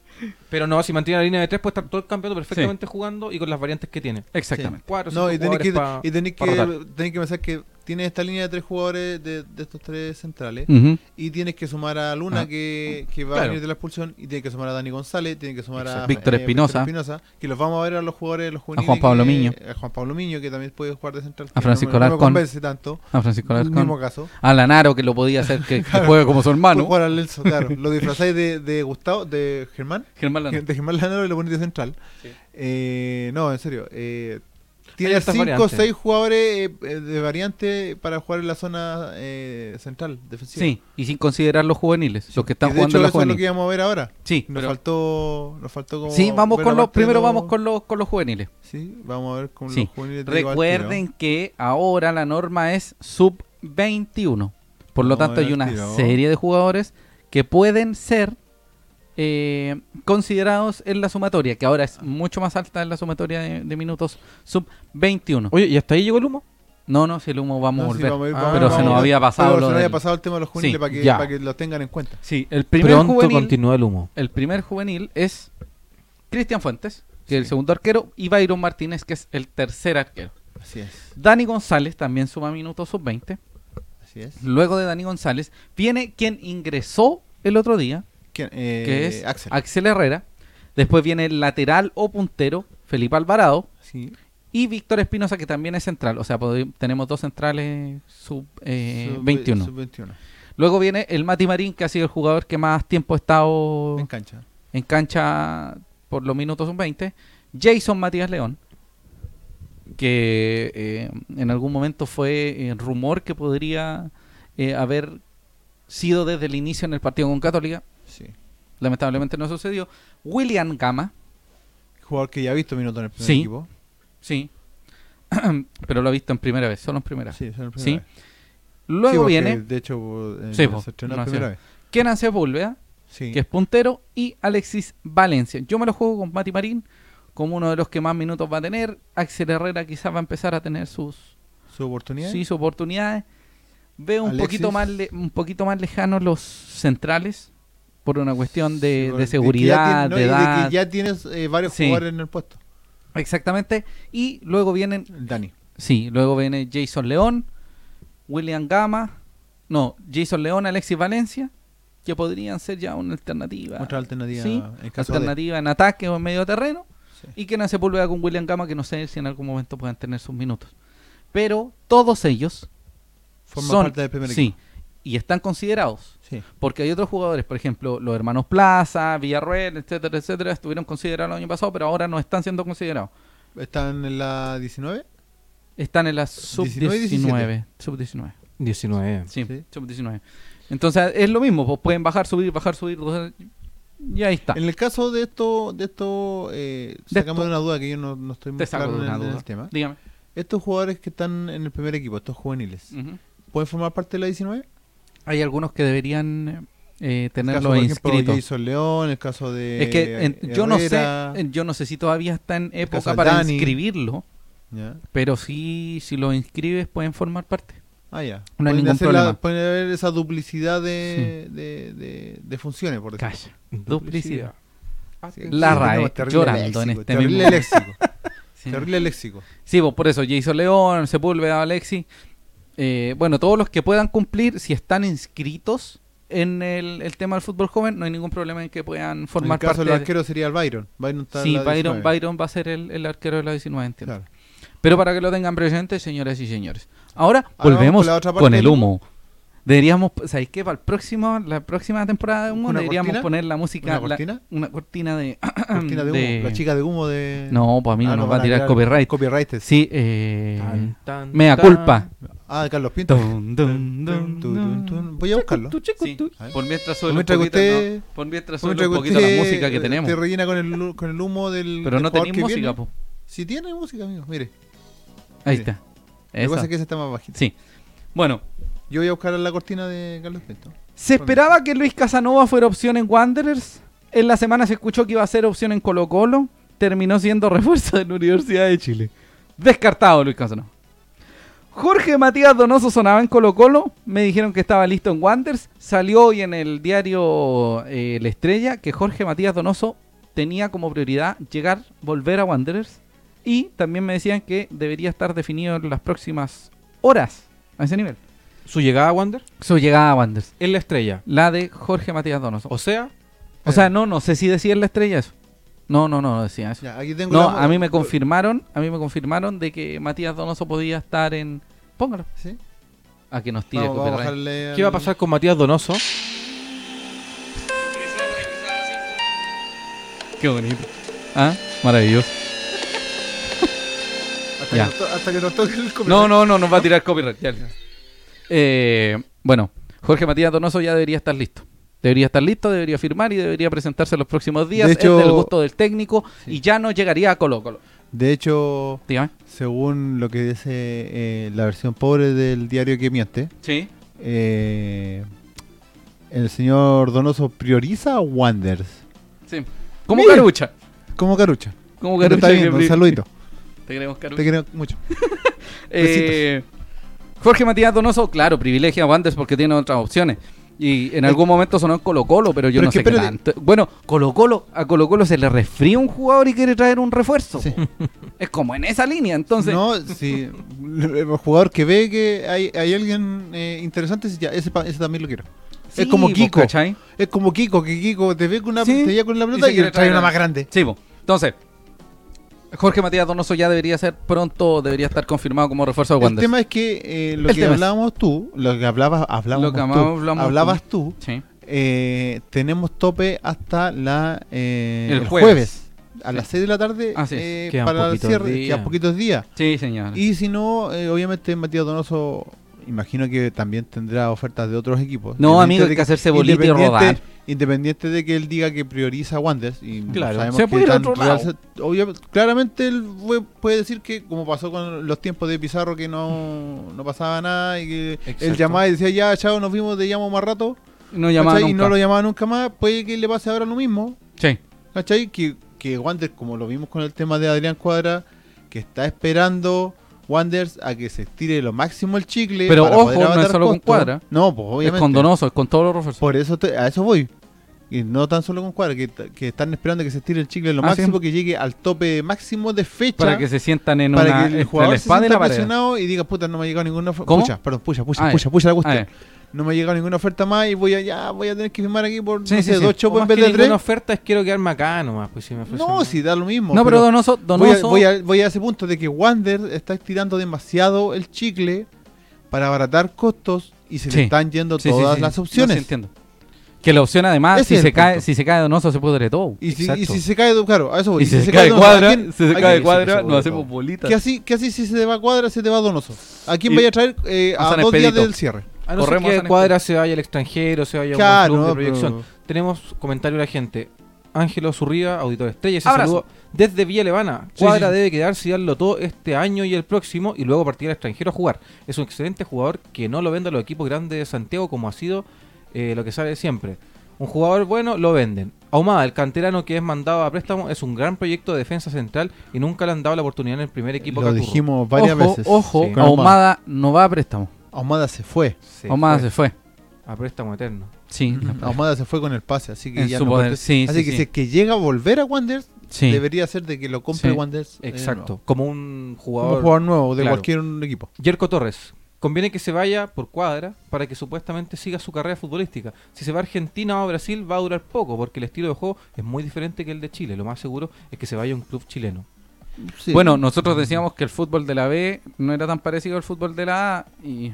Speaker 3: Pero no, si mantiene la línea de 3 puede estar todo el campeonato perfectamente jugando y con las variantes que tiene.
Speaker 1: Exactamente.
Speaker 3: Cuatro,
Speaker 2: No,
Speaker 3: cinco
Speaker 2: y tenéis que,
Speaker 3: jugadores pa-
Speaker 2: y tenéis
Speaker 3: pa
Speaker 2: que,
Speaker 3: rotar.
Speaker 2: tenéis que pensar que tienes esta línea de tres jugadores de, de estos tres centrales.
Speaker 1: Ujú.
Speaker 2: Y tienes que sumar a Luna,
Speaker 1: Mm. Ah.
Speaker 2: que, que va a
Speaker 1: Claro.
Speaker 2: venir de la expulsión. Y tienes que sumar a Dani González. Tienes que sumar a eh,
Speaker 1: Exacto. Víctor Espinosa.
Speaker 2: Que los vamos a ver a los jugadores de los juveniles.
Speaker 1: Juan Pablo
Speaker 2: que-
Speaker 1: Miño.
Speaker 2: A Juan Pablo Miño, que también puede jugar de central.
Speaker 1: A
Speaker 2: que no me-
Speaker 1: Francisco
Speaker 2: no me,
Speaker 1: Alarcón.
Speaker 2: convence tanto.
Speaker 1: A Francisco
Speaker 2: El mismo
Speaker 1: Alarcón.
Speaker 2: caso.
Speaker 1: A Lanaro, que lo podía hacer que, que juegue como su
Speaker 2: Puede
Speaker 1: hermano.
Speaker 2: jugar al Elso, claro. lo disfrazáis de, de Gustavo, de Germán.
Speaker 1: Germán Lanaro.
Speaker 2: de Germán Lanaro y lo ponéis de central.
Speaker 3: Sí.
Speaker 2: Eh, no, en serio. eh,
Speaker 3: Hay
Speaker 2: tiene
Speaker 3: hartas
Speaker 2: 5 o
Speaker 3: variantes.
Speaker 2: 6 jugadores eh, eh, de variante para jugar en la zona eh, central, defensiva.
Speaker 1: Sí, y sin considerar los juveniles, los que
Speaker 2: Y
Speaker 1: están
Speaker 2: de
Speaker 1: jugando
Speaker 2: hecho,
Speaker 1: en la
Speaker 2: eso es lo que
Speaker 1: juvenil.
Speaker 2: íbamos a ver ahora.
Speaker 1: Sí,
Speaker 2: Nos
Speaker 1: pero-
Speaker 2: faltó. Nos faltó como
Speaker 1: sí, vamos
Speaker 2: ver
Speaker 1: con
Speaker 2: la
Speaker 1: los
Speaker 2: parte de
Speaker 1: primero
Speaker 2: los-
Speaker 1: vamos con los con los juveniles.
Speaker 2: Sí, vamos a ver con
Speaker 1: Sí.
Speaker 2: los juveniles de Liga
Speaker 1: Recuerden
Speaker 2: al
Speaker 1: que ahora la norma es sub 21. Por lo
Speaker 2: No,
Speaker 1: tanto, hay
Speaker 2: era
Speaker 1: una
Speaker 2: tiro.
Speaker 1: serie de jugadores que pueden ser eh, considerados en la sumatoria, que ahora es mucho más alta en la sumatoria de, de minutos sub 21.
Speaker 3: Oye, ¿y hasta ahí llegó el humo?
Speaker 1: No, no, si el humo vamos
Speaker 2: tiro.
Speaker 1: a
Speaker 2: No, sí, vamos a
Speaker 1: volver.
Speaker 2: ir-
Speaker 3: Ah,
Speaker 2: vamos-
Speaker 1: pero se
Speaker 2: vamos
Speaker 1: nos
Speaker 2: a-
Speaker 1: había pasado
Speaker 2: pero
Speaker 1: lo
Speaker 2: se nos había
Speaker 1: del-
Speaker 2: pasado el tema de los juveniles
Speaker 1: Sí,
Speaker 2: para, que,
Speaker 3: ya.
Speaker 2: para que lo tengan en cuenta.
Speaker 1: Sí, el primer
Speaker 3: Pronto
Speaker 1: juvenil
Speaker 3: continúa el humo.
Speaker 1: El primer juvenil es Cristian Fuentes, que es el
Speaker 2: Sí.
Speaker 1: segundo arquero, y Byron Martínez, que es el tercer arquero.
Speaker 2: Así es.
Speaker 1: Dani González también suma minutos sub-20.
Speaker 2: Así es.
Speaker 1: Luego de Dani González, viene quien ingresó el otro día,
Speaker 2: ¿Quién? Eh,
Speaker 1: que es
Speaker 2: Axel.
Speaker 1: Axel Herrera. Después viene el lateral o puntero, Felipe Alvarado.
Speaker 2: Sí.
Speaker 1: Y Víctor Espinosa, que también es central. O sea, podi- tenemos dos centrales sub, eh,
Speaker 2: Sub-
Speaker 1: 21.
Speaker 2: sub 21.
Speaker 1: Luego viene el Mati Marín, que ha sido el jugador que más tiempo ha estado
Speaker 2: En cancha.
Speaker 1: en cancha por los minutos son 20. Jason Matías León, que eh, en algún momento fue eh, rumor que podría eh, haber sido desde el inicio en el partido con Católica.
Speaker 2: Sí.
Speaker 1: Lamentablemente no sucedió. William Gama,
Speaker 2: Jugador que ya ha visto minutos en el primer
Speaker 1: Sí.
Speaker 2: equipo.
Speaker 1: sí, pero lo ha visto en primera vez, solo en primera.
Speaker 2: Sí, esa es la primera
Speaker 1: Sí.
Speaker 2: vez. Sí,
Speaker 1: Luego
Speaker 2: porque,
Speaker 1: viene
Speaker 2: De hecho, eh,
Speaker 1: Sí, po,
Speaker 2: se estrenó
Speaker 1: no
Speaker 2: la
Speaker 1: ha
Speaker 2: primera vez.
Speaker 1: sido. Kenan Sepúlveda,
Speaker 2: Sí.
Speaker 1: que es puntero, y Alexis Valencia. Yo me lo juego con Mati Marín como uno de los que más minutos va a tener. Axel Herrera quizás va a empezar a tener sus,
Speaker 2: Su oportunidad.
Speaker 1: sí, sus oportunidades. Veo un
Speaker 2: Alexis.
Speaker 1: poquito, más le- un poquito más lejanos los centrales por una
Speaker 2: Sí,
Speaker 1: cuestión eh, de,
Speaker 2: por-
Speaker 1: de
Speaker 2: que ya
Speaker 1: seguridad,
Speaker 2: tiene- no,
Speaker 1: de
Speaker 2: y
Speaker 1: edad.
Speaker 2: que ya tienes eh, varios
Speaker 1: Sí.
Speaker 2: jugadores en el puesto.
Speaker 1: Exactamente. Y luego vienen,
Speaker 2: Dani.
Speaker 1: sí, luego viene Jason León, William Gama, no, Jason León, Alexis Valencia, que podrían ser ya una alternativa.
Speaker 2: Otra alternativa.
Speaker 1: Sí,
Speaker 2: en caso de-
Speaker 1: alternativa en ataque o en medio terreno.
Speaker 2: Sí.
Speaker 1: Y que Kenan Sepúlveda con William Gama, que no sé si en algún momento puedan tener sus minutos. Pero todos ellos
Speaker 2: Forma
Speaker 1: son.
Speaker 2: parte del primer
Speaker 1: sí,
Speaker 2: equipo.
Speaker 1: y están considerados.
Speaker 2: Sí.
Speaker 1: Porque hay otros jugadores, por ejemplo, los hermanos Plaza, Villarreal, etcétera, etcétera, estuvieron considerados el año pasado, pero ahora no están siendo considerados.
Speaker 2: ¿Están en la 19?
Speaker 1: Están en la sub-19.
Speaker 2: 19.
Speaker 1: Sub-19.
Speaker 3: 19.
Speaker 1: Sí,
Speaker 2: Sí.
Speaker 1: sub-19. Entonces es lo mismo, pues pueden bajar, subir, bajar, subir. Y ahí está.
Speaker 2: En el caso de esto, de esto eh,
Speaker 1: De
Speaker 2: sacamos
Speaker 1: esto.
Speaker 2: de una duda que yo no, no estoy muy
Speaker 1: Te saco
Speaker 2: claro
Speaker 1: de
Speaker 2: en,
Speaker 1: una
Speaker 2: en
Speaker 1: duda.
Speaker 2: el tema.
Speaker 1: Dígame.
Speaker 2: Estos jugadores que están en el primer equipo, estos juveniles,
Speaker 1: Ujú.
Speaker 2: ¿pueden formar parte de la 19?
Speaker 1: Hay algunos que deberían eh,
Speaker 2: En el
Speaker 1: tenerlo
Speaker 2: por ejemplo,
Speaker 1: inscrito.
Speaker 2: Jason León, el caso de.
Speaker 1: es que en- yo no sé,
Speaker 2: Herrera, este
Speaker 1: en- yo no sé si todavía está en
Speaker 2: caso
Speaker 1: época
Speaker 2: de
Speaker 1: para
Speaker 2: Dani.
Speaker 1: inscribirlo,
Speaker 2: ¿ya?
Speaker 1: pero sí, si lo inscribes pueden formar parte.
Speaker 2: Ah, ya.
Speaker 1: No hay
Speaker 2: Pueden
Speaker 1: ningún
Speaker 2: hacer la-
Speaker 1: problema.
Speaker 2: pueden haber esa duplicidad de, de, de- de funciones, por decirlo.
Speaker 1: Calla. Duplicidad.
Speaker 2: Sí,
Speaker 1: La
Speaker 2: sí,
Speaker 1: RAE,
Speaker 2: tenemos terrible
Speaker 1: llorando en
Speaker 2: léxico,
Speaker 1: este
Speaker 2: terrible
Speaker 1: mismo-
Speaker 2: léxico,
Speaker 1: Sí,
Speaker 2: terrible léxico.
Speaker 1: Sí, pues, por eso Jason León, Sepúlveda, Alexi. eh, bueno, todos los que puedan cumplir, si están inscritos en el, el tema del fútbol joven, no hay ningún problema en que puedan
Speaker 2: En el
Speaker 1: formar
Speaker 2: caso
Speaker 1: parte.
Speaker 2: del
Speaker 1: de-
Speaker 2: arquero sería el Byron. Byron está en
Speaker 1: Sí,
Speaker 2: la
Speaker 1: Byron,
Speaker 2: 19.
Speaker 1: Byron va a ser el, el arquero de la 19, entiendo.
Speaker 2: Claro.
Speaker 1: Pero para que lo tengan presente, señoras y señores. Ahora
Speaker 2: Ahora vamos Ah, con
Speaker 1: volvemos
Speaker 2: la otra
Speaker 1: con,
Speaker 2: parte
Speaker 1: el
Speaker 2: del
Speaker 1: humo. Deberíamos, ¿sabéis qué? Para el próximo, la próxima temporada de humo
Speaker 2: ¿Una
Speaker 1: deberíamos
Speaker 2: cortina?
Speaker 1: poner la música.
Speaker 2: ¿Una
Speaker 1: la-
Speaker 2: cortina?
Speaker 1: una cortina de.
Speaker 2: Cortina de humo, la chica de humo de...
Speaker 1: No, pues a mí no
Speaker 2: Ah,
Speaker 1: nos va
Speaker 2: van
Speaker 1: a tirar
Speaker 2: tirar
Speaker 1: copyright.
Speaker 2: Copyrighted.
Speaker 1: Sí, eh.
Speaker 3: Tan, tan,
Speaker 1: mea
Speaker 3: tan.
Speaker 1: culpa.
Speaker 2: Ah, de Carlos Pinto.
Speaker 1: Dun, dun, dun,
Speaker 2: Tun, tun,
Speaker 1: dun.
Speaker 2: tun. Voy a buscarlo.
Speaker 3: Tu chico,
Speaker 1: Sí.
Speaker 3: tu-
Speaker 2: A ver.
Speaker 1: Por mientras suena un
Speaker 2: mientras que
Speaker 1: poquito,
Speaker 2: usted-
Speaker 1: no, por mientras suena
Speaker 2: Mientras
Speaker 1: un
Speaker 2: que
Speaker 1: poquito la
Speaker 2: usted,
Speaker 1: música que
Speaker 2: eh,
Speaker 1: tenemos.
Speaker 2: Te rellena con el, lu- con el humo del.
Speaker 1: Pero
Speaker 2: del
Speaker 1: no
Speaker 2: jugador
Speaker 1: tenéis
Speaker 2: que
Speaker 1: música,
Speaker 2: viene.
Speaker 1: po.
Speaker 2: Sí, tiene música, amigo. Mire.
Speaker 1: Ahí
Speaker 2: Mire.
Speaker 1: está.
Speaker 2: Lo que pasa
Speaker 1: Esa.
Speaker 2: es que esa está más bajita.
Speaker 1: Sí. Bueno,
Speaker 2: Yo voy a buscar la cortina de Carlos Pinto.
Speaker 1: ¿Se esperaba que Luis Casanova fuera opción en Wanderers? En la semana se escuchó que iba a ser opción en Colo Colo. Terminó siendo refuerzo de la Universidad de Chile. Descartado Luis Casanova. Jorge Matías Donoso sonaba en Colo Colo. Me dijeron que estaba listo en Wanderers. Salió hoy en el diario eh, La Estrella que Jorge Matías Donoso tenía como prioridad llegar, volver a Wanderers. Y también me decían que debería estar definido en las próximas horas a ese nivel.
Speaker 3: Su llegada a Wander
Speaker 1: Su llegada a Wanderers.
Speaker 3: es la estrella.
Speaker 1: La de Jorge Matías Donoso. O,
Speaker 3: O sea,
Speaker 1: o sea, no, no sé si decía en la estrella eso. No, no, no, no decía eso.
Speaker 2: Ya, aquí tengo
Speaker 1: No,
Speaker 2: la-
Speaker 1: a mí me confirmaron, a mí me confirmaron de que Matías Donoso podía estar en. Póngalo.
Speaker 2: ¿Sí?
Speaker 1: A que nos tire
Speaker 2: Vamos, vamos a
Speaker 1: copyright.
Speaker 2: bajarle.
Speaker 3: ¿qué va a
Speaker 2: al-
Speaker 3: pasar con Matías Donoso?
Speaker 1: Qué bonito. Ah, maravilloso.
Speaker 2: Hasta,
Speaker 1: Ya.
Speaker 2: Que, nos to- hasta que nos toque el copyright.
Speaker 1: No, no, no, nos va a tirar copyright. ya. Eh, bueno, Jorge Matías Donoso ya debería estar listo. Debería estar listo, debería firmar y debería presentarse los próximos días.
Speaker 2: De hecho-
Speaker 1: es del gusto del técnico y ya no llegaría a Colo Colo.
Speaker 2: De hecho,
Speaker 1: Dígame.
Speaker 2: según lo que dice eh, la versión pobre del diario que miente,
Speaker 1: Sí.
Speaker 2: eh, el señor Donoso prioriza a Wanders.
Speaker 1: Sí. Como
Speaker 2: Mira.
Speaker 1: Carucha.
Speaker 2: Como Carucha.
Speaker 1: Como
Speaker 2: Que te
Speaker 1: Carucha.
Speaker 2: está
Speaker 1: que
Speaker 2: viendo, un
Speaker 1: pri-
Speaker 2: saludito.
Speaker 1: Te queremos, Carucha.
Speaker 2: Te quiero mucho.
Speaker 1: Eh, Jorge Matías Donoso, claro, privilegia a Wanderers porque tiene otras opciones. Y en algún momento sonó en Colo Colo, pero yo
Speaker 2: Pero
Speaker 1: no
Speaker 2: es que
Speaker 1: sé qué
Speaker 2: espérate.
Speaker 1: tanto. Bueno, Colo Colo, a Colo Colo se le resfría un jugador y quiere traer un refuerzo.
Speaker 2: Sí.
Speaker 1: Es como en esa línea, entonces.
Speaker 2: no, sí. El jugador que ve que hay, hay alguien eh, interesante, sí, ya, ese, pa- ese también lo quiero.
Speaker 1: Sí,
Speaker 2: es como
Speaker 1: po,
Speaker 2: Kiko.
Speaker 1: ¿cachai?
Speaker 2: Es como Kiko, que Kiko te ve con una
Speaker 1: Sí.
Speaker 2: te llega con la
Speaker 1: Y
Speaker 2: pelota
Speaker 1: se
Speaker 2: y,
Speaker 1: quiere
Speaker 2: le trae
Speaker 1: traer
Speaker 2: una
Speaker 1: a-
Speaker 2: más grande.
Speaker 1: Sí, po. entonces. Jorge Matías Donoso ya debería ser pronto, debería estar confirmado como refuerzo de
Speaker 2: El
Speaker 1: Wander.
Speaker 2: tema es que eh, lo
Speaker 1: El
Speaker 2: que
Speaker 1: tema es-
Speaker 2: hablábamos tú, lo que hablabas, hablábamos
Speaker 1: Lo que
Speaker 2: tú,
Speaker 1: hablamos-
Speaker 2: hablabas tú,
Speaker 1: Sí.
Speaker 2: eh, tenemos tope hasta la eh,
Speaker 1: El
Speaker 2: el,
Speaker 1: jueves.
Speaker 2: jueves. a
Speaker 1: Sí.
Speaker 2: las 6 de la tarde
Speaker 1: Así es.
Speaker 2: eh,
Speaker 3: Quedan
Speaker 2: para el
Speaker 3: poquitos
Speaker 2: cierre,
Speaker 3: días.
Speaker 2: quedan poquitos días.
Speaker 1: Sí, señor.
Speaker 2: Y si no, eh, obviamente Matías Donoso, imagino que también tendrá ofertas de otros equipos.
Speaker 1: No,
Speaker 2: Independiente
Speaker 1: amigo, hay que
Speaker 2: de
Speaker 1: hacerse bolita y
Speaker 2: independiente-
Speaker 1: rodar.
Speaker 2: Independiente de que él diga que prioriza a Wanderers y
Speaker 1: Claro,
Speaker 2: sabemos
Speaker 1: se
Speaker 2: que
Speaker 1: puede ir a
Speaker 2: tan
Speaker 1: otro
Speaker 2: real
Speaker 1: lado.
Speaker 2: se- obvia- claramente él fue- puede decir que como pasó con los tiempos de Pizarro que no, no pasaba nada y que él
Speaker 3: Exacto.
Speaker 2: llamaba y decía ya, chao, nos vimos, te llamo más rato,
Speaker 1: no llamaba
Speaker 2: ¿cachai?
Speaker 1: nunca.
Speaker 2: y no lo llamaba nunca más, puede que le pase ahora lo mismo,
Speaker 1: Sí.
Speaker 2: ¿Cachai? Que, que Wander, como lo vimos con el tema de Adrián Cuadra, que está esperando Wanders a que se estire lo máximo el chicle.
Speaker 1: Pero
Speaker 2: para
Speaker 1: ojo,
Speaker 2: poder
Speaker 1: no es
Speaker 2: abaratar
Speaker 1: solo con
Speaker 2: costos.
Speaker 1: Cuadra.
Speaker 2: No, pues
Speaker 1: Es
Speaker 2: obviamente.
Speaker 1: con Donoso, es con todos los refuerzos.
Speaker 2: Por eso te- a eso voy. Y no tan solo con Cuadra, que, t- que están esperando que se estire el chicle lo
Speaker 1: Ah, sí.
Speaker 2: máximo, que llegue al tope máximo de fecha.
Speaker 1: para que se sientan en
Speaker 2: para
Speaker 1: una
Speaker 2: que el
Speaker 1: entre
Speaker 2: jugador
Speaker 1: la
Speaker 2: se
Speaker 1: espada y la
Speaker 2: sienta
Speaker 1: pared.
Speaker 2: presionado y diga, puta, no me ha llegado ninguna oferta.
Speaker 1: ¿Cómo?
Speaker 2: Pucha, perdón, pucha, pucha,
Speaker 1: Ah,
Speaker 2: pucha, pucha la
Speaker 1: Ah,
Speaker 2: cuestión.
Speaker 1: ya.
Speaker 2: No me ha llegado ninguna oferta más y voy a, ya, voy a tener que firmar aquí por
Speaker 1: Sí,
Speaker 2: no
Speaker 1: sí,
Speaker 2: sé,
Speaker 1: sí.
Speaker 2: dos
Speaker 3: O
Speaker 2: chopos en
Speaker 3: más
Speaker 2: vez
Speaker 3: que
Speaker 2: de
Speaker 3: ninguna
Speaker 2: tres.
Speaker 3: oferta es quiero quedarme acá nomás, pues si me ofrecen
Speaker 2: No,
Speaker 3: nada.
Speaker 2: si da lo mismo.
Speaker 1: No, pero Donoso,
Speaker 2: Voy a,
Speaker 1: Donoso
Speaker 2: voy a- voy a ese punto de que Wander está estirando demasiado el chicle para abaratar costos y se
Speaker 1: Sí.
Speaker 2: le están yendo
Speaker 1: Sí, sí,
Speaker 2: todas
Speaker 1: sí.
Speaker 2: las
Speaker 1: No, sí,
Speaker 2: opciones.
Speaker 1: entiendo. Que la opción además,
Speaker 2: Ese
Speaker 1: si
Speaker 2: es
Speaker 1: se,
Speaker 2: el
Speaker 1: cae,
Speaker 2: punto.
Speaker 1: si se cae Donoso se pudre todo.
Speaker 2: y, si,
Speaker 3: Exacto.
Speaker 2: y si se cae, de- claro, a eso voy.
Speaker 1: Y si se
Speaker 2: de
Speaker 1: cae cuadra,
Speaker 2: ¿a quién-
Speaker 1: si se
Speaker 2: a
Speaker 1: cae
Speaker 2: quién-
Speaker 1: de cuadra,
Speaker 3: se
Speaker 1: nos
Speaker 3: vuelve
Speaker 1: hacemos
Speaker 3: todo.
Speaker 1: bolitas.
Speaker 2: ¿Qué así, qué así si se te va cuadra, se te va donoso? ¿A quién
Speaker 1: Y-
Speaker 2: vaya a traer eh,
Speaker 1: a
Speaker 2: a
Speaker 1: San
Speaker 2: dos días
Speaker 1: Expedito.
Speaker 2: del cierre?
Speaker 3: A no ser
Speaker 1: Corremos a
Speaker 3: que
Speaker 1: San
Speaker 3: Cuadra se vaya al extranjero, se vaya a un
Speaker 2: Claro,
Speaker 3: club de
Speaker 2: no,
Speaker 3: proyección.
Speaker 2: pero-
Speaker 3: Tenemos comentario de la gente. Ángelo Zurriba, auditor estrella, se
Speaker 1: Abrazo.
Speaker 3: saludó desde Villa Levana.
Speaker 1: Sí,
Speaker 3: Cuadra
Speaker 1: sí.
Speaker 3: debe quedarse y darlo todo este año y el próximo y luego partir al extranjero a jugar. Es un excelente jugador que no lo venden los equipos grandes de Santiago como ha sido eh, lo que sale siempre. Un jugador bueno lo venden. Ahumada, el canterano que es mandado a préstamo, es un gran proyecto de defensa central y nunca le han dado la oportunidad en el primer equipo
Speaker 2: Lo
Speaker 3: Cacurro.
Speaker 2: dijimos varias
Speaker 1: ojo,
Speaker 2: veces.
Speaker 1: ojo,
Speaker 3: Sí.
Speaker 2: Con Ahumada.
Speaker 1: Ahumada no va a préstamo.
Speaker 2: Ahumada se fue.
Speaker 3: Se
Speaker 1: Ahumada
Speaker 3: fue
Speaker 1: se fue.
Speaker 3: a préstamo eterno.
Speaker 1: Sí,
Speaker 2: Ahumada se fue con el pase, así que
Speaker 1: En
Speaker 2: ya
Speaker 1: su
Speaker 2: no
Speaker 1: poder,
Speaker 2: cuenta.
Speaker 1: sí,
Speaker 2: Así
Speaker 1: sí,
Speaker 2: que
Speaker 1: sí.
Speaker 2: si es que llega a volver a Wander,
Speaker 1: sí.
Speaker 2: debería ser de que lo compre
Speaker 1: Sí.
Speaker 2: Wanderers, eh,
Speaker 3: Exacto.
Speaker 2: nuevo.
Speaker 3: como un
Speaker 2: Como
Speaker 3: jugador
Speaker 2: jugador nuevo de
Speaker 3: Claro.
Speaker 2: cualquier equipo.
Speaker 3: Yerko Torres. Conviene que se vaya por cuadra para que supuestamente siga su carrera futbolística. Si se va a Argentina o a Brasil va a durar poco porque el estilo de juego es muy diferente que el de Chile. Lo más seguro es que se vaya a un club chileno.
Speaker 2: Sí.
Speaker 1: Bueno, nosotros decíamos que el fútbol de la B no era tan parecido al fútbol de la A y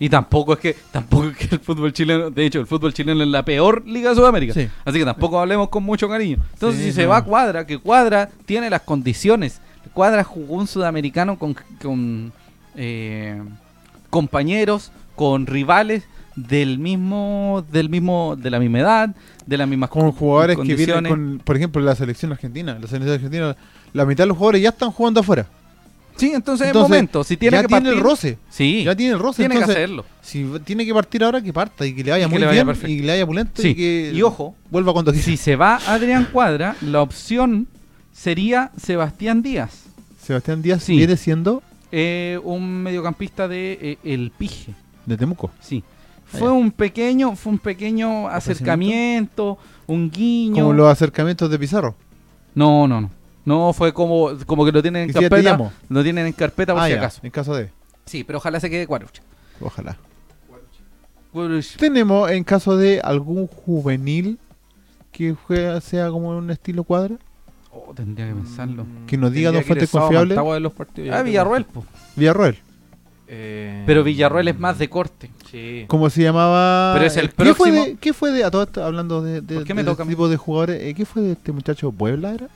Speaker 1: y tampoco es que tampoco es que el fútbol chileno, de hecho, el fútbol chileno es la peor liga de Sudamérica.
Speaker 2: Sí.
Speaker 1: Así que tampoco hablemos con mucho cariño. Entonces,
Speaker 2: Sí,
Speaker 1: si se
Speaker 2: no.
Speaker 1: va a Cuadra, que Cuadra tiene las condiciones. Cuadra jugó un sudamericano con, con, eh, compañeros, con rivales del mismo del mismo de la misma edad, de las mismas
Speaker 2: con jugadores que vienen
Speaker 1: condiciones.
Speaker 2: con, por ejemplo, la selección argentina. La selección argentina, la mitad de los jugadores ya están jugando afuera.
Speaker 1: Sí, entonces, es
Speaker 2: Entonces,
Speaker 1: momento, si tiene
Speaker 2: ya
Speaker 1: que
Speaker 2: tiene el
Speaker 1: partir-
Speaker 2: roce.
Speaker 1: Sí.
Speaker 2: Ya tiene el roce.
Speaker 1: Tiene
Speaker 2: entonces,
Speaker 1: que hacerlo.
Speaker 2: Si va- tiene que partir ahora, que parta y que le vaya
Speaker 1: Y que
Speaker 2: muy
Speaker 1: le vaya
Speaker 2: bien
Speaker 1: perfecto.
Speaker 2: y que le vaya pulento
Speaker 1: Sí.
Speaker 2: y que
Speaker 1: Y ojo,
Speaker 2: vuelva cuando quiera.
Speaker 1: Si se va Adrián Cuadra, la opción sería Sebastián Díaz,
Speaker 2: Sebastián Díaz
Speaker 1: Sí.
Speaker 2: viene siendo
Speaker 1: eh, un mediocampista de eh, El Pige.
Speaker 2: de Temuco.
Speaker 1: Sí.
Speaker 2: Ah,
Speaker 1: Fue
Speaker 2: ya.
Speaker 1: un pequeño, fue un pequeño acercamiento, un guiño.
Speaker 2: Como los acercamientos de Pizarro.
Speaker 1: No, no, no. No, fue como, como que lo tienen en
Speaker 2: Que si ya te
Speaker 1: carpeta.
Speaker 2: llamo.
Speaker 1: Lo tienen en carpeta por
Speaker 2: Ah,
Speaker 1: si
Speaker 2: ya,
Speaker 1: acaso.
Speaker 2: En caso de.
Speaker 1: Sí, pero ojalá se quede Cuadrucha.
Speaker 2: Ojalá. Tenemos en caso de algún juvenil que juega, sea como un estilo cuadra.
Speaker 1: Oh, tendría que pensarlo.
Speaker 2: Que nos diga dos
Speaker 3: Mm, Tendría que ir
Speaker 2: fuentes
Speaker 3: el sábado a
Speaker 2: confiables.
Speaker 3: Mantagua de los partidos, ya
Speaker 1: Ah,
Speaker 3: te
Speaker 1: Villarruel,
Speaker 3: cuento.
Speaker 1: po.
Speaker 2: Villarroel.
Speaker 3: Eh,
Speaker 1: Pero Villarruel es más de corte.
Speaker 3: Sí.
Speaker 2: ¿Cómo se llamaba?
Speaker 1: Pero es el
Speaker 2: Eh, ¿qué Fue
Speaker 1: próximo-
Speaker 2: de, ¿Qué fue de, a todo esto, hablando de, de-
Speaker 1: ¿Por qué me
Speaker 2: de
Speaker 1: toca a
Speaker 2: este
Speaker 1: mí?
Speaker 2: tipo de jugadores, eh, qué fue de este muchacho Puebla era?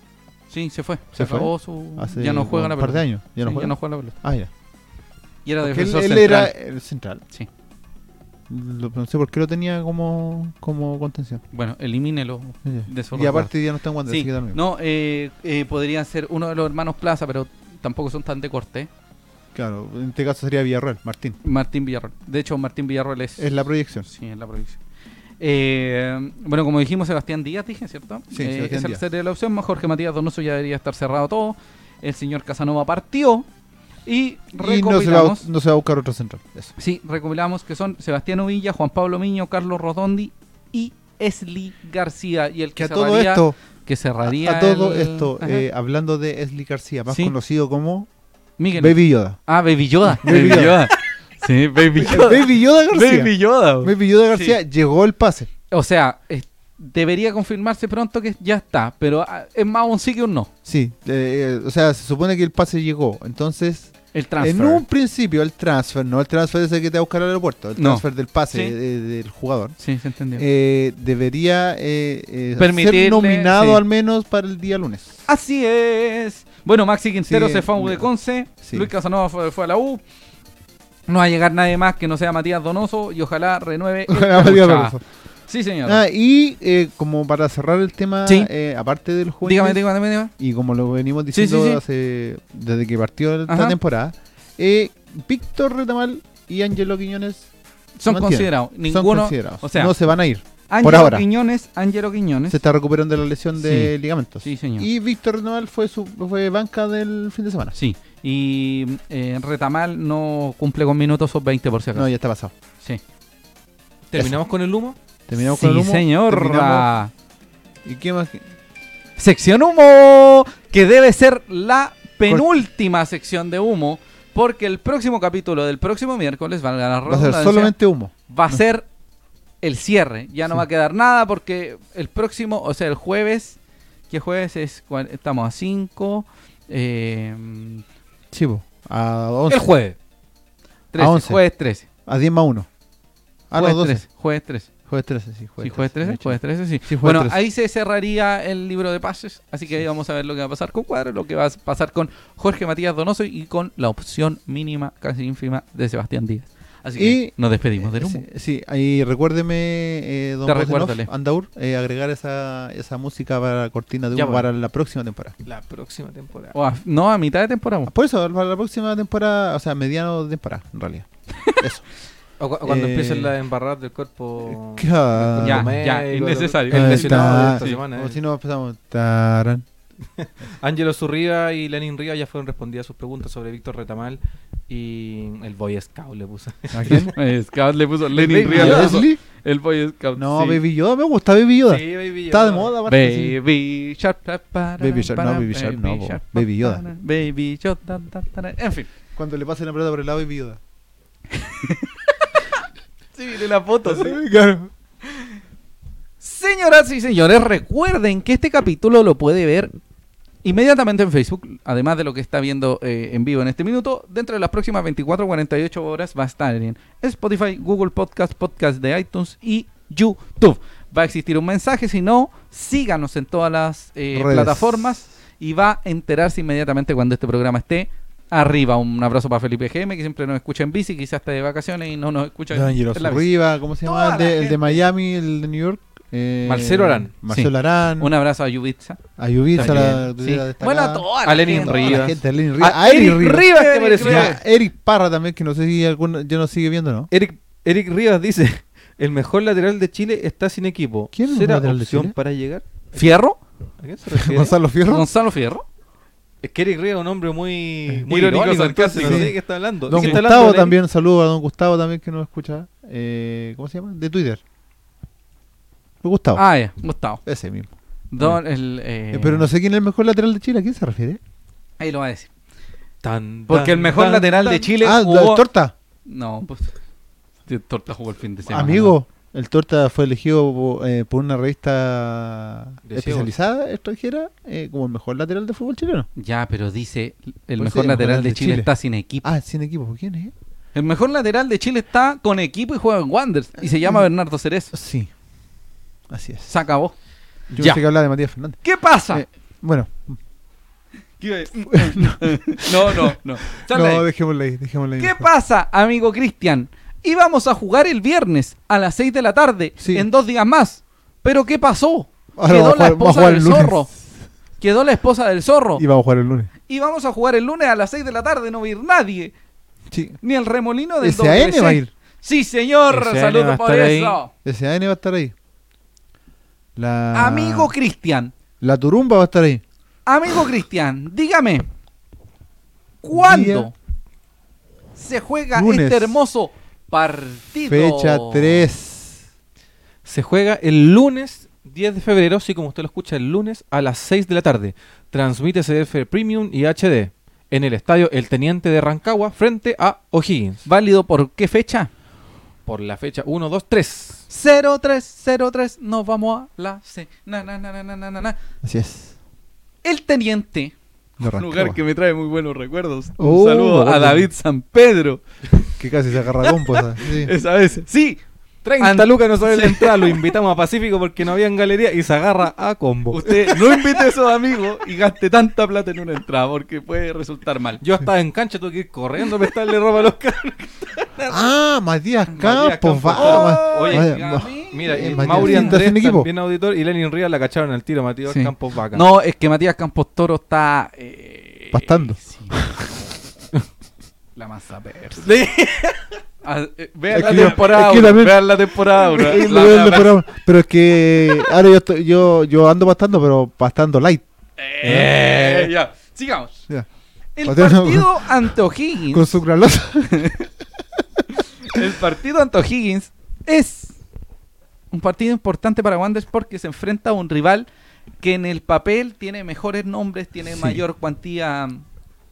Speaker 1: Sí, se fue. Se,
Speaker 2: ¿Se fue?
Speaker 1: acabó su.
Speaker 2: Hace
Speaker 1: ya no
Speaker 2: como
Speaker 1: juega la
Speaker 2: un par de
Speaker 1: pelota.
Speaker 2: años. Ya no
Speaker 1: Sí,
Speaker 2: juega.
Speaker 1: ya no juega la pelota.
Speaker 2: Ah, ya.
Speaker 1: Y era
Speaker 2: Porque él,
Speaker 1: defensor
Speaker 2: él
Speaker 1: central.
Speaker 2: era el central.
Speaker 1: Sí.
Speaker 2: Lo- no sé por qué lo tenía como, como contención.
Speaker 1: Bueno, elimínelo.
Speaker 2: Ya.
Speaker 1: De esos
Speaker 2: Y aparte ya no está en Wander,
Speaker 1: Sí,
Speaker 2: así que da lo mismo.
Speaker 1: no, eh, eh, podrían ser uno de los hermanos Plaza, pero tampoco son tan de corte.
Speaker 2: Claro, en este caso sería Villarreal, Martín.
Speaker 1: Martín Villarroel. De hecho, Martín Villarroel es...
Speaker 2: Es la proyección.
Speaker 1: Sí, es la proyección. Eh, bueno, como dijimos, Sebastián Díaz, dije, ¿cierto?
Speaker 2: Sí,
Speaker 1: Eh,
Speaker 2: Sebastián
Speaker 1: esa
Speaker 2: Díaz.
Speaker 1: sería la opción. Más Jorge Matías Donoso ya debería estar cerrado todo. El señor Casanova partió. Y
Speaker 2: Y no se, va a,
Speaker 1: recopilamos.
Speaker 2: no se va a buscar otro central. Eso.
Speaker 1: Sí, recopilamos que son Sebastián Ovilla, Juan Pablo Miño, Carlos Rodondi y Esli García. Y el que,
Speaker 2: Que a
Speaker 1: cerraría,
Speaker 2: todo esto,
Speaker 1: que cerraría
Speaker 2: a todo
Speaker 1: el-
Speaker 2: esto,
Speaker 1: Ajá.
Speaker 2: eh, hablando de Esli García, más
Speaker 1: Sí.
Speaker 2: conocido como
Speaker 1: Miguel.
Speaker 2: Baby Yoda.
Speaker 1: Ah, Baby Yoda.
Speaker 2: Baby Yoda.
Speaker 1: sí, Baby
Speaker 2: El
Speaker 1: Yoda.
Speaker 2: Baby Yoda García.
Speaker 1: Baby Yoda.
Speaker 2: Baby Yoda García llegó el pase.
Speaker 1: O sea, es- debería confirmarse pronto que ya está, pero ah, es más un sí que un no.
Speaker 2: Sí, eh, eh, o sea, se supone que el pase llegó. Entonces,
Speaker 1: El transfer.
Speaker 2: en un principio el transfer, no el transfer ese que te va a buscar al aeropuerto, el
Speaker 1: No.
Speaker 2: transfer del pase
Speaker 1: Sí.
Speaker 2: de- del jugador,
Speaker 1: Sí, se entendió.
Speaker 2: eh, debería eh, eh,
Speaker 1: Permitirle,
Speaker 2: ser nominado
Speaker 1: sí.
Speaker 2: al menos para el día lunes.
Speaker 1: Así es. Bueno, Maxi Quintero
Speaker 2: Sí,
Speaker 1: se fue a U de
Speaker 2: no.
Speaker 1: Conce.
Speaker 2: Sí.
Speaker 1: Luis Casanova fue, fue a la U. No va a llegar nadie más que no sea Matías Donoso y ojalá renueve. el
Speaker 2: Ojalá Matías
Speaker 1: Capucha.
Speaker 2: Donoso.
Speaker 1: Sí, señor.
Speaker 2: Ah, y eh, como para cerrar el tema,
Speaker 1: Sí.
Speaker 2: eh, aparte del juego,
Speaker 1: dígame, dígame, dígame.
Speaker 2: y como lo venimos
Speaker 1: Sí,
Speaker 2: diciendo
Speaker 1: sí, sí.
Speaker 2: hace- desde que partió esta
Speaker 1: Ajá.
Speaker 2: temporada, eh, Víctor Retamal y Angelo Quiñones
Speaker 1: Son
Speaker 2: mantienen,
Speaker 1: considerados. Ninguno.
Speaker 2: son considerados.
Speaker 1: O sea,
Speaker 2: no se van a ir.
Speaker 1: Ángelo
Speaker 2: ahora.
Speaker 1: Quiñones, Ángelo Quiñones.
Speaker 2: Se está recuperando de la lesión de ligamentos.
Speaker 1: Sí, señor.
Speaker 2: Y Víctor Noval fue su fue banca del fin de semana.
Speaker 1: Sí. Y eh, Retamal no cumple con minutos sub 20 por si acaso.
Speaker 2: No, ya está pasado.
Speaker 1: Sí.
Speaker 3: ¿Terminamos con el humo?
Speaker 2: Terminamos
Speaker 1: sí,
Speaker 2: con el humo.
Speaker 1: señor.
Speaker 2: terminamos- ¿Y qué más?
Speaker 1: Sección humo, que debe ser la penúltima sección de humo, porque el próximo capítulo del próximo miércoles, valga la
Speaker 2: Va a
Speaker 1: redundancia,
Speaker 2: ser solamente humo.
Speaker 1: va a ser el cierre. Ya no
Speaker 2: Sí.
Speaker 1: va a quedar nada porque el próximo, o sea, el jueves, que jueves es, cua- estamos a eh, 5,
Speaker 2: Chivo. A 11.
Speaker 1: el jueves. 13,
Speaker 2: 11.
Speaker 1: jueves 13.
Speaker 2: A 10 más 1. A
Speaker 1: jueves
Speaker 2: los 12.
Speaker 1: 13, Jueves 13.
Speaker 2: Jueves 13, sí.
Speaker 1: Sí, jueves 13, jueves 13, sí.
Speaker 2: Sí, jueves
Speaker 1: bueno,
Speaker 2: 13.
Speaker 1: ahí se cerraría el libro de pases, así que ahí vamos a ver lo que va a pasar con Cuadro, lo que va a pasar con Jorge Matías Donoso y con la opción mínima, casi ínfima, de Sebastián Díaz. Así que
Speaker 2: Y-
Speaker 1: nos despedimos del humo.
Speaker 2: Eh, Sí, sí, ahí recuérdeme, eh, don
Speaker 1: Te
Speaker 2: Voz en Off,
Speaker 1: recuérdale.
Speaker 2: Andaur, eh, agregar esa, esa música para la cortina de
Speaker 1: Ya,
Speaker 2: humo
Speaker 1: bueno.
Speaker 2: para la próxima temporada. Ah,
Speaker 3: La próxima temporada.
Speaker 1: O a- no, a mitad de temporada.
Speaker 2: Por eso, para la próxima temporada, o sea, mediano de temporada, en realidad. Eso.
Speaker 3: O, cu- o cuando
Speaker 2: Eh,
Speaker 3: empiecen las embarradas del cuerpo.
Speaker 2: Claro.
Speaker 1: Ya,
Speaker 3: médico,
Speaker 1: ya,
Speaker 3: lo-
Speaker 1: innecesario.
Speaker 3: El
Speaker 2: Ahí
Speaker 3: lesionado de
Speaker 2: Ah, está.
Speaker 3: esta
Speaker 2: Eh, Sí.
Speaker 3: semana.
Speaker 2: O
Speaker 3: eh.
Speaker 2: si no, empezamos. Tarán.
Speaker 3: Ángelo Zurriba y Lenin Riva ya fueron respondidas sus preguntas sobre Víctor Retamal y el Boy Scout le puso.
Speaker 2: ¿A quién?
Speaker 1: le puso
Speaker 2: ¿A Leslie?
Speaker 1: el Boy Scout.
Speaker 2: No, Baby Yoda, me gusta Baby Yoda.
Speaker 3: Sí, baby,
Speaker 2: Está de
Speaker 3: yo-
Speaker 2: moda, aparte, sí.
Speaker 1: Baby Shark. pa, para,
Speaker 2: Baby Shark, no,
Speaker 1: para,
Speaker 2: Baby Shark, no, po.
Speaker 1: Shark,
Speaker 2: Baby Yoda.
Speaker 1: para, Baby Yoda. ta, ta, ta, En fin.
Speaker 2: Cuando le pasen la pelota por el lado, Baby Yoda.
Speaker 1: Sí, viene la foto, sí. Señoras y señores, recuerden que este capítulo lo puede ver inmediatamente en Facebook, además de lo que está viendo eh, en vivo en este minuto. Dentro de las próximas 24 o 48 horas va a estar en Spotify, Google Podcast, Podcast de iTunes y YouTube. Va a existir un mensaje, si no, síganos en todas las eh,
Speaker 2: Redes.
Speaker 1: plataformas y va a enterarse inmediatamente cuando este programa esté arriba. Un abrazo para Felipe GM, que siempre nos escucha en bici, quizás está de vacaciones y no nos escucha en,
Speaker 2: Ángelo
Speaker 1: en la bici.
Speaker 2: Arriba, ¿cómo se
Speaker 1: Toda
Speaker 2: llama? El
Speaker 1: la
Speaker 2: de, el
Speaker 1: gente.
Speaker 2: de Miami, el de New York. eh,
Speaker 3: Marcelo Arán.
Speaker 2: Marcelo
Speaker 1: Sí.
Speaker 2: Arán.
Speaker 1: Un abrazo a Yubitsa.
Speaker 2: A Yubitsa, la
Speaker 1: También, sí.
Speaker 2: la destacada.
Speaker 1: Bueno, a toda la
Speaker 3: A Lenin
Speaker 1: gente.
Speaker 3: Rivas.
Speaker 2: Toda la gente, a Lenin Rivas.
Speaker 1: A
Speaker 2: A Eric
Speaker 1: Eric
Speaker 2: Rivas.
Speaker 1: Ah, Rivas, que
Speaker 3: Eric
Speaker 1: apareció.
Speaker 2: Ya, Eric Parra también, que no sé si alguno ya nos sigue viendo, ¿no?
Speaker 3: Eric, Eric Rivas dice: El mejor lateral de Chile está sin equipo.
Speaker 2: ¿Quién es el
Speaker 3: será
Speaker 2: lateral de
Speaker 3: opción
Speaker 2: Chile?
Speaker 3: para llegar?
Speaker 1: ¿Fierro?
Speaker 3: ¿A quién se refiere?
Speaker 2: Gonzalo Fierro.
Speaker 1: ¿Gonzalo Fierro?
Speaker 3: es que Eric Rivas es un hombre muy, muy
Speaker 1: Irónico,
Speaker 3: irónico, sarcástico.
Speaker 1: sarcástico.
Speaker 3: No sé de qué está hablando.
Speaker 2: Don
Speaker 3: ¿De qué está
Speaker 2: Gustavo
Speaker 3: hablando, Lenin?
Speaker 2: también, saludo a don Gustavo también que nos escucha. Eh, ¿Cómo se llama? De Twitter. Gustavo.
Speaker 1: Ah, ya, Gustavo.
Speaker 2: Ese mismo.
Speaker 1: Don, el, eh,
Speaker 2: Eh, Pero no sé quién es el mejor lateral de Chile. ¿A quién se refiere?
Speaker 1: Ahí lo va a decir.
Speaker 3: Tan,
Speaker 1: Porque el
Speaker 3: tan,
Speaker 1: mejor
Speaker 3: tan,
Speaker 1: lateral de
Speaker 3: tan.
Speaker 1: Chile
Speaker 2: ah,
Speaker 1: jugó-
Speaker 2: el Torta.
Speaker 1: No, pues... el Torta jugó el fin de semana.
Speaker 2: Amigo, el Torta fue elegido po- eh, por una revista
Speaker 3: De
Speaker 2: especializada extranjera eh, como el mejor lateral de fútbol chileno.
Speaker 1: Ya, pero dice, el
Speaker 2: Pues
Speaker 1: mejor
Speaker 2: sí,
Speaker 1: lateral de Chile, está sin equipo.
Speaker 2: Ah, sin equipo. ¿Quién es?
Speaker 1: El mejor lateral de Chile está con equipo y juega en Wanderers. Y se llama Bernardo Cerezo.
Speaker 2: Sí. Así es.
Speaker 1: Se acabó.
Speaker 2: Yo
Speaker 1: Ya.
Speaker 2: pensé que hablaba de Matías Fernández.
Speaker 1: ¿Qué pasa?
Speaker 2: Eh, bueno,
Speaker 1: ¿Qué iba a decir? no, no, no. Sal de ahí.
Speaker 2: Eh. no, dejémoslo ahí. Dejémoslo ahí
Speaker 1: ¿Qué
Speaker 2: mejor.
Speaker 1: pasa, amigo Cristian? Íbamos a jugar el viernes a las 6 de la tarde,
Speaker 2: Sí.
Speaker 1: en dos días más. ¿Pero qué pasó?
Speaker 2: Ahora
Speaker 1: Quedó
Speaker 2: vamos a jugar- vamos a
Speaker 1: la esposa
Speaker 2: jugar
Speaker 1: del
Speaker 2: el lunes.
Speaker 1: zorro. Quedó la esposa del zorro.
Speaker 2: Y vamos a jugar el lunes.
Speaker 1: Y vamos a jugar el lunes a las 6 de la tarde. No va a ir nadie.
Speaker 2: Sí.
Speaker 1: Ni el remolino del
Speaker 2: SAN
Speaker 1: WC.
Speaker 2: va a ir.
Speaker 1: Sí, señor.
Speaker 3: SAN va
Speaker 1: Saludos
Speaker 3: a
Speaker 1: por
Speaker 3: estar ahí.
Speaker 1: eso.
Speaker 2: SAN va a estar ahí. La...
Speaker 1: Amigo Cristian.
Speaker 2: La Turumba va a estar ahí.
Speaker 1: Amigo Cristian, dígame. ¿Cuándo
Speaker 2: Día
Speaker 1: se juega
Speaker 2: Lunes.
Speaker 1: este hermoso partido.
Speaker 2: Fecha 3.
Speaker 3: Se juega el lunes 10 de febrero, sí, como usted lo escucha, el lunes a las 6 de la tarde. Transmite CDF Premium y HD en el estadio El Teniente de Rancagua frente a O'Higgins.
Speaker 1: ¿Válido por qué fecha?
Speaker 3: Por la fecha 1, 2, 3.
Speaker 1: 0303, nos vamos a la C. Na, na, na, na, na, na, na, na.
Speaker 2: Así es.
Speaker 1: El teniente.
Speaker 2: De
Speaker 1: Un
Speaker 2: Rancagua.
Speaker 1: lugar que me trae muy buenos recuerdos.
Speaker 2: Oh,
Speaker 1: Un saludo a
Speaker 2: bueno.
Speaker 1: David San Pedro.
Speaker 2: que casi se agarra a compo, esa. Sí.
Speaker 1: Esa vez. Sí,
Speaker 3: 30
Speaker 1: Ant-
Speaker 3: lucas no sabe la
Speaker 1: Sí.
Speaker 3: entrada, lo invitamos a Pacífico porque no había en galería y se agarra a combo.
Speaker 1: usted no invite a esos amigos y gaste tanta plata en una entrada porque puede resultar mal.
Speaker 3: Yo estaba en cancha, tuve que ir corriendo a prestarle ropa a los cabros.
Speaker 2: Ah, Matías
Speaker 3: Matías
Speaker 2: Campos.
Speaker 3: Campos.
Speaker 2: va,
Speaker 1: Oh,
Speaker 2: ma-
Speaker 1: oye,
Speaker 2: vaya,
Speaker 1: dígame.
Speaker 2: ma-
Speaker 3: Mira, y
Speaker 2: Eh, Matías,
Speaker 3: Mauri
Speaker 2: ¿estás
Speaker 3: Andrés,
Speaker 2: en equipo?
Speaker 3: también auditor, y Lenin Ríos la cacharon al tiro, Matías
Speaker 1: Sí.
Speaker 3: Campos Vaca.
Speaker 1: No, es que Matías Campos Toro está. eh,
Speaker 2: Pastando.
Speaker 1: sí. la masa persa.
Speaker 3: Le-
Speaker 1: Ah, eh, vean
Speaker 2: Es
Speaker 1: la
Speaker 2: que yo-
Speaker 1: temporada.
Speaker 2: es que
Speaker 1: uno,
Speaker 2: también-
Speaker 1: Vean la temporada. uno,
Speaker 2: Eh,
Speaker 1: la-
Speaker 2: lo veo
Speaker 1: la-
Speaker 2: en el programa. Pero es que ahora yo, estoy- yo, yo ando pastando, pero pastando light.
Speaker 1: Eh, ya. Sigamos.
Speaker 2: Ya.
Speaker 1: El
Speaker 2: Matías-
Speaker 1: partido ante O'Higgins.
Speaker 2: Con su granola.
Speaker 1: El partido ante O'Higgins es un partido importante para Wanderers porque se enfrenta a un rival que en el papel tiene mejores nombres, tiene
Speaker 2: Sí.
Speaker 1: mayor cuantía.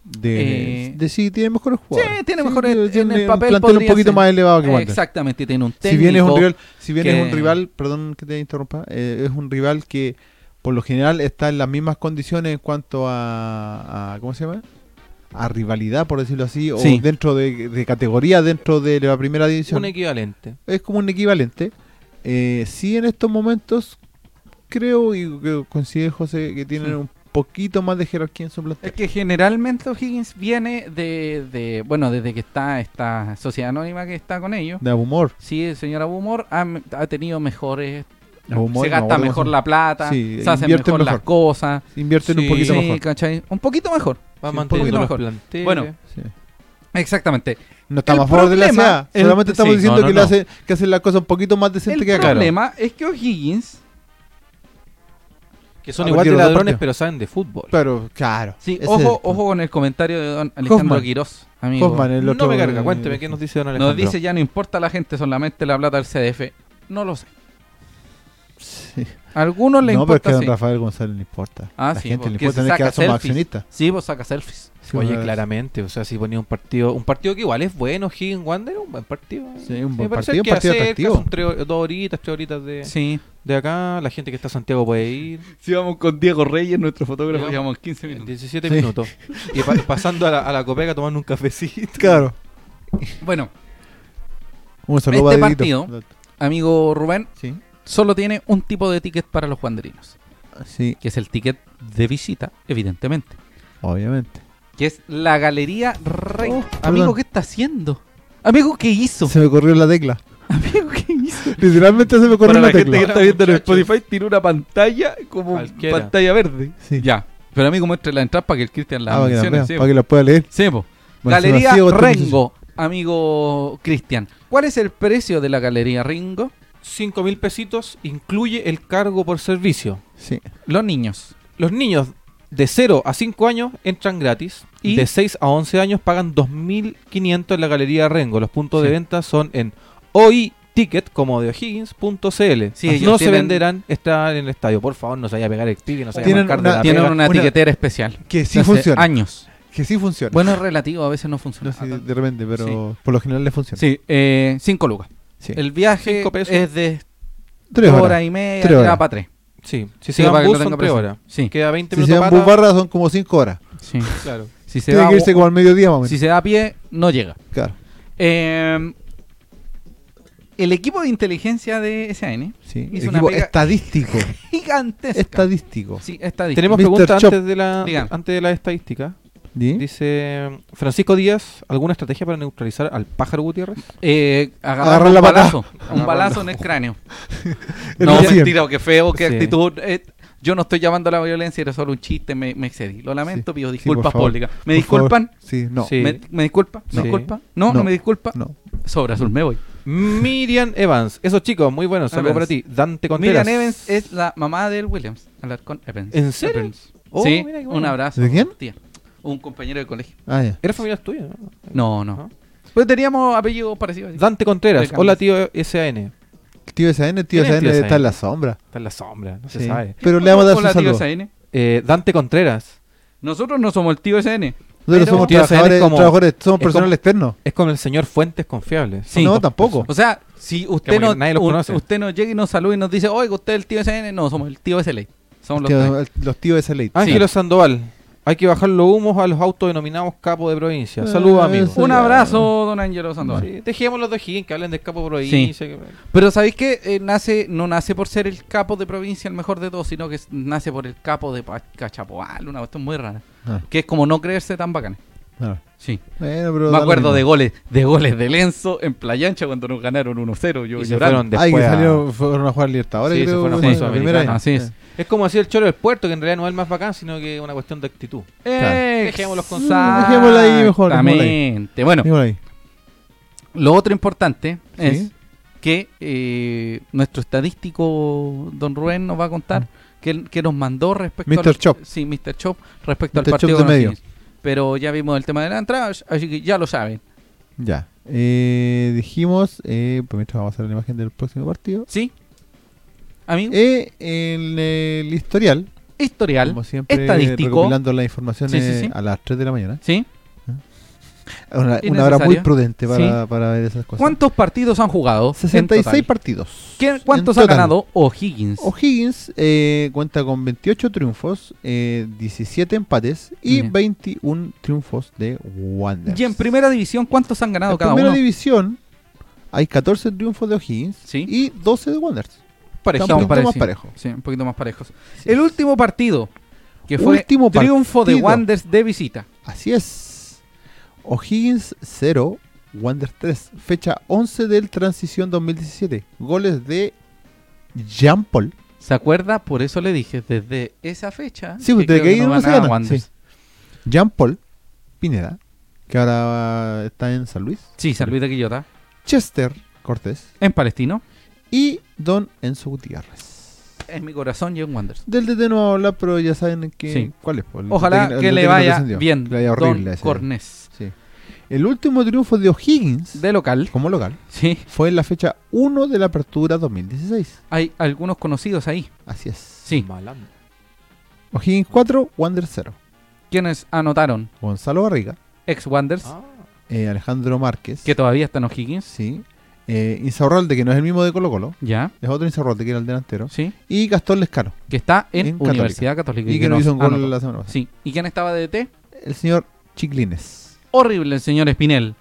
Speaker 2: De,
Speaker 1: Eh,
Speaker 2: de sí, tiene mejores jugadores.
Speaker 1: Sí, tiene mejores.
Speaker 2: yo-
Speaker 1: en el
Speaker 2: un
Speaker 1: papel
Speaker 2: plantel un
Speaker 1: podría
Speaker 2: poquito
Speaker 1: ser.
Speaker 2: más elevado que
Speaker 1: Eh,
Speaker 2: Wander.
Speaker 1: Exactamente, tiene un técnico.
Speaker 2: Si bien es un rival, si bien es un
Speaker 1: que-
Speaker 2: rival, perdón que te interrumpa, eh, es un rival que por lo general está en las mismas condiciones en cuanto a, a- ¿cómo se llama? A rivalidad, por decirlo así, o
Speaker 1: Sí.
Speaker 2: dentro de, de categoría dentro de la primera división.
Speaker 3: Un equivalente.
Speaker 2: es como un equivalente. Eh, sí, en estos momentos creo y que coincide José que tienen
Speaker 1: Sí. Eh,
Speaker 2: un poquito más de jerarquía en su plantel.
Speaker 1: Es que generalmente O'Higgins viene de, de- Bueno, desde que está esta sociedad anónima que está con ellos.
Speaker 2: De humor.
Speaker 1: Sí, el señor Abumor ha, ha tenido mejores.
Speaker 2: Abumor,
Speaker 1: se
Speaker 2: no,
Speaker 1: gasta
Speaker 2: guarda
Speaker 1: mejor
Speaker 2: más.
Speaker 1: la plata,
Speaker 2: Sí,
Speaker 1: se hacen
Speaker 2: invierten
Speaker 1: mejor, las
Speaker 2: mejor.
Speaker 1: cosas.
Speaker 2: Invierten un
Speaker 3: Sí.
Speaker 2: poquito
Speaker 1: Sí,
Speaker 2: mejor.
Speaker 1: ¿cachai? Un poquito mejor.
Speaker 3: Va
Speaker 2: Sí, un
Speaker 3: manteniendo
Speaker 1: poquito
Speaker 3: los
Speaker 1: mejor.
Speaker 3: planteles.
Speaker 1: Bueno,
Speaker 2: Sí.
Speaker 1: Exactamente.
Speaker 2: No estamos a
Speaker 1: El
Speaker 2: favor de la
Speaker 1: problema-
Speaker 2: CA.
Speaker 1: el-
Speaker 2: Solamente estamos
Speaker 3: sí,
Speaker 2: diciendo
Speaker 3: no, no,
Speaker 2: que, le
Speaker 3: no.
Speaker 2: hace- que hacen las cosas un poquito más decentes
Speaker 1: El
Speaker 2: que acá.
Speaker 1: problema es que O'Higgins.
Speaker 3: que son
Speaker 2: a
Speaker 3: igual
Speaker 2: partir
Speaker 3: de
Speaker 2: Ah, de los
Speaker 3: ladrones,
Speaker 2: partidos.
Speaker 3: pero saben de fútbol.
Speaker 2: Pero, claro.
Speaker 1: Sí,
Speaker 2: ese es el
Speaker 1: ojo,
Speaker 2: problema.
Speaker 1: ojo con el comentario de don Alejandro
Speaker 2: Hoffman.
Speaker 1: Quirós, amigo.
Speaker 2: Hoffman, el otro-
Speaker 3: no me carga, cuénteme qué nos dice Don Alejandro.
Speaker 1: Nos dice ya no importa la gente, solamente la plata del CDF. No lo sé.
Speaker 2: Sí.
Speaker 1: A algunos les
Speaker 2: No, pero es que
Speaker 1: importa.
Speaker 2: a don
Speaker 1: sí.
Speaker 2: Rafael González le importa.
Speaker 1: Ah,
Speaker 2: la
Speaker 1: sí,
Speaker 2: gente le
Speaker 1: porque
Speaker 2: importa,
Speaker 1: se
Speaker 2: no es que
Speaker 1: saca
Speaker 2: somos
Speaker 1: selfies.
Speaker 2: accionistas.
Speaker 1: Sí, vos sacas selfies.
Speaker 2: Sí,
Speaker 3: Oye,
Speaker 2: bueno,
Speaker 3: claramente, o sea, si ponía un partido, un partido que igual es bueno, Higgins Wander, un buen partido.
Speaker 2: Sí, un
Speaker 3: Me
Speaker 2: buen
Speaker 3: parece
Speaker 2: partido, un
Speaker 3: que
Speaker 2: partido
Speaker 3: acerca,
Speaker 2: atractivo.
Speaker 3: Son tres- dos horitas, tres horitas de,
Speaker 1: Sí.
Speaker 3: de acá, la gente que está en Santiago puede ir,
Speaker 1: Si vamos con Diego Reyes, nuestro fotógrafo,
Speaker 3: Llegamos.
Speaker 1: llevamos 15
Speaker 3: en
Speaker 1: minutos.
Speaker 3: 17
Speaker 2: Sí.
Speaker 3: minutos. Y pa- pasando a la, a la Copeca tomando un cafecito.
Speaker 2: Claro.
Speaker 1: Bueno,
Speaker 2: Un saludo
Speaker 1: Este
Speaker 2: a Dieguito.
Speaker 1: partido- amigo Rubén,
Speaker 2: Sí.
Speaker 1: solo tiene un tipo de ticket para los wanderinos,
Speaker 2: Sí,
Speaker 1: que es el ticket de visita, evidentemente.
Speaker 2: obviamente.
Speaker 1: Que es la Galería Rey.
Speaker 2: Oh,
Speaker 1: amigo,
Speaker 2: perdón.
Speaker 1: ¿qué está haciendo? Amigo, ¿qué hizo?
Speaker 2: Se me corrió la tecla.
Speaker 1: Amigo, ¿qué hizo?
Speaker 2: Literalmente se me corrió
Speaker 1: Para
Speaker 2: la
Speaker 1: la gente que
Speaker 2: tecla.
Speaker 1: está viendo en
Speaker 3: Muchachos.
Speaker 1: Spotify, tiene una pantalla como
Speaker 3: Cualquiera.
Speaker 1: pantalla verde.
Speaker 2: Sí.
Speaker 1: Ya. Pero amigo, muestre la entrada para que el Cristian la
Speaker 2: Ah, para que la
Speaker 1: mencione.
Speaker 2: vea,
Speaker 1: sí,
Speaker 2: para que la pueda leer.
Speaker 1: Sí, po.
Speaker 2: Bueno, se
Speaker 1: Galería
Speaker 2: la ciego, este entonces.
Speaker 1: Rengo, amigo Cristian. ¿Cuál es el precio de la Galería Rengo?
Speaker 3: 5 mil pesitos incluye el cargo por servicio.
Speaker 2: Sí.
Speaker 1: Los niños.
Speaker 3: Los niños de 0 a 5 años entran gratis y
Speaker 1: Y-
Speaker 3: de 6 a 11 años pagan 2.500 en la Galería Rengo. Los puntos de
Speaker 1: Sí.
Speaker 3: venta son en OI Ticket como de O'Higgins.cl.
Speaker 1: Sí,
Speaker 3: Así
Speaker 1: ellos
Speaker 3: no se
Speaker 1: tienen-
Speaker 3: venderán, están en el estadio. Por favor, no se vaya a pegar el pique, no se vaya a
Speaker 2: Tienen
Speaker 3: marcar de
Speaker 2: una-
Speaker 3: la
Speaker 1: Tienen
Speaker 3: pega.
Speaker 1: una,
Speaker 2: una-
Speaker 1: etiquetera especial.
Speaker 2: Que sí
Speaker 1: Hace
Speaker 2: funciona.
Speaker 1: Años.
Speaker 2: Que sí funciona.
Speaker 1: Bueno, es relativo, a veces no
Speaker 2: No
Speaker 1: funciona. Ah,
Speaker 2: sé, de repente, pero por lo general le funciona.
Speaker 1: Sí, eh, cinco lucas.
Speaker 2: Sí.
Speaker 1: El viaje
Speaker 3: Cinco pesos.
Speaker 1: es de
Speaker 2: Tres
Speaker 1: hora
Speaker 2: horas.
Speaker 1: y media,
Speaker 2: Tres horas.
Speaker 1: para tres.
Speaker 3: Sí,
Speaker 1: Sí,
Speaker 3: si se
Speaker 1: para
Speaker 3: van
Speaker 1: que
Speaker 3: bus
Speaker 1: lo tenga
Speaker 3: son 3
Speaker 1: presente.
Speaker 3: horas.
Speaker 1: Sí.
Speaker 3: Queda 20
Speaker 2: Si se
Speaker 3: minutos
Speaker 2: dan
Speaker 3: pata.
Speaker 2: busbarras son como cinco horas.
Speaker 1: Sí.
Speaker 3: Claro.
Speaker 1: Si, se
Speaker 2: Tiene
Speaker 1: va,
Speaker 2: que irse
Speaker 1: o-
Speaker 2: como al mediodía más o menos.
Speaker 1: si se da a pie, no llega.
Speaker 2: Claro.
Speaker 1: Eh, el equipo de inteligencia de SAN,
Speaker 2: Sí.
Speaker 1: Hizo una
Speaker 2: Equipo
Speaker 1: pega-
Speaker 2: estadístico.
Speaker 1: gigantesca.
Speaker 2: estadístico.
Speaker 1: Sí, estadística.
Speaker 3: Tenemos
Speaker 2: Mr.
Speaker 3: preguntas
Speaker 2: Chop.
Speaker 3: antes de, la,
Speaker 1: Diga.
Speaker 3: antes de la estadística.
Speaker 2: ¿Sí?
Speaker 3: Dice Francisco Díaz, ¿alguna estrategia para neutralizar al pájaro Gutiérrez?
Speaker 1: Eh, agarrar
Speaker 2: Agarrar
Speaker 1: un
Speaker 2: la patada.
Speaker 1: balazo. Un
Speaker 3: Agarrar
Speaker 1: balazo
Speaker 3: la-
Speaker 1: en el cráneo.
Speaker 2: En
Speaker 1: no,
Speaker 2: la sien.
Speaker 1: mentira, qué feo, qué
Speaker 3: Sí.
Speaker 1: actitud. Eh, yo no estoy llamando a la violencia, era solo un chiste, me, me excedí. Lo lamento,
Speaker 2: Sí.
Speaker 1: pido
Speaker 2: Sí, por
Speaker 1: disculpas
Speaker 2: favor.
Speaker 1: públicas.
Speaker 2: Por
Speaker 1: ¿Me disculpan?
Speaker 2: favor. Sí, no.
Speaker 3: Sí.
Speaker 1: ¿Me, me disculpa? ¿Me
Speaker 3: Sí.
Speaker 1: disculpa? No, no,
Speaker 2: No.
Speaker 1: me disculpa.
Speaker 2: No.
Speaker 1: Sobre azul, me voy.
Speaker 3: Miriam Evans. Esos chicos, muy buenos. Saludos
Speaker 1: Evans.
Speaker 3: para ti. Dante Contreras.
Speaker 1: Miriam Evans es la mamá del Williams, Alarcón Evans.
Speaker 3: ¿En serio?
Speaker 1: Evans.
Speaker 3: Oh,
Speaker 1: sí,
Speaker 3: mira qué bueno.
Speaker 1: un abrazo.
Speaker 2: ¿De quién?
Speaker 1: tía. Un compañero de colegio.
Speaker 2: Ah, ya.
Speaker 3: Era familia tuya. ¿no?
Speaker 1: No, no.
Speaker 3: ¿No?
Speaker 1: Pues teníamos apellidos parecidos. así.
Speaker 3: Dante Contreras,
Speaker 1: Del
Speaker 3: hola tío SAN.
Speaker 2: Tío SN, el tío
Speaker 3: ¿Quién es
Speaker 2: SN
Speaker 3: tío
Speaker 2: está
Speaker 3: SN?
Speaker 2: en la sombra.
Speaker 3: Está en la sombra, no se
Speaker 2: Sí.
Speaker 3: sabe.
Speaker 2: Pero le vamos a dar
Speaker 1: Hola,
Speaker 2: su
Speaker 1: tío
Speaker 2: saludo.
Speaker 1: SN.
Speaker 3: Eh, Dante Contreras
Speaker 1: Nosotros no somos el tío SN.
Speaker 2: Nosotros
Speaker 1: Pero-
Speaker 2: somos
Speaker 3: Tío SN es
Speaker 2: trabajadores,
Speaker 3: como-
Speaker 2: trabajadores, somos
Speaker 3: es como-
Speaker 2: personal externo.
Speaker 3: es como el señor Fuentes Confiables.
Speaker 1: Sí.
Speaker 2: no, tampoco.
Speaker 1: O sea, si
Speaker 3: Como
Speaker 1: usted
Speaker 3: que
Speaker 1: no,
Speaker 3: nadie los
Speaker 1: u-
Speaker 3: conoce.
Speaker 1: usted nos llega y nos saluda y nos dice, oiga, usted es el tío SN, no, somos el tío SLA. Somos los tres.
Speaker 2: Tío- el- Los tíos SLA.
Speaker 3: Ángelo Sandoval, hay que bajar los humos a los autodenominados capos de provincia. Saludos,
Speaker 2: Ah,
Speaker 3: amigos.
Speaker 2: eso.
Speaker 1: Un
Speaker 2: ya.
Speaker 1: abrazo, don Angelo Sandoval.
Speaker 3: Sí, dejemos los de Higgins que hablen del capo de
Speaker 1: Sí.
Speaker 3: provincia. que-
Speaker 1: Pero ¿sabéis que nace, no nace por ser el capo de provincia el mejor de todos, sino que s- nace por el capo de Pa- Cachapoal, una cuestión muy rara.
Speaker 2: Ah,
Speaker 1: Que es como no creerse tan bacán.
Speaker 2: ah.
Speaker 1: Sí.
Speaker 2: Bueno, pero da
Speaker 1: Me
Speaker 2: lo
Speaker 1: acuerdo de
Speaker 2: mismo.
Speaker 1: goles, de goles de Lenzo en Playa Ancha cuando nos ganaron 1-0. Yo
Speaker 3: Y se
Speaker 1: llorando.
Speaker 3: fueron de-
Speaker 2: Ay, que
Speaker 3: después a-
Speaker 2: salieron, fueron a jugar Libertadores,
Speaker 3: Sí, se
Speaker 2: creo,
Speaker 3: fueron a
Speaker 2: bueno,
Speaker 3: jugar
Speaker 2: la primera
Speaker 3: Sudamericana.
Speaker 2: vez.
Speaker 1: Así es.
Speaker 3: Es como decir el choro del puerto, que en realidad no es el más bacán, sino que es una cuestión de actitud.
Speaker 1: Eh,
Speaker 3: Dejémoslos con-
Speaker 2: Dejémoslo ahí mejor, dejémoslo ahí.
Speaker 1: Exactamente. Bueno,
Speaker 2: Dímelo ahí.
Speaker 1: lo otro importante es
Speaker 2: Sí.
Speaker 1: que eh, nuestro estadístico don Rubén nos va a contar que, él- que nos mandó respecto
Speaker 2: Mr.
Speaker 1: al-
Speaker 2: Mm. Chop.
Speaker 1: Sí, Mr. Chop respecto al
Speaker 2: Mr. Chop
Speaker 1: partido
Speaker 2: de
Speaker 1: con los
Speaker 2: medio.
Speaker 1: Higgins. Pero ya vimos el tema de la entrada, así que ya lo saben.
Speaker 2: Ya. Eh, dijimos, eh, pues mientras vamos a hacer la imagen del próximo partido.
Speaker 1: ¿Sí? Amigo,
Speaker 2: Eh, en el historial,
Speaker 1: historial,
Speaker 2: como siempre,
Speaker 1: estadístico.
Speaker 2: recopilando las informaciones
Speaker 1: Sí, sí, sí.
Speaker 2: a las 3 de la mañana.
Speaker 1: ¿sí?
Speaker 2: Una,
Speaker 1: Y
Speaker 2: una hora muy
Speaker 1: necesario.
Speaker 2: prudente para, para ver esas cosas.
Speaker 1: ¿Cuántos partidos han jugado? en
Speaker 2: 66
Speaker 1: total?
Speaker 2: partidos.
Speaker 1: ¿Quién- ¿Cuántos
Speaker 2: En
Speaker 1: ha
Speaker 2: total.
Speaker 1: ganado O'Higgins?
Speaker 2: O'Higgins eh, cuenta con 28 triunfos, eh, 17 empates y
Speaker 1: Bien.
Speaker 2: 21 triunfos de Wanderers.
Speaker 1: Y en primera división, ¿cuántos han ganado
Speaker 2: En
Speaker 1: cada
Speaker 2: primera
Speaker 1: uno?
Speaker 2: división hay 14 triunfos de O'Higgins
Speaker 1: Sí.
Speaker 2: y 12 de Wanderers.
Speaker 3: Parejito.
Speaker 2: Está un poquito más
Speaker 1: parecido.
Speaker 2: parejo.
Speaker 1: Sí, un poquito más parejos.
Speaker 2: Sí.
Speaker 1: El último partido, que fue
Speaker 2: Último
Speaker 1: triunfo de
Speaker 2: partido.
Speaker 1: Wanderers de visita.
Speaker 2: Así es. O'Higgins 0, Wander 3. Fecha 11 del Transición 2017. Goles de Jean Paul.
Speaker 1: ¿Se acuerda? Por eso le dije, desde esa fecha.
Speaker 2: Sí, pues, desde
Speaker 1: creo
Speaker 2: que ahí no se
Speaker 1: ganaba
Speaker 2: gana,
Speaker 1: Wanderers.
Speaker 2: sí. Jean Paul Pineda, que ahora está en San Luis.
Speaker 1: Sí, San Luis de Quillota,
Speaker 2: Chester Cortés
Speaker 1: en Palestino.
Speaker 2: y Don Enzo Gutiérrez.
Speaker 1: En mi corazón y en Wanderers.
Speaker 2: Del DT no vamos a hablar, pero ya saben que,
Speaker 1: Sí.
Speaker 2: cuál es. pues, el
Speaker 1: Ojalá
Speaker 2: DT el
Speaker 1: que
Speaker 2: DT
Speaker 1: le
Speaker 2: que
Speaker 1: vaya
Speaker 2: descendió.
Speaker 1: bien.
Speaker 2: Que le vaya horrible.
Speaker 1: Don
Speaker 2: ese.
Speaker 1: Cornés.
Speaker 2: Sí. El último triunfo de O'Higgins
Speaker 1: De local.
Speaker 2: como local
Speaker 1: Sí,
Speaker 2: fue en la fecha 1 de la apertura 2016.
Speaker 1: hay algunos conocidos ahí.
Speaker 2: Así es.
Speaker 1: Sí.
Speaker 3: Malandro.
Speaker 2: O'Higgins 4, Wander 0.
Speaker 1: Quienes anotaron.
Speaker 2: Gonzalo Barriga,
Speaker 1: Ex Wanderers,
Speaker 3: Ah.
Speaker 2: eh, Alejandro Márquez.
Speaker 1: que todavía están O'Higgins.
Speaker 2: Sí. Eh, Insaurralde, que no es el mismo de Colo Colo.
Speaker 1: Ya,
Speaker 2: Es otro Insaurralde, que era el delantero.
Speaker 1: sí.
Speaker 2: Y Gastón Lescano.
Speaker 1: Que está en,
Speaker 2: En Católica.
Speaker 1: Universidad Católica.
Speaker 2: Y, que nos hizo un gol
Speaker 1: anotó.
Speaker 2: la semana pasada.
Speaker 1: Ah, Sí. ¿Y quién estaba de DT?
Speaker 2: El señor Chiclines.
Speaker 1: horrible el señor Espinel.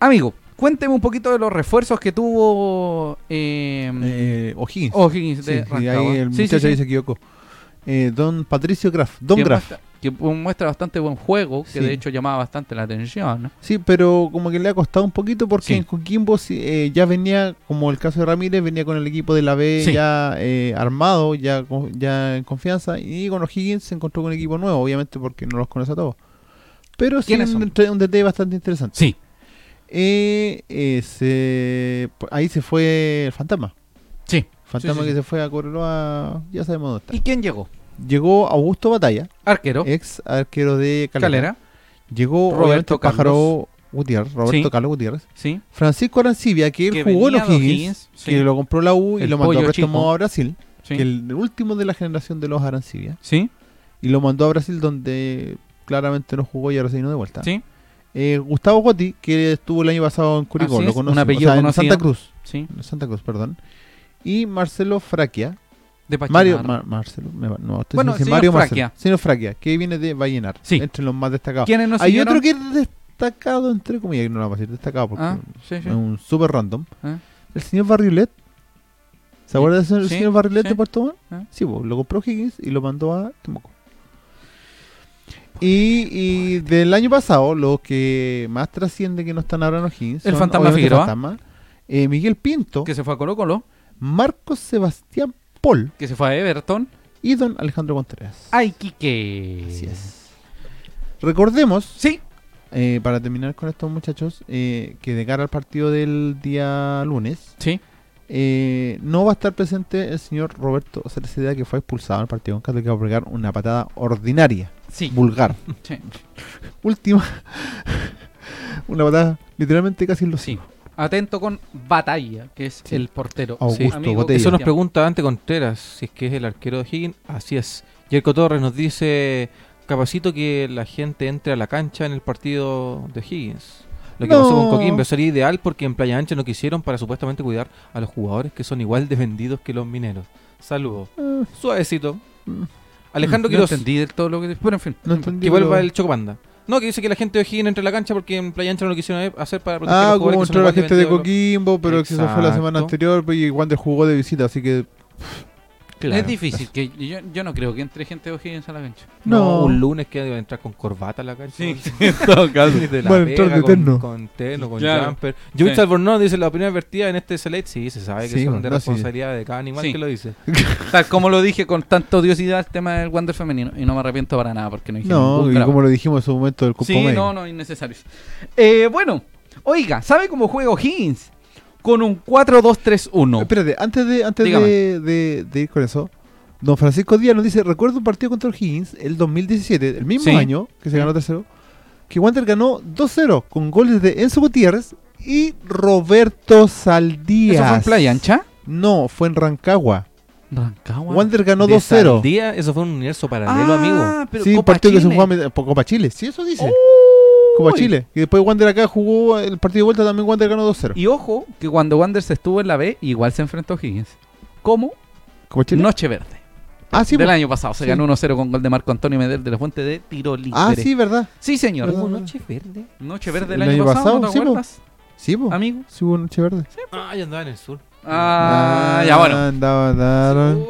Speaker 1: Amigo, cuénteme un poquito de los refuerzos que tuvo eh,
Speaker 2: Eh, O'Higgins.
Speaker 1: O'Higgins
Speaker 2: Sí,
Speaker 1: Oh, de
Speaker 2: y
Speaker 1: Rancagua.
Speaker 2: ahí el
Speaker 1: Sí, sí,
Speaker 2: muchacho
Speaker 1: sí.
Speaker 2: ahí se equivocó. Eh, don Patricio Graf. Don
Speaker 1: que
Speaker 2: Graf.
Speaker 1: muestra, que muestra bastante buen juego, que
Speaker 2: Sí.
Speaker 1: de hecho llamaba bastante la atención.
Speaker 2: Sí, pero como que le ha costado un poquito porque
Speaker 1: Sí.
Speaker 2: en Coquimbo sí, eh, ya venía, como el caso de Ramírez, venía con el equipo de la B
Speaker 1: Sí.
Speaker 2: ya eh, armado, ya, con- ya en confianza. Y con los Higgins se encontró con un equipo nuevo, obviamente porque no los conoce a todos. Pero sí,
Speaker 1: ¿Quiénes
Speaker 2: un,
Speaker 1: son?
Speaker 2: tre- un DT bastante interesante.
Speaker 1: Sí.
Speaker 2: Eh, eh, se- p- ahí se fue el fantasma.
Speaker 1: Sí.
Speaker 2: Fantasma
Speaker 1: sí,
Speaker 2: que
Speaker 1: sí.
Speaker 2: se fue a Cobreloa, ya sabemos dónde
Speaker 1: ¿Y
Speaker 2: está.
Speaker 1: quién llegó?
Speaker 2: Llegó Augusto Batalla,
Speaker 1: Arquero,
Speaker 2: ex arquero de Eh, Calera.
Speaker 1: Calera,
Speaker 2: Llegó
Speaker 1: Roberto
Speaker 2: Roberto
Speaker 1: Carlos.
Speaker 2: Pájaro Gutiérrez, Roberto
Speaker 1: Sí.
Speaker 2: Carlos Gutiérrez.
Speaker 1: sí.
Speaker 2: Francisco Arancibia, que él
Speaker 1: Que
Speaker 2: jugó en
Speaker 1: venía de
Speaker 2: O'Higgins,
Speaker 1: O'Higgins, sí.
Speaker 2: que lo compró la U y
Speaker 1: El
Speaker 2: lo mandó a
Speaker 1: pollo
Speaker 2: préstamo
Speaker 1: chico.
Speaker 2: a Brasil,
Speaker 1: sí.
Speaker 2: que el último de la generación de los Arancibia,
Speaker 1: Sí,
Speaker 2: y lo mandó a Brasil donde claramente no jugó y ahora se vino de vuelta.
Speaker 1: sí,
Speaker 2: Eh, Gustavo Gotti, que estuvo el año pasado en Curicó,
Speaker 1: Así
Speaker 2: lo
Speaker 1: es, un
Speaker 2: conoce,
Speaker 1: apellido
Speaker 2: en
Speaker 1: conocido.
Speaker 2: Santa Cruz,
Speaker 1: sí.
Speaker 2: en Santa Cruz, perdón. Y Marcelo Fraquia,
Speaker 1: De Pachuca.
Speaker 2: Mario Mar- Marcelo, me va- no, estoy
Speaker 1: Bueno,
Speaker 2: diciendo
Speaker 1: señor
Speaker 2: Mario
Speaker 1: Fraquia.
Speaker 2: Marcelo, señor Fraquia, que viene de Vallenar,
Speaker 1: Sí.
Speaker 2: entre los más destacados.
Speaker 1: ¿Quiénes nos
Speaker 2: Hay
Speaker 1: siguieron?
Speaker 2: otro que es destacado, entre comillas, que no lo vamos a decir destacado porque
Speaker 1: Ah, sí, sí.
Speaker 2: es un super random.
Speaker 1: Ah.
Speaker 2: El señor Barriolet. ¿Se
Speaker 1: Sí,
Speaker 2: acuerda del
Speaker 1: sí,
Speaker 2: señor Barriolet
Speaker 1: sí.
Speaker 2: de Puerto Montt?
Speaker 1: Ah.
Speaker 2: Sí, po, lo compró Higgins y lo mandó a Temuco. Y, y del año pasado, los que más trasciende que no están ahora en los Higgins.
Speaker 1: El
Speaker 2: son,
Speaker 1: fantasma
Speaker 2: obviamente,
Speaker 1: Figueroa.
Speaker 2: Fantasma, eh, Miguel Pinto,
Speaker 1: Que se fue a Colo Colo,
Speaker 2: Marcos Sebastián Paul
Speaker 1: que se fue a Everton.
Speaker 2: y don Alejandro Contreras.
Speaker 1: ¡Ay, Quique!
Speaker 2: Así es. Recordemos,
Speaker 1: Sí,
Speaker 2: eh, para terminar con estos muchachos, eh, que de cara al partido del día lunes,
Speaker 1: sí.
Speaker 2: eh, no va a estar presente el señor Roberto Cerceda, que fue expulsado en el partido con Católica por pegar una patada ordinaria,
Speaker 1: Sí.
Speaker 2: vulgar,
Speaker 1: Sí.
Speaker 2: última, Una patada literalmente casi en los
Speaker 1: Sí. Atento con Batalla, que es
Speaker 2: Sí.
Speaker 1: el portero.
Speaker 2: Augusto
Speaker 3: Sí,
Speaker 1: amigo
Speaker 2: Botella.
Speaker 3: Eso nos
Speaker 1: Cristian.
Speaker 3: pregunta Dante Contreras, si es que es el arquero de Higgins. Así es. Jerko Torres nos dice, capacito que la gente entre a la cancha en el partido de Higgins. Lo que
Speaker 2: No.
Speaker 3: pasó con Coquimbo sería ideal porque en Playa Ancha no quisieron para supuestamente cuidar a los jugadores que son igual de vendidos que los mineros. Saludos.
Speaker 2: Ah,
Speaker 3: Suavecito.
Speaker 2: Mm.
Speaker 3: Alejandro
Speaker 1: No
Speaker 3: Quiroz,
Speaker 1: entendí del todo lo que... Bueno, en fin.
Speaker 2: no entendí.
Speaker 3: que vuelva
Speaker 2: pero-
Speaker 3: el Chocopanda. No, que dice que la gente de Higgins entre a la cancha porque en Playa Ancha no lo quisieron hacer para proteger a
Speaker 2: Ah,
Speaker 3: los
Speaker 2: como
Speaker 3: jugadores que son
Speaker 2: entró la
Speaker 3: igual de
Speaker 2: gente de
Speaker 3: vendidos que los-
Speaker 2: Coquimbo, pero que eso fue la semana
Speaker 3: Exacto.
Speaker 2: anterior pues, y Wander jugó de visita, así que
Speaker 3: Claro.
Speaker 1: Es difícil, que yo, yo no creo que entre gente de O'Higgins a la cancha.
Speaker 3: No,
Speaker 2: No.
Speaker 3: un lunes que debe entrar con corbata a la cancha.
Speaker 1: en todo caso.
Speaker 3: De la
Speaker 2: Bueno, entrar
Speaker 3: Vega
Speaker 2: de
Speaker 3: con-
Speaker 2: terno.
Speaker 3: Con terno, con
Speaker 1: Claro.
Speaker 3: jumper.
Speaker 1: Sí.
Speaker 3: Jovic Albornoz dice la opinión vertida en este select. Sí, se sabe que
Speaker 2: Sí,
Speaker 3: son de
Speaker 2: no, sí.
Speaker 3: responsabilidad de cada animal
Speaker 1: Sí.
Speaker 3: que lo dice.
Speaker 1: Tal como lo dije con tanta odiosidad el tema del Wander femenino. Y no me arrepiento para nada porque no dije
Speaker 2: no,
Speaker 1: ningún
Speaker 2: y
Speaker 1: trabajo.
Speaker 2: como lo dijimos en su momento del Copa
Speaker 1: Sí, no, no, innecesarios. Eh, bueno, oiga, ¿sabe cómo juega O'Higgins? Con un 4-2-3-1.
Speaker 2: Espérate, antes de antes
Speaker 1: Dígame.
Speaker 2: de, de- de ir con eso, don Francisco Díaz nos dice, recuerdo un partido contra el Higgins, el 2017, el mismo
Speaker 1: Sí.
Speaker 2: año que se ganó tercero, que Wander ganó 2-0 con goles de Enzo Gutiérrez y Roberto Saldías.
Speaker 1: ¿Eso fue en Playa Ancha?
Speaker 2: No, fue en Rancagua.
Speaker 1: Rancagua.
Speaker 2: Wander ganó
Speaker 3: De
Speaker 2: 2-0. Ah.
Speaker 3: Saldía, eso fue un universo paralelo, amigo.
Speaker 1: pero
Speaker 2: Sí, un
Speaker 1: Copa
Speaker 2: partido que se
Speaker 1: Chile.
Speaker 2: jugó a med- por Copa Chile, sí, eso dice. Copa
Speaker 1: Uy.
Speaker 2: Chile. Y después Wander acá jugó el partido de vuelta, también Wander ganó 2-0.
Speaker 1: Y ojo, que cuando Wander se estuvo en la B, igual se enfrentó a O'Higgins. ¿Cómo?
Speaker 2: Copa Chile.
Speaker 1: Noche Verde.
Speaker 2: ah, sí,
Speaker 1: del
Speaker 2: po-
Speaker 1: año pasado. Se
Speaker 2: Sí.
Speaker 1: ganó 1-0 con gol de Marco Antonio Medel de la Fuente de tiro libre.
Speaker 2: ah, sí, verdad.
Speaker 1: Sí, señor.
Speaker 2: ¿Verdad?
Speaker 3: Hubo noche verde.
Speaker 1: Noche Verde
Speaker 2: Sí,
Speaker 1: del año, pasado, ¿no te
Speaker 2: sí, pues. po.
Speaker 1: acuerdas,
Speaker 2: Sí, po.
Speaker 1: amigo?
Speaker 2: Sí, hubo noche verde.
Speaker 3: Ah, yo andaba en el sur.
Speaker 1: Ah, ya bueno.
Speaker 2: Andaba, andaron.
Speaker 3: Uy,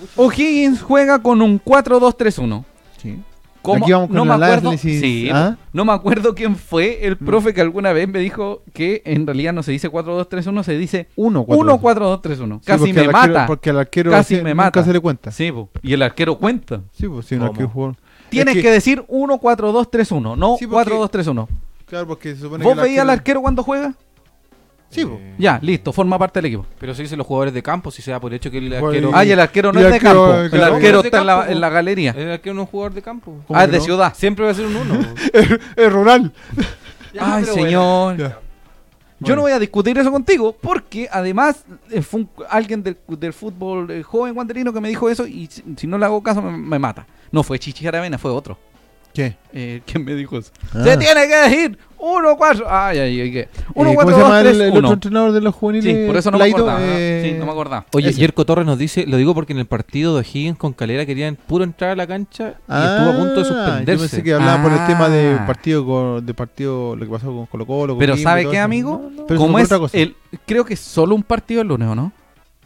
Speaker 3: pucha.
Speaker 1: O'Higgins juega con un 4-2-3-1.
Speaker 2: Sí.
Speaker 1: ¿Cómo?
Speaker 2: Aquí vamos con
Speaker 1: no me
Speaker 2: el
Speaker 1: acuerdo.
Speaker 2: análisis.
Speaker 1: Sí, pues.
Speaker 2: ¿Ah? Mm.
Speaker 1: No me acuerdo quién fue el profe que alguna vez me dijo que en realidad no se dice 4-2-3-1, se dice
Speaker 2: 1
Speaker 1: 1-4-2-3-1. Casi me mata.
Speaker 2: Porque al arquero
Speaker 1: Casi
Speaker 2: sí,
Speaker 1: me
Speaker 2: nunca
Speaker 1: mata.
Speaker 2: se le cuenta.
Speaker 1: Sí, po. y el arquero cuenta.
Speaker 2: Sí, pues sí, un
Speaker 3: ¿Cómo?
Speaker 2: arquero jugó.
Speaker 1: Tienes
Speaker 2: Es
Speaker 1: que...
Speaker 2: que-
Speaker 1: decir 1-4-2-3-1, no
Speaker 2: Sí, porque-
Speaker 1: 4-2-3-1.
Speaker 2: Claro, porque se supone
Speaker 1: ¿Vos
Speaker 2: que.
Speaker 1: veías al arquero cuando juega?
Speaker 2: Sí, pues,
Speaker 3: Eh,
Speaker 2: po.
Speaker 1: Ya, listo, forma parte del equipo.
Speaker 3: Pero se dice los jugadores de campo, si se da por hecho que el
Speaker 2: Bueno,
Speaker 3: arquero.
Speaker 1: Ah, y el arquero no
Speaker 2: y
Speaker 1: es
Speaker 2: el
Speaker 1: de
Speaker 2: arquero-
Speaker 1: campo.
Speaker 2: el
Speaker 1: El
Speaker 2: arquero-
Speaker 1: arquero
Speaker 3: es de
Speaker 1: está en la,
Speaker 3: campo,
Speaker 1: en la galería.
Speaker 3: El arquero no es un jugador de campo.
Speaker 2: ¿Cómo
Speaker 1: Ah,
Speaker 2: que
Speaker 1: es de
Speaker 2: no?
Speaker 1: ciudad.
Speaker 3: Siempre va a ser un uno.
Speaker 2: Es rural.
Speaker 3: Ya,
Speaker 1: Ay,
Speaker 3: pero
Speaker 1: señor.
Speaker 2: Ya.
Speaker 1: Yo no voy a discutir eso contigo porque además eh, fue un- alguien del, del fútbol eh, joven guanderino que me dijo eso y si, si no le hago caso me, me mata. No fue Chichi Aravena, fue otro.
Speaker 2: ¿Qué?
Speaker 1: Eh, ¿Quién me dijo eso?
Speaker 2: Ah.
Speaker 1: Se tiene que decir 1 4 Ay, ay, ay. ¿qué?
Speaker 2: Eh,
Speaker 1: 1
Speaker 2: ¿Cómo
Speaker 1: 4
Speaker 2: se
Speaker 1: 2
Speaker 2: llama el,
Speaker 1: 3
Speaker 2: el otro
Speaker 1: 1.
Speaker 2: entrenador de los juveniles?
Speaker 1: Sí, por eso no me
Speaker 2: Laito,
Speaker 1: acordaba.
Speaker 2: eh,
Speaker 1: Sí, no me acordaba.
Speaker 3: Oye,
Speaker 2: Ese.
Speaker 3: Jerko Torres nos dice, lo digo porque en el partido de Higgins con Calera querían puro entrar a la cancha y estuvo a punto
Speaker 2: Ah,
Speaker 3: de
Speaker 2: Yo pensé
Speaker 3: suspenderse.
Speaker 2: que hablaba por el tema de
Speaker 1: Ah.
Speaker 2: partido, con, de partido, lo que pasó con Colo Colo.
Speaker 1: Pero ¿sabe qué, amigo? Como es el, creo que es solo un partido el lunes, ¿o no?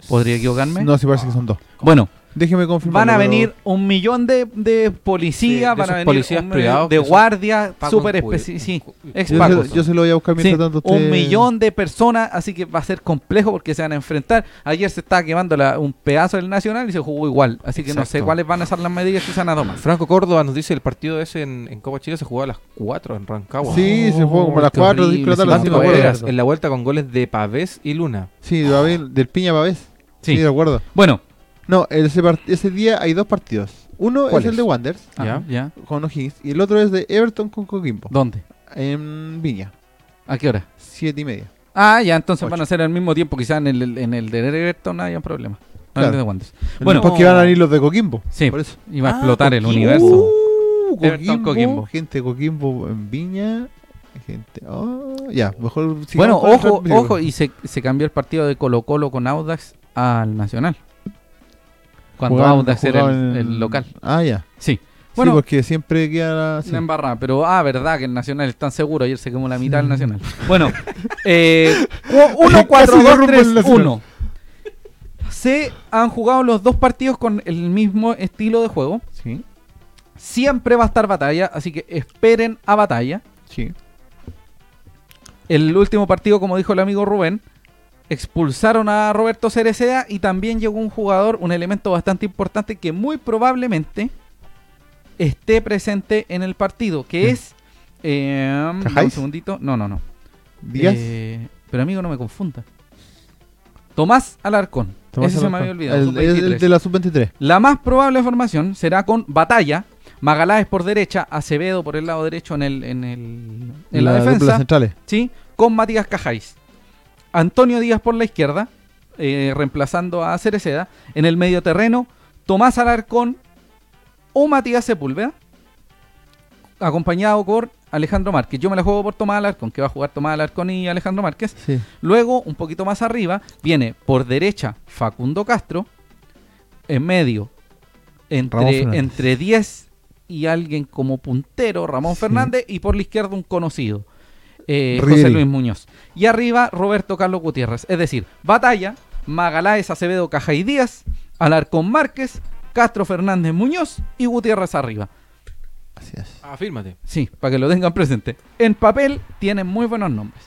Speaker 1: ¿Podría equivocarme?
Speaker 2: No, sí parece que son dos.
Speaker 1: Bueno,
Speaker 2: Déjeme confirmar.
Speaker 1: Van a venir un millón de, de policías,
Speaker 3: Sí, de
Speaker 1: van a
Speaker 3: esos
Speaker 1: venir
Speaker 3: policías
Speaker 1: un-
Speaker 3: privados
Speaker 1: de
Speaker 3: que son
Speaker 1: guardia,
Speaker 3: pagos
Speaker 1: súper
Speaker 3: en cu-
Speaker 1: específicos. Sí,
Speaker 3: en cu-
Speaker 1: ex
Speaker 2: Yo
Speaker 1: pagos.
Speaker 2: se, yo se lo voy a buscar
Speaker 1: Sí,
Speaker 2: mientras tanto usted.
Speaker 1: un millón de personas, así que va a ser complejo porque se van a enfrentar. Ayer se estaba quemando la- un pedazo del Nacional y se jugó igual, así que no sé
Speaker 3: Exacto.
Speaker 1: cuáles van a ser las medidas que se van a tomar.
Speaker 3: Franco Córdoba nos dice el partido ese en, en Copa Chile se jugaba a las 4 en Rancagua.
Speaker 2: Sí, se fue como a las
Speaker 1: qué
Speaker 2: 4
Speaker 1: horrible,
Speaker 2: de la
Speaker 1: sí,
Speaker 2: tarde. sí,
Speaker 1: me
Speaker 2: me
Speaker 3: Lástima
Speaker 1: acuerdo.
Speaker 2: acuerdo.
Speaker 3: Contreras, en la vuelta con goles de Pavés y Luna.
Speaker 2: Sí, de Babel- del Piña Pavés. Sí.
Speaker 1: Sí.
Speaker 2: de acuerdo.
Speaker 1: Bueno,
Speaker 2: No, ese, part- ese día hay dos partidos. Uno
Speaker 3: ¿Cuál
Speaker 2: es el
Speaker 3: es?
Speaker 2: de Wanders
Speaker 3: Ya.
Speaker 1: ah, ya.
Speaker 2: con O'Higgins y el otro es de Everton con Coquimbo.
Speaker 1: ¿Dónde?
Speaker 2: En Viña,
Speaker 1: ¿A qué hora?
Speaker 2: siete y media.
Speaker 1: Ah, ya, entonces
Speaker 2: Ocho.
Speaker 1: van a ser al mismo tiempo, quizás en el, en el de Everton haya un problema. No en el
Speaker 2: Claro.
Speaker 1: de Wanderers. Bueno,
Speaker 2: porque van a venir los de Coquimbo.
Speaker 1: Sí,
Speaker 2: por eso.
Speaker 1: y va a
Speaker 3: Ah,
Speaker 1: explotar el
Speaker 3: Coquimbo.
Speaker 1: universo.
Speaker 2: Uh,
Speaker 1: Everton,
Speaker 2: Coquimbo,
Speaker 1: Coquimbo.
Speaker 2: Gente de Coquimbo en Viña. Gente. oh, ya, mejor. sigamos
Speaker 1: Bueno,
Speaker 2: con el
Speaker 1: ojo,
Speaker 2: transmisión.
Speaker 1: ojo, y se, se cambió el partido de Colo Colo con Audax al Nacional. Cuando
Speaker 2: Jugaban-
Speaker 1: Audax era el,
Speaker 2: jugaban en-
Speaker 1: el local.
Speaker 2: Ah, ya.
Speaker 1: Sí.
Speaker 2: sí,
Speaker 1: Bueno,
Speaker 2: porque siempre queda. la- sí.
Speaker 1: la embarrada, pero ah, verdad que el Nacional es tan seguro, ayer se quemó la mitad del Nacional. Bueno, eh, 1 4
Speaker 2: Casi
Speaker 1: 2
Speaker 2: derrumba el
Speaker 1: 3
Speaker 2: Nacional.
Speaker 1: 1. Se han jugado los dos partidos con el mismo estilo de juego.
Speaker 2: Sí,
Speaker 1: Siempre va a estar batalla, así que esperen a batalla.
Speaker 2: sí.
Speaker 1: El último partido, como dijo el amigo Rubén, expulsaron a Roberto Cereceda y también llegó un jugador, un elemento bastante importante que muy probablemente esté presente en el partido, que
Speaker 2: Mm.
Speaker 1: es... eh,
Speaker 2: ¿Cajáis?
Speaker 1: dame un segundito. No, no, no.
Speaker 2: Díaz.
Speaker 1: Eh, pero amigo, no me confunda. Tomás Alarcón.
Speaker 2: Tomás
Speaker 1: Ese se me
Speaker 2: Alarcón.
Speaker 1: había olvidado.
Speaker 2: El, el- el
Speaker 1: sub-23.
Speaker 2: de la sub-23.
Speaker 1: La más probable formación será con Batalla, Magaláes por derecha, Acevedo por el lado derecho en, el, en, el, en la,
Speaker 2: Las duplas
Speaker 1: defensa,
Speaker 2: centrales.
Speaker 1: ¿sí? con Matías Cajáis. Antonio Díaz por la izquierda, eh, reemplazando a Cereceda. En el medio terreno, Tomás Alarcón o Matías Sepúlveda, acompañado por Alejandro Márquez. Yo me la juego por Tomás Alarcón, que va a jugar Tomás Alarcón y Alejandro Márquez.
Speaker 2: Sí.
Speaker 1: Luego, un poquito más arriba, viene por derecha Facundo Castro. En medio,
Speaker 2: Ramón
Speaker 1: entre,
Speaker 2: Fernández.
Speaker 1: entre 10 y alguien como puntero, Ramón
Speaker 2: Sí.
Speaker 1: Fernández. Y por la izquierda, un conocido, eh,
Speaker 2: Ribery.
Speaker 1: José Luis Muñoz. Y arriba, Roberto Carlos Gutiérrez. Es decir, Batalla, Magaláes, Acevedo, Caja y Díaz, Alarcón Márquez, Castro Fernández Muñoz y Gutiérrez arriba.
Speaker 2: Así es.
Speaker 3: Afírmate.
Speaker 1: Sí, para que lo tengan presente. En papel tienen muy buenos nombres.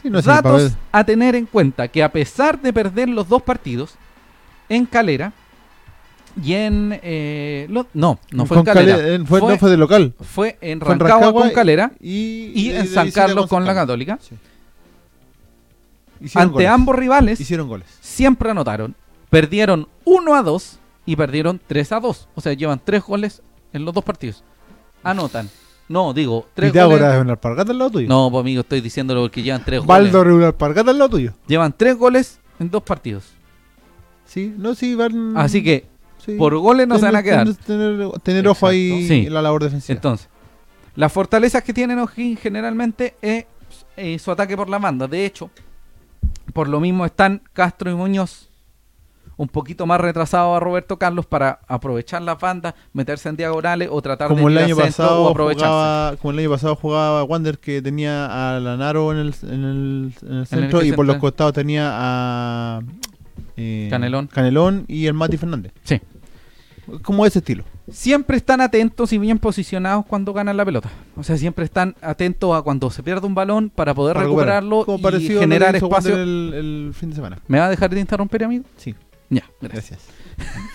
Speaker 2: Sí, no es el
Speaker 1: Datos
Speaker 2: papel.
Speaker 1: a tener en cuenta que a pesar de perder los dos partidos en Calera y en eh, lo- no no fue en
Speaker 2: Con
Speaker 1: Calera,
Speaker 2: Cale- en-
Speaker 1: fue,
Speaker 2: fue, no fue de local.
Speaker 1: fue en
Speaker 2: Fue en
Speaker 1: Rancagua,
Speaker 2: Rancagua
Speaker 1: con
Speaker 2: y-
Speaker 1: Calera
Speaker 2: Y,
Speaker 1: y
Speaker 2: de-
Speaker 1: en
Speaker 2: de
Speaker 1: San
Speaker 2: visita
Speaker 1: Carlos con la
Speaker 2: San Carlos.
Speaker 1: Católica
Speaker 2: Sí. Hicieron
Speaker 1: ante
Speaker 2: goles.
Speaker 1: ambos rivales
Speaker 2: Hicieron goles.
Speaker 1: siempre anotaron perdieron 1 a 2 y perdieron 3 a 2 o sea llevan 3 goles en los dos partidos anotan no digo 3
Speaker 2: Pitágoras
Speaker 1: goles
Speaker 2: es una alpargata al lado tuyo.
Speaker 1: no pues, amigo estoy diciéndolo porque llevan 3 goles
Speaker 2: Baldo es una alpargata al lado tuyo.
Speaker 1: llevan 3 goles en dos partidos
Speaker 2: Sí, no, sí, van.
Speaker 1: así que
Speaker 2: sí.
Speaker 1: por goles no se van a quedar
Speaker 2: Tener, tener- tener ojo ahí
Speaker 1: Exacto. Sí.
Speaker 2: en la labor defensiva.
Speaker 1: Entonces, las fortalezas que tienen O'Higgins generalmente es eh, su ataque por la banda. De hecho, por lo mismo están Castro y Muñoz. Un poquito más retrasado a Roberto Carlos para aprovechar las bandas, meterse en diagonales o tratar
Speaker 2: como el
Speaker 1: de ir al
Speaker 2: año
Speaker 1: centro o
Speaker 2: pasado
Speaker 1: aprovecharse.
Speaker 2: jugaba, como el año pasado jugaba Wander que tenía a Lanaro en el, en el, en el centro y
Speaker 1: eje
Speaker 2: por los
Speaker 1: central.
Speaker 2: costados tenía a eh,
Speaker 1: Canelón.
Speaker 2: Canelón y el Mati Fernández.
Speaker 1: Sí.
Speaker 2: Como ese estilo.
Speaker 1: Siempre están atentos y bien posicionados cuando ganan la pelota. O sea, siempre están atentos a cuando se pierde un balón para poder
Speaker 2: Para recuperar.
Speaker 1: recuperarlo
Speaker 2: Como
Speaker 1: y
Speaker 2: parecido a lo que
Speaker 1: generar
Speaker 2: hizo
Speaker 1: espacio.
Speaker 2: Wander el, el fin de semana.
Speaker 1: ¿Me va a dejar de interrumpir, amigo?
Speaker 2: Sí,
Speaker 1: Ya, gracias.
Speaker 2: gracias.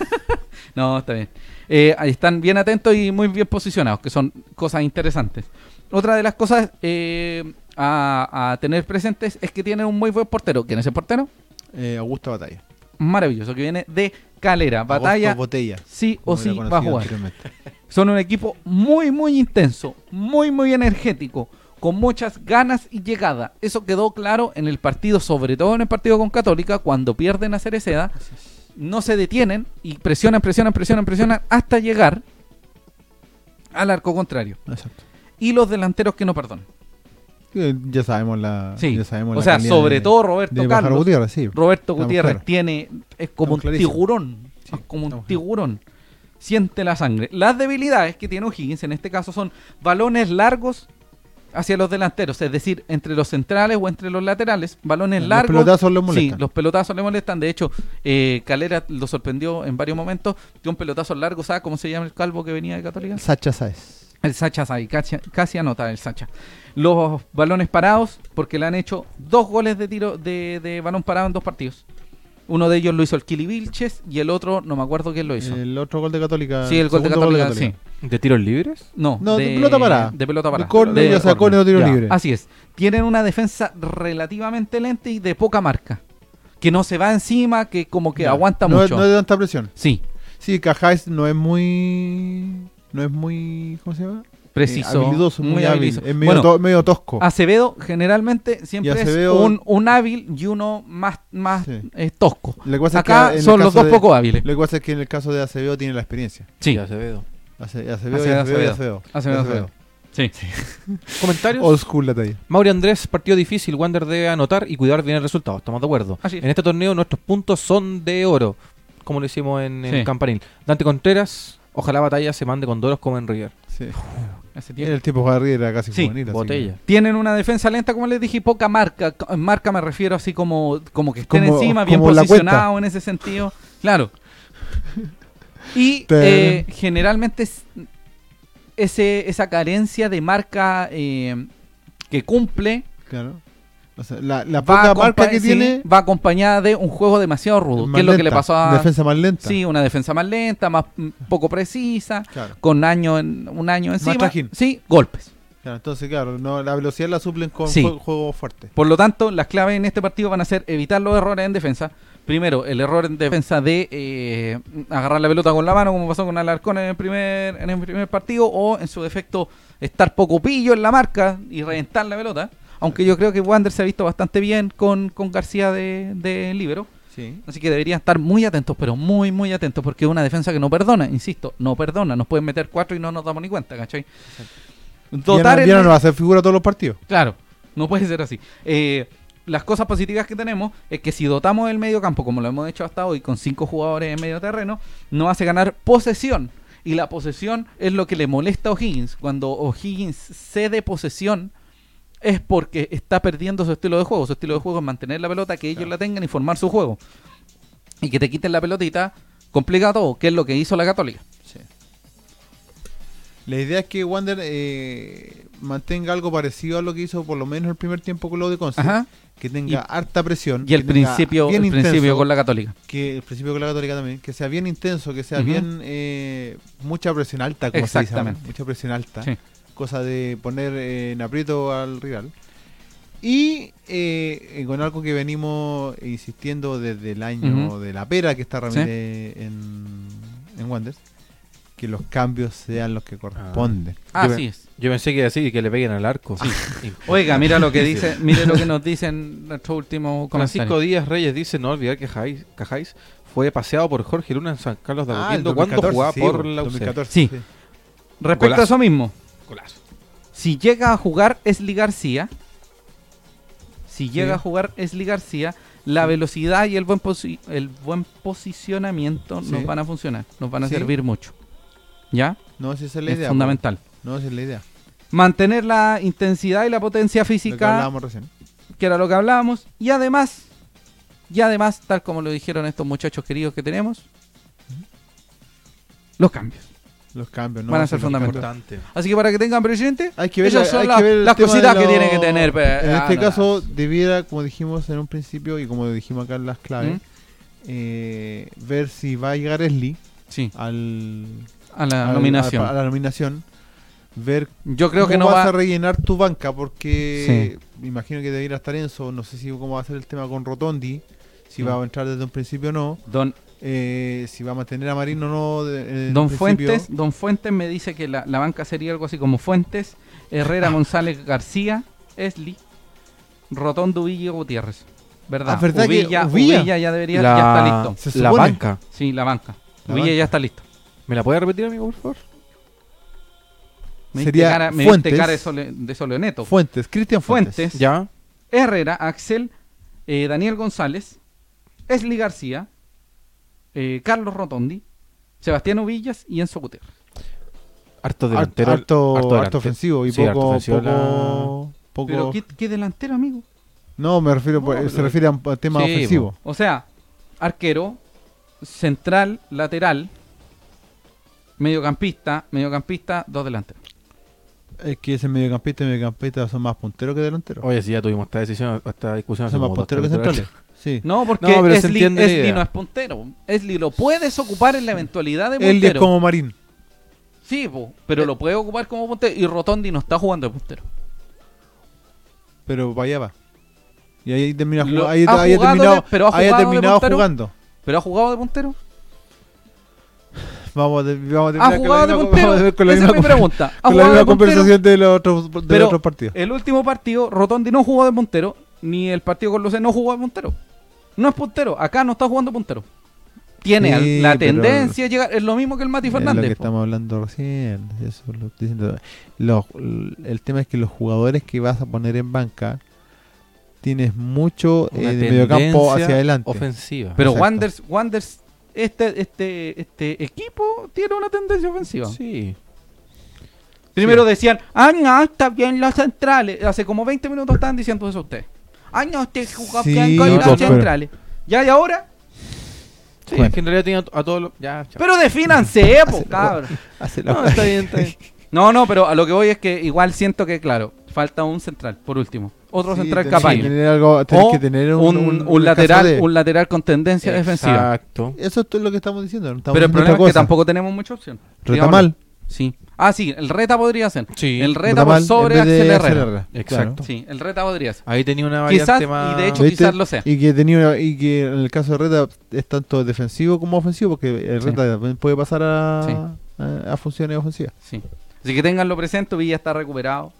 Speaker 1: No, está bien. Eh, ahí están bien atentos y muy bien posicionados, que son cosas interesantes. Otra de las cosas eh, a, a tener presentes es que tienen un muy buen portero. ¿Quién es el portero?
Speaker 2: Eh, Augusto Batalla.
Speaker 1: Maravilloso, que viene de Calera. Batalla,
Speaker 2: Augusto Botella.
Speaker 1: sí
Speaker 2: como
Speaker 1: o sí,
Speaker 2: era
Speaker 1: va a
Speaker 2: conocido
Speaker 1: jugar.
Speaker 2: anteriormente.
Speaker 1: Son un equipo muy, muy intenso, muy, muy energético, con muchas ganas y llegada. Eso quedó claro en el partido, sobre todo en el partido con Católica, cuando pierden a Cereceda, no se detienen y presionan, presionan, presionan, presionan hasta llegar al arco contrario.
Speaker 2: Exacto.
Speaker 1: Y los delanteros que no perdonan.
Speaker 2: Eh, Ya sabemos la.
Speaker 1: Sí,
Speaker 2: ya sabemos
Speaker 1: o
Speaker 2: la
Speaker 1: sea,
Speaker 2: calidad
Speaker 1: sobre
Speaker 2: de-
Speaker 1: todo Roberto
Speaker 2: de Pájaro
Speaker 1: Carlos.
Speaker 2: Gutiérrez, sí.
Speaker 1: Roberto
Speaker 2: Estamos
Speaker 1: Gutiérrez
Speaker 2: claros.
Speaker 1: tiene es
Speaker 2: Estamos
Speaker 1: como un
Speaker 2: clarísimos.
Speaker 1: tiburón,
Speaker 2: Sí,
Speaker 1: es como un
Speaker 2: estamos
Speaker 1: tiburón. Siente la sangre. Las debilidades que tiene O'Higgins en este caso son balones largos hacia los delanteros, es decir, entre los centrales o entre los laterales, balones
Speaker 2: Los
Speaker 1: largos.
Speaker 2: pelotazos le molestan.
Speaker 1: Sí, los pelotazos le molestan. De hecho, eh, Calera lo sorprendió en varios momentos. Dio un pelotazo largo, ¿sabes cómo se llama el calvo que venía de Católica?
Speaker 2: Sacha Saez.
Speaker 1: El Sacha Sai, casi, casi anota el Sacha. Los balones parados, porque le han hecho dos goles de tiro de, de balón parado en dos partidos. Uno de ellos lo hizo el Kili Vilches y el otro, no me acuerdo quién lo hizo.
Speaker 2: El otro gol de Católica.
Speaker 1: sí, el gol de
Speaker 2: segundo
Speaker 1: Católica, sí.
Speaker 3: ¿De tiros libres?
Speaker 1: No,
Speaker 2: No, de pelota parada.
Speaker 1: De pelota parada.
Speaker 2: De córner
Speaker 1: De
Speaker 2: y sacó en
Speaker 1: córner.
Speaker 2: el tiro
Speaker 3: Ya.
Speaker 2: libre.
Speaker 1: Así es. Tienen una defensa relativamente lenta y de poca marca. Que no se va encima, que como que
Speaker 2: Ya.
Speaker 1: aguanta
Speaker 2: no,
Speaker 1: mucho.
Speaker 2: No es de tanta presión.
Speaker 1: Sí,
Speaker 2: Sí, Cajáis no es muy. No es muy. ¿Cómo se llama?
Speaker 1: preciso.
Speaker 2: Eh, habilidoso, muy, hábil.
Speaker 1: habilidoso.
Speaker 2: Es medio,
Speaker 1: Bueno,
Speaker 2: to- medio tosco.
Speaker 1: Acevedo generalmente siempre
Speaker 2: Y Acevedo-
Speaker 1: es un, un hábil y uno más, más
Speaker 2: Sí.
Speaker 1: eh, tosco.
Speaker 2: Lo que pasa es que
Speaker 1: Acá
Speaker 2: en el
Speaker 1: son los
Speaker 2: caso
Speaker 1: dos
Speaker 2: de-
Speaker 1: poco hábiles.
Speaker 2: Lo que pasa es que en el caso de Acevedo tiene la experiencia.
Speaker 1: Sí,
Speaker 3: Ya, Acevedo.
Speaker 2: Ace- Acevedo, y
Speaker 1: Acevedo,
Speaker 2: Acevedo, y
Speaker 1: Acevedo.
Speaker 2: Acevedo.
Speaker 1: Acevedo,
Speaker 2: Y
Speaker 1: Acevedo. sí.
Speaker 3: ¿Comentarios?
Speaker 2: Old school la talla.
Speaker 3: Mauri Andrés, partido difícil. Wander debe anotar y cuidar bien el resultado. Estamos de acuerdo.
Speaker 1: Así es.
Speaker 3: En este torneo nuestros puntos son de oro, como lo hicimos en, en
Speaker 1: Sí.
Speaker 3: Campanil. Dante Contreras, ojalá Batalla se mande con doros como en River.
Speaker 2: Sí.
Speaker 1: Hace tiempo.
Speaker 2: En el tiempo Harry era casi
Speaker 1: Sí,
Speaker 2: juvenil. así que-
Speaker 3: Botella.
Speaker 1: Tienen una defensa lenta, como les dije, y poca marca. C- Marca me refiero así como, como que estén
Speaker 2: Como-
Speaker 1: encima, bien
Speaker 2: como la cuenta.
Speaker 1: posicionado en ese sentido. Claro. Y eh, generalmente es- ese, esa carencia de marca eh, que cumple
Speaker 2: Claro. O sea, la, la
Speaker 1: va,
Speaker 2: poca
Speaker 1: acompa-
Speaker 2: marca que
Speaker 1: sí,
Speaker 2: tiene.
Speaker 1: va acompañada de un juego demasiado rudo,
Speaker 2: más
Speaker 1: que es lo que le
Speaker 2: lenta,
Speaker 1: pasó a
Speaker 2: Defensa más lenta.
Speaker 1: sí, una defensa más lenta, más mm, poco precisa,
Speaker 2: Claro.
Speaker 1: con año en, un año encima.
Speaker 2: trajín.
Speaker 1: Sí, golpes.
Speaker 2: Claro, entonces, claro, no, la velocidad la suplen con
Speaker 1: Sí.
Speaker 2: jue- juego fuerte.
Speaker 1: Por lo tanto, las claves en este partido van a ser evitar los errores en defensa, Primero, el error en defensa de eh, agarrar la pelota con la mano, como pasó con Alarcón en el primer en el primer partido, o en su defecto, estar poco pillo en la marca y reventar la pelota. Aunque yo creo que Wander se ha visto bastante bien con, con García de, de Libero.
Speaker 3: Sí.
Speaker 1: Así que deberían estar muy atentos, pero muy, muy atentos, porque es una defensa que no perdona, insisto, no perdona. Nos pueden meter cuatro y no nos damos ni cuenta, ¿cachai?
Speaker 2: Viera-
Speaker 1: Dotar el-
Speaker 2: Viera no va a hacer figura todos los partidos.
Speaker 1: Claro, no puede ser así. Eh, las cosas positivas que tenemos es que si dotamos el medio campo, como lo hemos hecho hasta hoy, con cinco jugadores en medio terreno, nos hace ganar posesión. Y la posesión es lo que le molesta a O'Higgins. Cuando O'Higgins cede posesión, es porque está perdiendo su estilo de juego. Su estilo de juego es mantener la pelota, que ellos la tengan y formar su juego. Y que te quiten la pelotita, complica todo, que es lo que hizo la Católica.
Speaker 2: La idea es que Wander eh, mantenga algo parecido a lo que hizo por lo menos el primer tiempo con lo de Conce.
Speaker 1: Ajá.
Speaker 2: Que tenga harta presión.
Speaker 1: Y el
Speaker 2: que tenga
Speaker 1: principio,
Speaker 2: bien
Speaker 1: el principio
Speaker 2: intenso,
Speaker 1: con la Católica.
Speaker 2: Que el principio con la Católica también. Que sea bien intenso, que sea
Speaker 1: Ujú.
Speaker 2: bien. eh, mucha presión alta, como se dice. ahora,
Speaker 1: Exactamente.
Speaker 2: Mucha presión alta.
Speaker 1: Sí.
Speaker 2: Cosa de poner eh, en aprieto al rival. Y eh, eh, con algo que venimos insistiendo desde el año
Speaker 1: Ujú.
Speaker 2: de la pera que está Ramírez en, en Wander. Que los cambios sean los que corresponden.
Speaker 3: Ah,
Speaker 1: Así es.
Speaker 3: Yo pensé que iba a decir que le peguen al arco.
Speaker 1: Oiga, mira lo que dice, mire lo que nos dicen nuestro último
Speaker 3: Francisco
Speaker 1: comentario.
Speaker 3: Díaz Reyes dice no olvidar que Jai- Cajáis fue paseado por Jorge Luna en San Carlos de
Speaker 2: Ah, el
Speaker 3: Apoquindo cuando
Speaker 2: 2014,
Speaker 3: jugaba
Speaker 2: sí,
Speaker 3: por
Speaker 1: pues,
Speaker 2: bueno,
Speaker 3: la UC.
Speaker 2: 2014,
Speaker 1: Sí. Respecto
Speaker 3: Golazo.
Speaker 1: a eso mismo,
Speaker 3: Golazo.
Speaker 1: si llega a jugar Esli García, si
Speaker 2: Sí.
Speaker 1: llega a jugar Esli García, la velocidad y el buen posi- el buen posicionamiento
Speaker 2: Sí.
Speaker 1: nos van a funcionar, nos van a
Speaker 2: Sí.
Speaker 1: servir mucho. ¿Ya?
Speaker 2: No, si esa es la
Speaker 1: Es
Speaker 2: idea.
Speaker 1: fundamental.
Speaker 2: pues. No, esa es la idea.
Speaker 1: Mantener la intensidad y la potencia
Speaker 2: Lo que
Speaker 1: física
Speaker 2: hablábamos recién.
Speaker 1: que era lo que hablábamos. Y además, y además, tal como lo dijeron estos muchachos queridos que tenemos, los cambios.
Speaker 2: Los cambios, ¿no?
Speaker 1: Van a
Speaker 2: Sí,
Speaker 1: ser
Speaker 2: los
Speaker 1: fundamentales.
Speaker 2: cambios.
Speaker 3: Importante.
Speaker 1: Así que para que tengan presente,
Speaker 2: Hay que ver,
Speaker 1: esas
Speaker 2: la-
Speaker 1: son
Speaker 2: hay
Speaker 1: la-
Speaker 2: que ver el
Speaker 1: las
Speaker 2: tema de
Speaker 1: cositas que
Speaker 2: los-
Speaker 1: tienen que tener. pe-
Speaker 2: En este
Speaker 1: ah, no,
Speaker 2: caso, debiera, como dijimos en un principio y como dijimos acá en las claves,
Speaker 1: ¿Mm?
Speaker 2: eh, ver si va a llegar Esli
Speaker 1: sí,
Speaker 2: al,
Speaker 1: a la
Speaker 2: al-
Speaker 1: nominación.
Speaker 2: A, a la nominación. Ver
Speaker 1: Yo creo
Speaker 2: cómo
Speaker 1: que no
Speaker 2: vas
Speaker 1: va.
Speaker 2: a rellenar tu banca, porque me imagino que debiera estar Enzo. No sé si cómo va a ser el tema con Rotondi, si
Speaker 1: Mm.
Speaker 2: va a entrar desde un principio o no.
Speaker 1: Don,
Speaker 2: eh, si va a mantener a Marino o no. de- en el
Speaker 1: Don
Speaker 2: principio.
Speaker 1: Fuentes, Don Fuentes me dice que la, la banca sería algo así como Fuentes, Herrera González García, Esli, Rotondo Villa Gutiérrez. ¿Verdad?
Speaker 2: Ah, ¿verdad que
Speaker 1: Uvilla-
Speaker 2: Uvilla?
Speaker 1: Uvilla ya debería ya está
Speaker 3: La,
Speaker 1: listo.
Speaker 2: Se
Speaker 3: la
Speaker 2: supone.
Speaker 3: banca.
Speaker 1: Sí, la banca.
Speaker 2: La
Speaker 1: Uvilla
Speaker 2: banca.
Speaker 1: ya está listo.
Speaker 3: ¿Me la puede repetir, amigo, por favor?
Speaker 1: Me diste
Speaker 2: Sería
Speaker 1: cara, me diste
Speaker 2: Fuentes.
Speaker 1: cara de, Sole- de Soleoneto.
Speaker 2: Fuentes, Cristian Fuentes.
Speaker 1: Fuentes.
Speaker 3: Ya.
Speaker 1: Herrera, Axel, eh, Daniel González, Esli García, eh, Carlos Rotondi, Sebastián Uvillas y Enzo Gutiérrez.
Speaker 3: Harto
Speaker 2: Harto,
Speaker 3: delantero.
Speaker 2: harto-
Speaker 3: delante-
Speaker 2: harto ofensivo y
Speaker 3: Sí, harto
Speaker 2: poco,
Speaker 3: ofensivo
Speaker 2: poco, poco-
Speaker 1: Pero ¿qué, qué delantero, amigo?
Speaker 2: No, me refiero, por-
Speaker 3: No,
Speaker 2: se
Speaker 3: pero-
Speaker 2: refiere a un a tema
Speaker 3: Sí,
Speaker 2: ofensivo.
Speaker 1: O sea, arquero, central, lateral, mediocampista, mediocampista, dos delanteros.
Speaker 2: Es que ese mediocampista y mediocampista son más punteros que delanteros.
Speaker 3: Oye, si ya tuvimos esta decisión, esta discusión. hace
Speaker 2: son más
Speaker 3: como dos,
Speaker 2: punteros que
Speaker 3: tres
Speaker 2: centrales.
Speaker 3: horas.
Speaker 2: Sí.
Speaker 1: No, porque
Speaker 3: No, pero se
Speaker 1: Esli,
Speaker 3: entiende la
Speaker 1: Esli
Speaker 3: idea.
Speaker 1: no es puntero. Esli lo puedes ocupar en la eventualidad de
Speaker 2: Él es
Speaker 1: puntero.
Speaker 2: como Marín.
Speaker 1: Sí, po, pero lo puedes ocupar como puntero. Y Rotondi no está jugando de puntero.
Speaker 2: pero para allá va. Y ahí termina
Speaker 1: Lo-
Speaker 2: jugando. Ahí,
Speaker 1: ha
Speaker 2: ahí ha
Speaker 1: jugado,
Speaker 2: terminado,
Speaker 1: pero ha
Speaker 2: ahí ha
Speaker 1: jugado de
Speaker 2: terminado
Speaker 1: puntero.
Speaker 2: jugando.
Speaker 1: ¿Pero ha jugado de puntero?
Speaker 2: Vamos a, ter- vamos a
Speaker 1: ¿Ha
Speaker 2: terminar con la
Speaker 1: jugado de
Speaker 2: misma-
Speaker 1: puntero?
Speaker 2: vamos a
Speaker 1: Esa
Speaker 2: terminar con la
Speaker 1: es
Speaker 2: misma
Speaker 1: mi
Speaker 2: con-
Speaker 1: pregunta. ¿Ha
Speaker 2: con la
Speaker 1: jugado de
Speaker 2: misma
Speaker 1: puntero?
Speaker 2: conversación de los otros de
Speaker 1: Pero-
Speaker 2: los otros partidos.
Speaker 1: El último partido, Rotondi no jugó de puntero, ni el partido con Lucena no jugó de puntero. No es puntero, acá no está jugando puntero. Tiene al-
Speaker 2: Sí, pero-
Speaker 1: la tendencia a llegar, es lo mismo que el Mati
Speaker 2: Es lo que
Speaker 1: Fernández. po.
Speaker 2: estamos hablando recién. eso es lo que estoy diciendo. Los- el tema es que los jugadores que vas a poner en banca tienes mucho eh,
Speaker 3: Una
Speaker 2: de mediocampo
Speaker 3: tendencia
Speaker 2: hacia adelante.
Speaker 3: Ofensiva.
Speaker 1: pero
Speaker 2: Exacto.
Speaker 1: Wanders, Wanders, este, este, este equipo tiene una tendencia ofensiva.
Speaker 3: Sí.
Speaker 1: Primero decían, ah, no, está bien los centrales. Hace como 20 minutos estaban diciendo eso ustedes. Ah, no, este jugó
Speaker 2: Sí,
Speaker 1: bien con
Speaker 3: no,
Speaker 1: los
Speaker 3: pero-
Speaker 1: centrales. Ya, y ahora,
Speaker 3: Sí,
Speaker 2: Bueno.
Speaker 3: es que en realidad tenía a a todos los. Ya, chao.
Speaker 1: pero defínanse, po,
Speaker 2: Hace-
Speaker 1: cabrón.
Speaker 2: Hacia la-
Speaker 3: No, está bien, está bien.
Speaker 1: No, no, pero a lo que voy es que igual siento que, claro, falta un central, por último. Otro
Speaker 2: Sí,
Speaker 1: central
Speaker 2: tenés
Speaker 1: capaz.
Speaker 2: que tener algo- tenés
Speaker 1: O
Speaker 2: que tener
Speaker 1: un,
Speaker 2: un,
Speaker 1: un lateral,
Speaker 2: caso de-
Speaker 1: un lateral con tendencia defensiva.
Speaker 3: Exacto.
Speaker 2: Eso es todo lo que estamos diciendo. no estamos
Speaker 1: Pero el
Speaker 2: diciendo
Speaker 1: problema
Speaker 2: otra
Speaker 1: es que
Speaker 2: cosa.
Speaker 1: tampoco tenemos mucha opción.
Speaker 2: Retamal.
Speaker 1: Digámoslo. Sí. Ah, sí, el reta podría ser.
Speaker 3: Sí.
Speaker 1: El reta
Speaker 2: Retamal,
Speaker 1: por sobre
Speaker 2: en vez de
Speaker 1: Axel Herrera.
Speaker 2: Axel Herrera,
Speaker 3: Exacto.
Speaker 1: Sí, el reta podría ser.
Speaker 3: Ahí tenía una variante
Speaker 1: Quizás,
Speaker 3: más.
Speaker 1: y de hecho
Speaker 2: ¿Viste?
Speaker 1: quizás lo sea.
Speaker 2: Y que tenía una- y que en el caso de Reta es tanto defensivo como ofensivo, porque el
Speaker 1: Sí.
Speaker 2: Reta también puede pasar a,
Speaker 1: Sí.
Speaker 2: a- a funciones ofensivas.
Speaker 1: Sí. Así que tenganlo presente, Villa está recuperado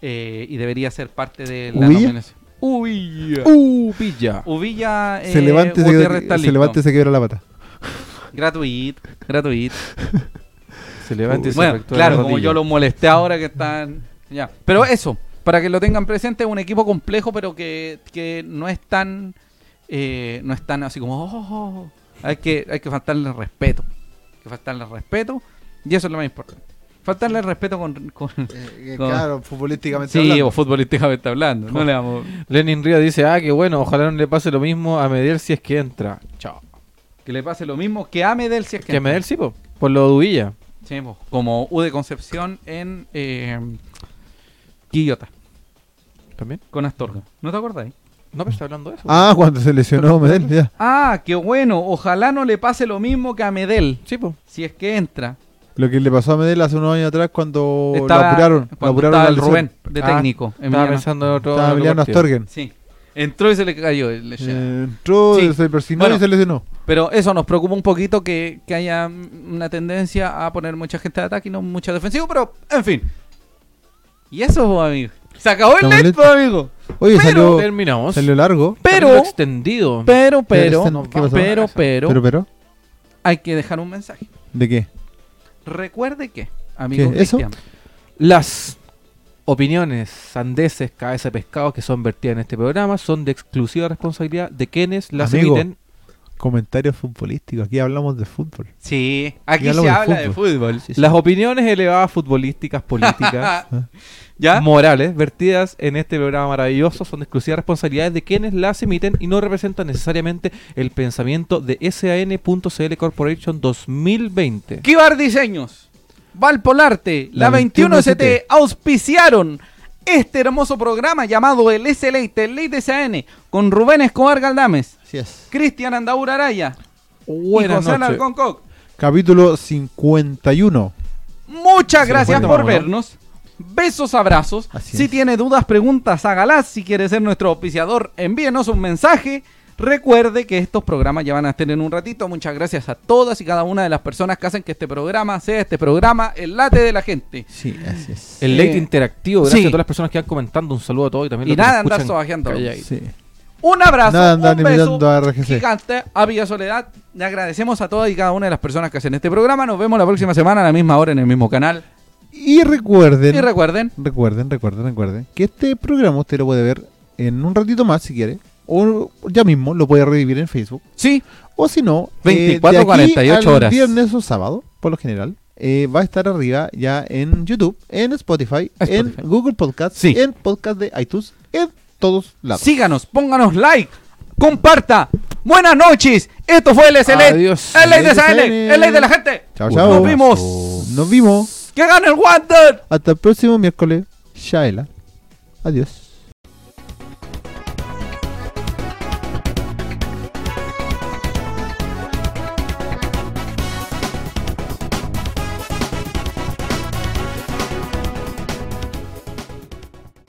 Speaker 1: eh, y debería ser parte de la
Speaker 2: ¿Ubilla?
Speaker 1: nominación. Ubilla.
Speaker 3: Uh, pilla.
Speaker 1: Ubilla eh,
Speaker 2: se levante, y
Speaker 1: UTR
Speaker 2: se,
Speaker 1: está
Speaker 2: se
Speaker 1: listo.
Speaker 2: levante y se quiebra la pata.
Speaker 1: Gratuito, gratuito.
Speaker 3: Se levanta y se
Speaker 1: Bueno,
Speaker 3: fractura
Speaker 1: claro,
Speaker 3: la
Speaker 1: como
Speaker 3: rodilla.
Speaker 1: yo lo molesté ahora que están. Ya. Pero eso, para que lo tengan presente, es un equipo complejo, pero que, que no es tan. eh, no es tan así como. "Oh, oh, oh". Hay, que, hay que faltarle respeto. Hay que faltarle respeto, y eso es lo más importante. Faltarle respeto con. con No. claro,
Speaker 2: Eh, futbolísticamente
Speaker 1: sí, o futbolísticamente hablando. No le vamos.
Speaker 3: Lenin Ría dice, ah, que bueno, ojalá no le pase lo mismo a Medel si es que entra. Chao.
Speaker 1: Que le pase lo mismo que a Medel si es que.
Speaker 3: Que Medel sí, po, por lo de Ubilla.
Speaker 1: Sí, po, como U de Concepción en. Eh, Quillota,
Speaker 3: ¿También?
Speaker 1: con Astorga. ¿No te acordáis?
Speaker 3: No, pero está hablando de eso.
Speaker 2: Ah, cuando se lesionó Medel, ya.
Speaker 1: Ah, qué bueno. Ojalá no le pase lo mismo que a Medel.
Speaker 3: Sí, po.
Speaker 1: Si es que entra.
Speaker 2: Lo que le pasó a Medel hace unos años atrás cuando
Speaker 1: Estaba-
Speaker 2: lo Oh, apuraron. lo
Speaker 1: cuando
Speaker 2: apuraron
Speaker 1: estaba
Speaker 2: la
Speaker 1: el
Speaker 2: lesión. Ah,
Speaker 1: Rubén de
Speaker 3: Ah,
Speaker 1: técnico.
Speaker 3: Estaba
Speaker 1: Emiliano.
Speaker 3: pensando en otro, en
Speaker 2: Estaba
Speaker 3: otro
Speaker 2: Emiliano
Speaker 3: partido.
Speaker 2: Astorgen.
Speaker 1: Sí. Entró y se le cayó. el lesionado.
Speaker 2: Eh, entró,
Speaker 1: Sí.
Speaker 2: se persinó
Speaker 1: Bueno.
Speaker 2: y se lesionó.
Speaker 1: Pero eso nos preocupa un poquito que, que haya mm, una tendencia a poner mucha gente de ataque y no mucha defensivo. Pero, en fin. Y eso, po, amigo. Se acabó el
Speaker 2: Estamos
Speaker 1: net,
Speaker 2: listos.
Speaker 1: po, amigo.
Speaker 2: Oye,
Speaker 1: Pero
Speaker 2: salió,
Speaker 3: Terminamos.
Speaker 2: salió largo.
Speaker 1: Pero,
Speaker 3: Capítulo extendido.
Speaker 1: pero,
Speaker 2: Pero, este
Speaker 1: pero,
Speaker 2: ¿qué pasó?
Speaker 1: pero,
Speaker 2: Pero,
Speaker 1: pero,
Speaker 2: pero,
Speaker 1: hay que dejar un mensaje.
Speaker 2: ¿de qué?
Speaker 1: Recuerde que, amigo
Speaker 2: ¿Qué? ¿Eso?
Speaker 1: Cristian,
Speaker 3: Las opiniones, sandeces, cabeza de pescado que son vertidas en este programa son de exclusiva responsabilidad de quienes las
Speaker 2: Amigo.
Speaker 3: emiten.
Speaker 2: Comentarios futbolísticos. Aquí hablamos de fútbol.
Speaker 1: Sí, aquí
Speaker 2: Ya
Speaker 1: se
Speaker 2: hablamos de
Speaker 1: habla de fútbol.
Speaker 3: Las opiniones elevadas futbolísticas, políticas,
Speaker 1: ¿Ya?
Speaker 3: morales vertidas en este programa maravilloso son de exclusiva responsabilidad de quienes las emiten y no representan necesariamente el pensamiento de SAN.cl Corporation 2020.
Speaker 1: Kibar Diseños, Valpolarte, la,
Speaker 2: La
Speaker 1: 21ST
Speaker 2: 21ST.
Speaker 1: auspiciaron este hermoso programa llamado el SLEITE, el Late SAN, con Rubén Escobar Galdames,
Speaker 2: Así es.
Speaker 1: Cristian Andaur Araya y
Speaker 3: Buenas
Speaker 1: José
Speaker 3: noches.
Speaker 1: Alarcón Koch.
Speaker 2: Capítulo 51.
Speaker 1: Muchas
Speaker 3: Sí,
Speaker 1: gracias
Speaker 3: bueno,
Speaker 1: por
Speaker 3: vamos, ¿no?
Speaker 1: vernos. Besos, abrazos.
Speaker 2: Así
Speaker 1: si
Speaker 2: es.
Speaker 1: tiene dudas, preguntas, hágalas. Si quiere ser nuestro auspiciador, envíenos un mensaje. Recuerde que estos programas ya van a estar en un ratito. Muchas gracias a todas y cada una de las personas que hacen que este programa sea este programa, el late de la gente.
Speaker 2: Sí, así es.
Speaker 3: El
Speaker 1: Eh,
Speaker 3: late interactivo, gracias
Speaker 1: sí.
Speaker 3: a todas las personas que van comentando. Un saludo a todos y también
Speaker 1: Y
Speaker 3: los que
Speaker 1: nada,
Speaker 3: nos
Speaker 1: andar
Speaker 3: escuchan
Speaker 1: sobajeando.
Speaker 2: Eh,
Speaker 3: calladito.
Speaker 1: Un abrazo,
Speaker 2: Nada, andan
Speaker 1: un beso
Speaker 2: imitando a RGC.
Speaker 1: gigante a Villa Soledad. Le agradecemos a todas y cada una de las personas que hacen este programa. Nos vemos la próxima semana a la misma hora en el mismo canal.
Speaker 2: Y recuerden,
Speaker 1: Y recuerden,
Speaker 2: recuerden, recuerden, recuerden, que este programa usted lo puede ver en un ratito más si quiere. O ya mismo lo puede revivir en Facebook.
Speaker 1: sí,
Speaker 2: O si no, eh,
Speaker 1: 24,
Speaker 2: de aquí
Speaker 1: 48
Speaker 2: al
Speaker 1: horas.
Speaker 2: Viernes o sábado, por lo general. eh, va a estar arriba ya en YouTube, en Spotify, en
Speaker 1: Spotify.
Speaker 2: Google Podcast,
Speaker 1: Sí.
Speaker 2: en podcast de iTunes, en todos lados.
Speaker 1: Síganos, pónganos like, comparta. Buenas noches. Esto fue el SL.
Speaker 3: Adiós.
Speaker 1: El ley de SL,
Speaker 2: SL.
Speaker 1: el ley de la gente.
Speaker 2: E Chao, chao.
Speaker 1: Nos vimos.
Speaker 2: Nos vimos.
Speaker 1: Que gane el Wander.
Speaker 2: Hasta el próximo miércoles. Shaela. Adiós.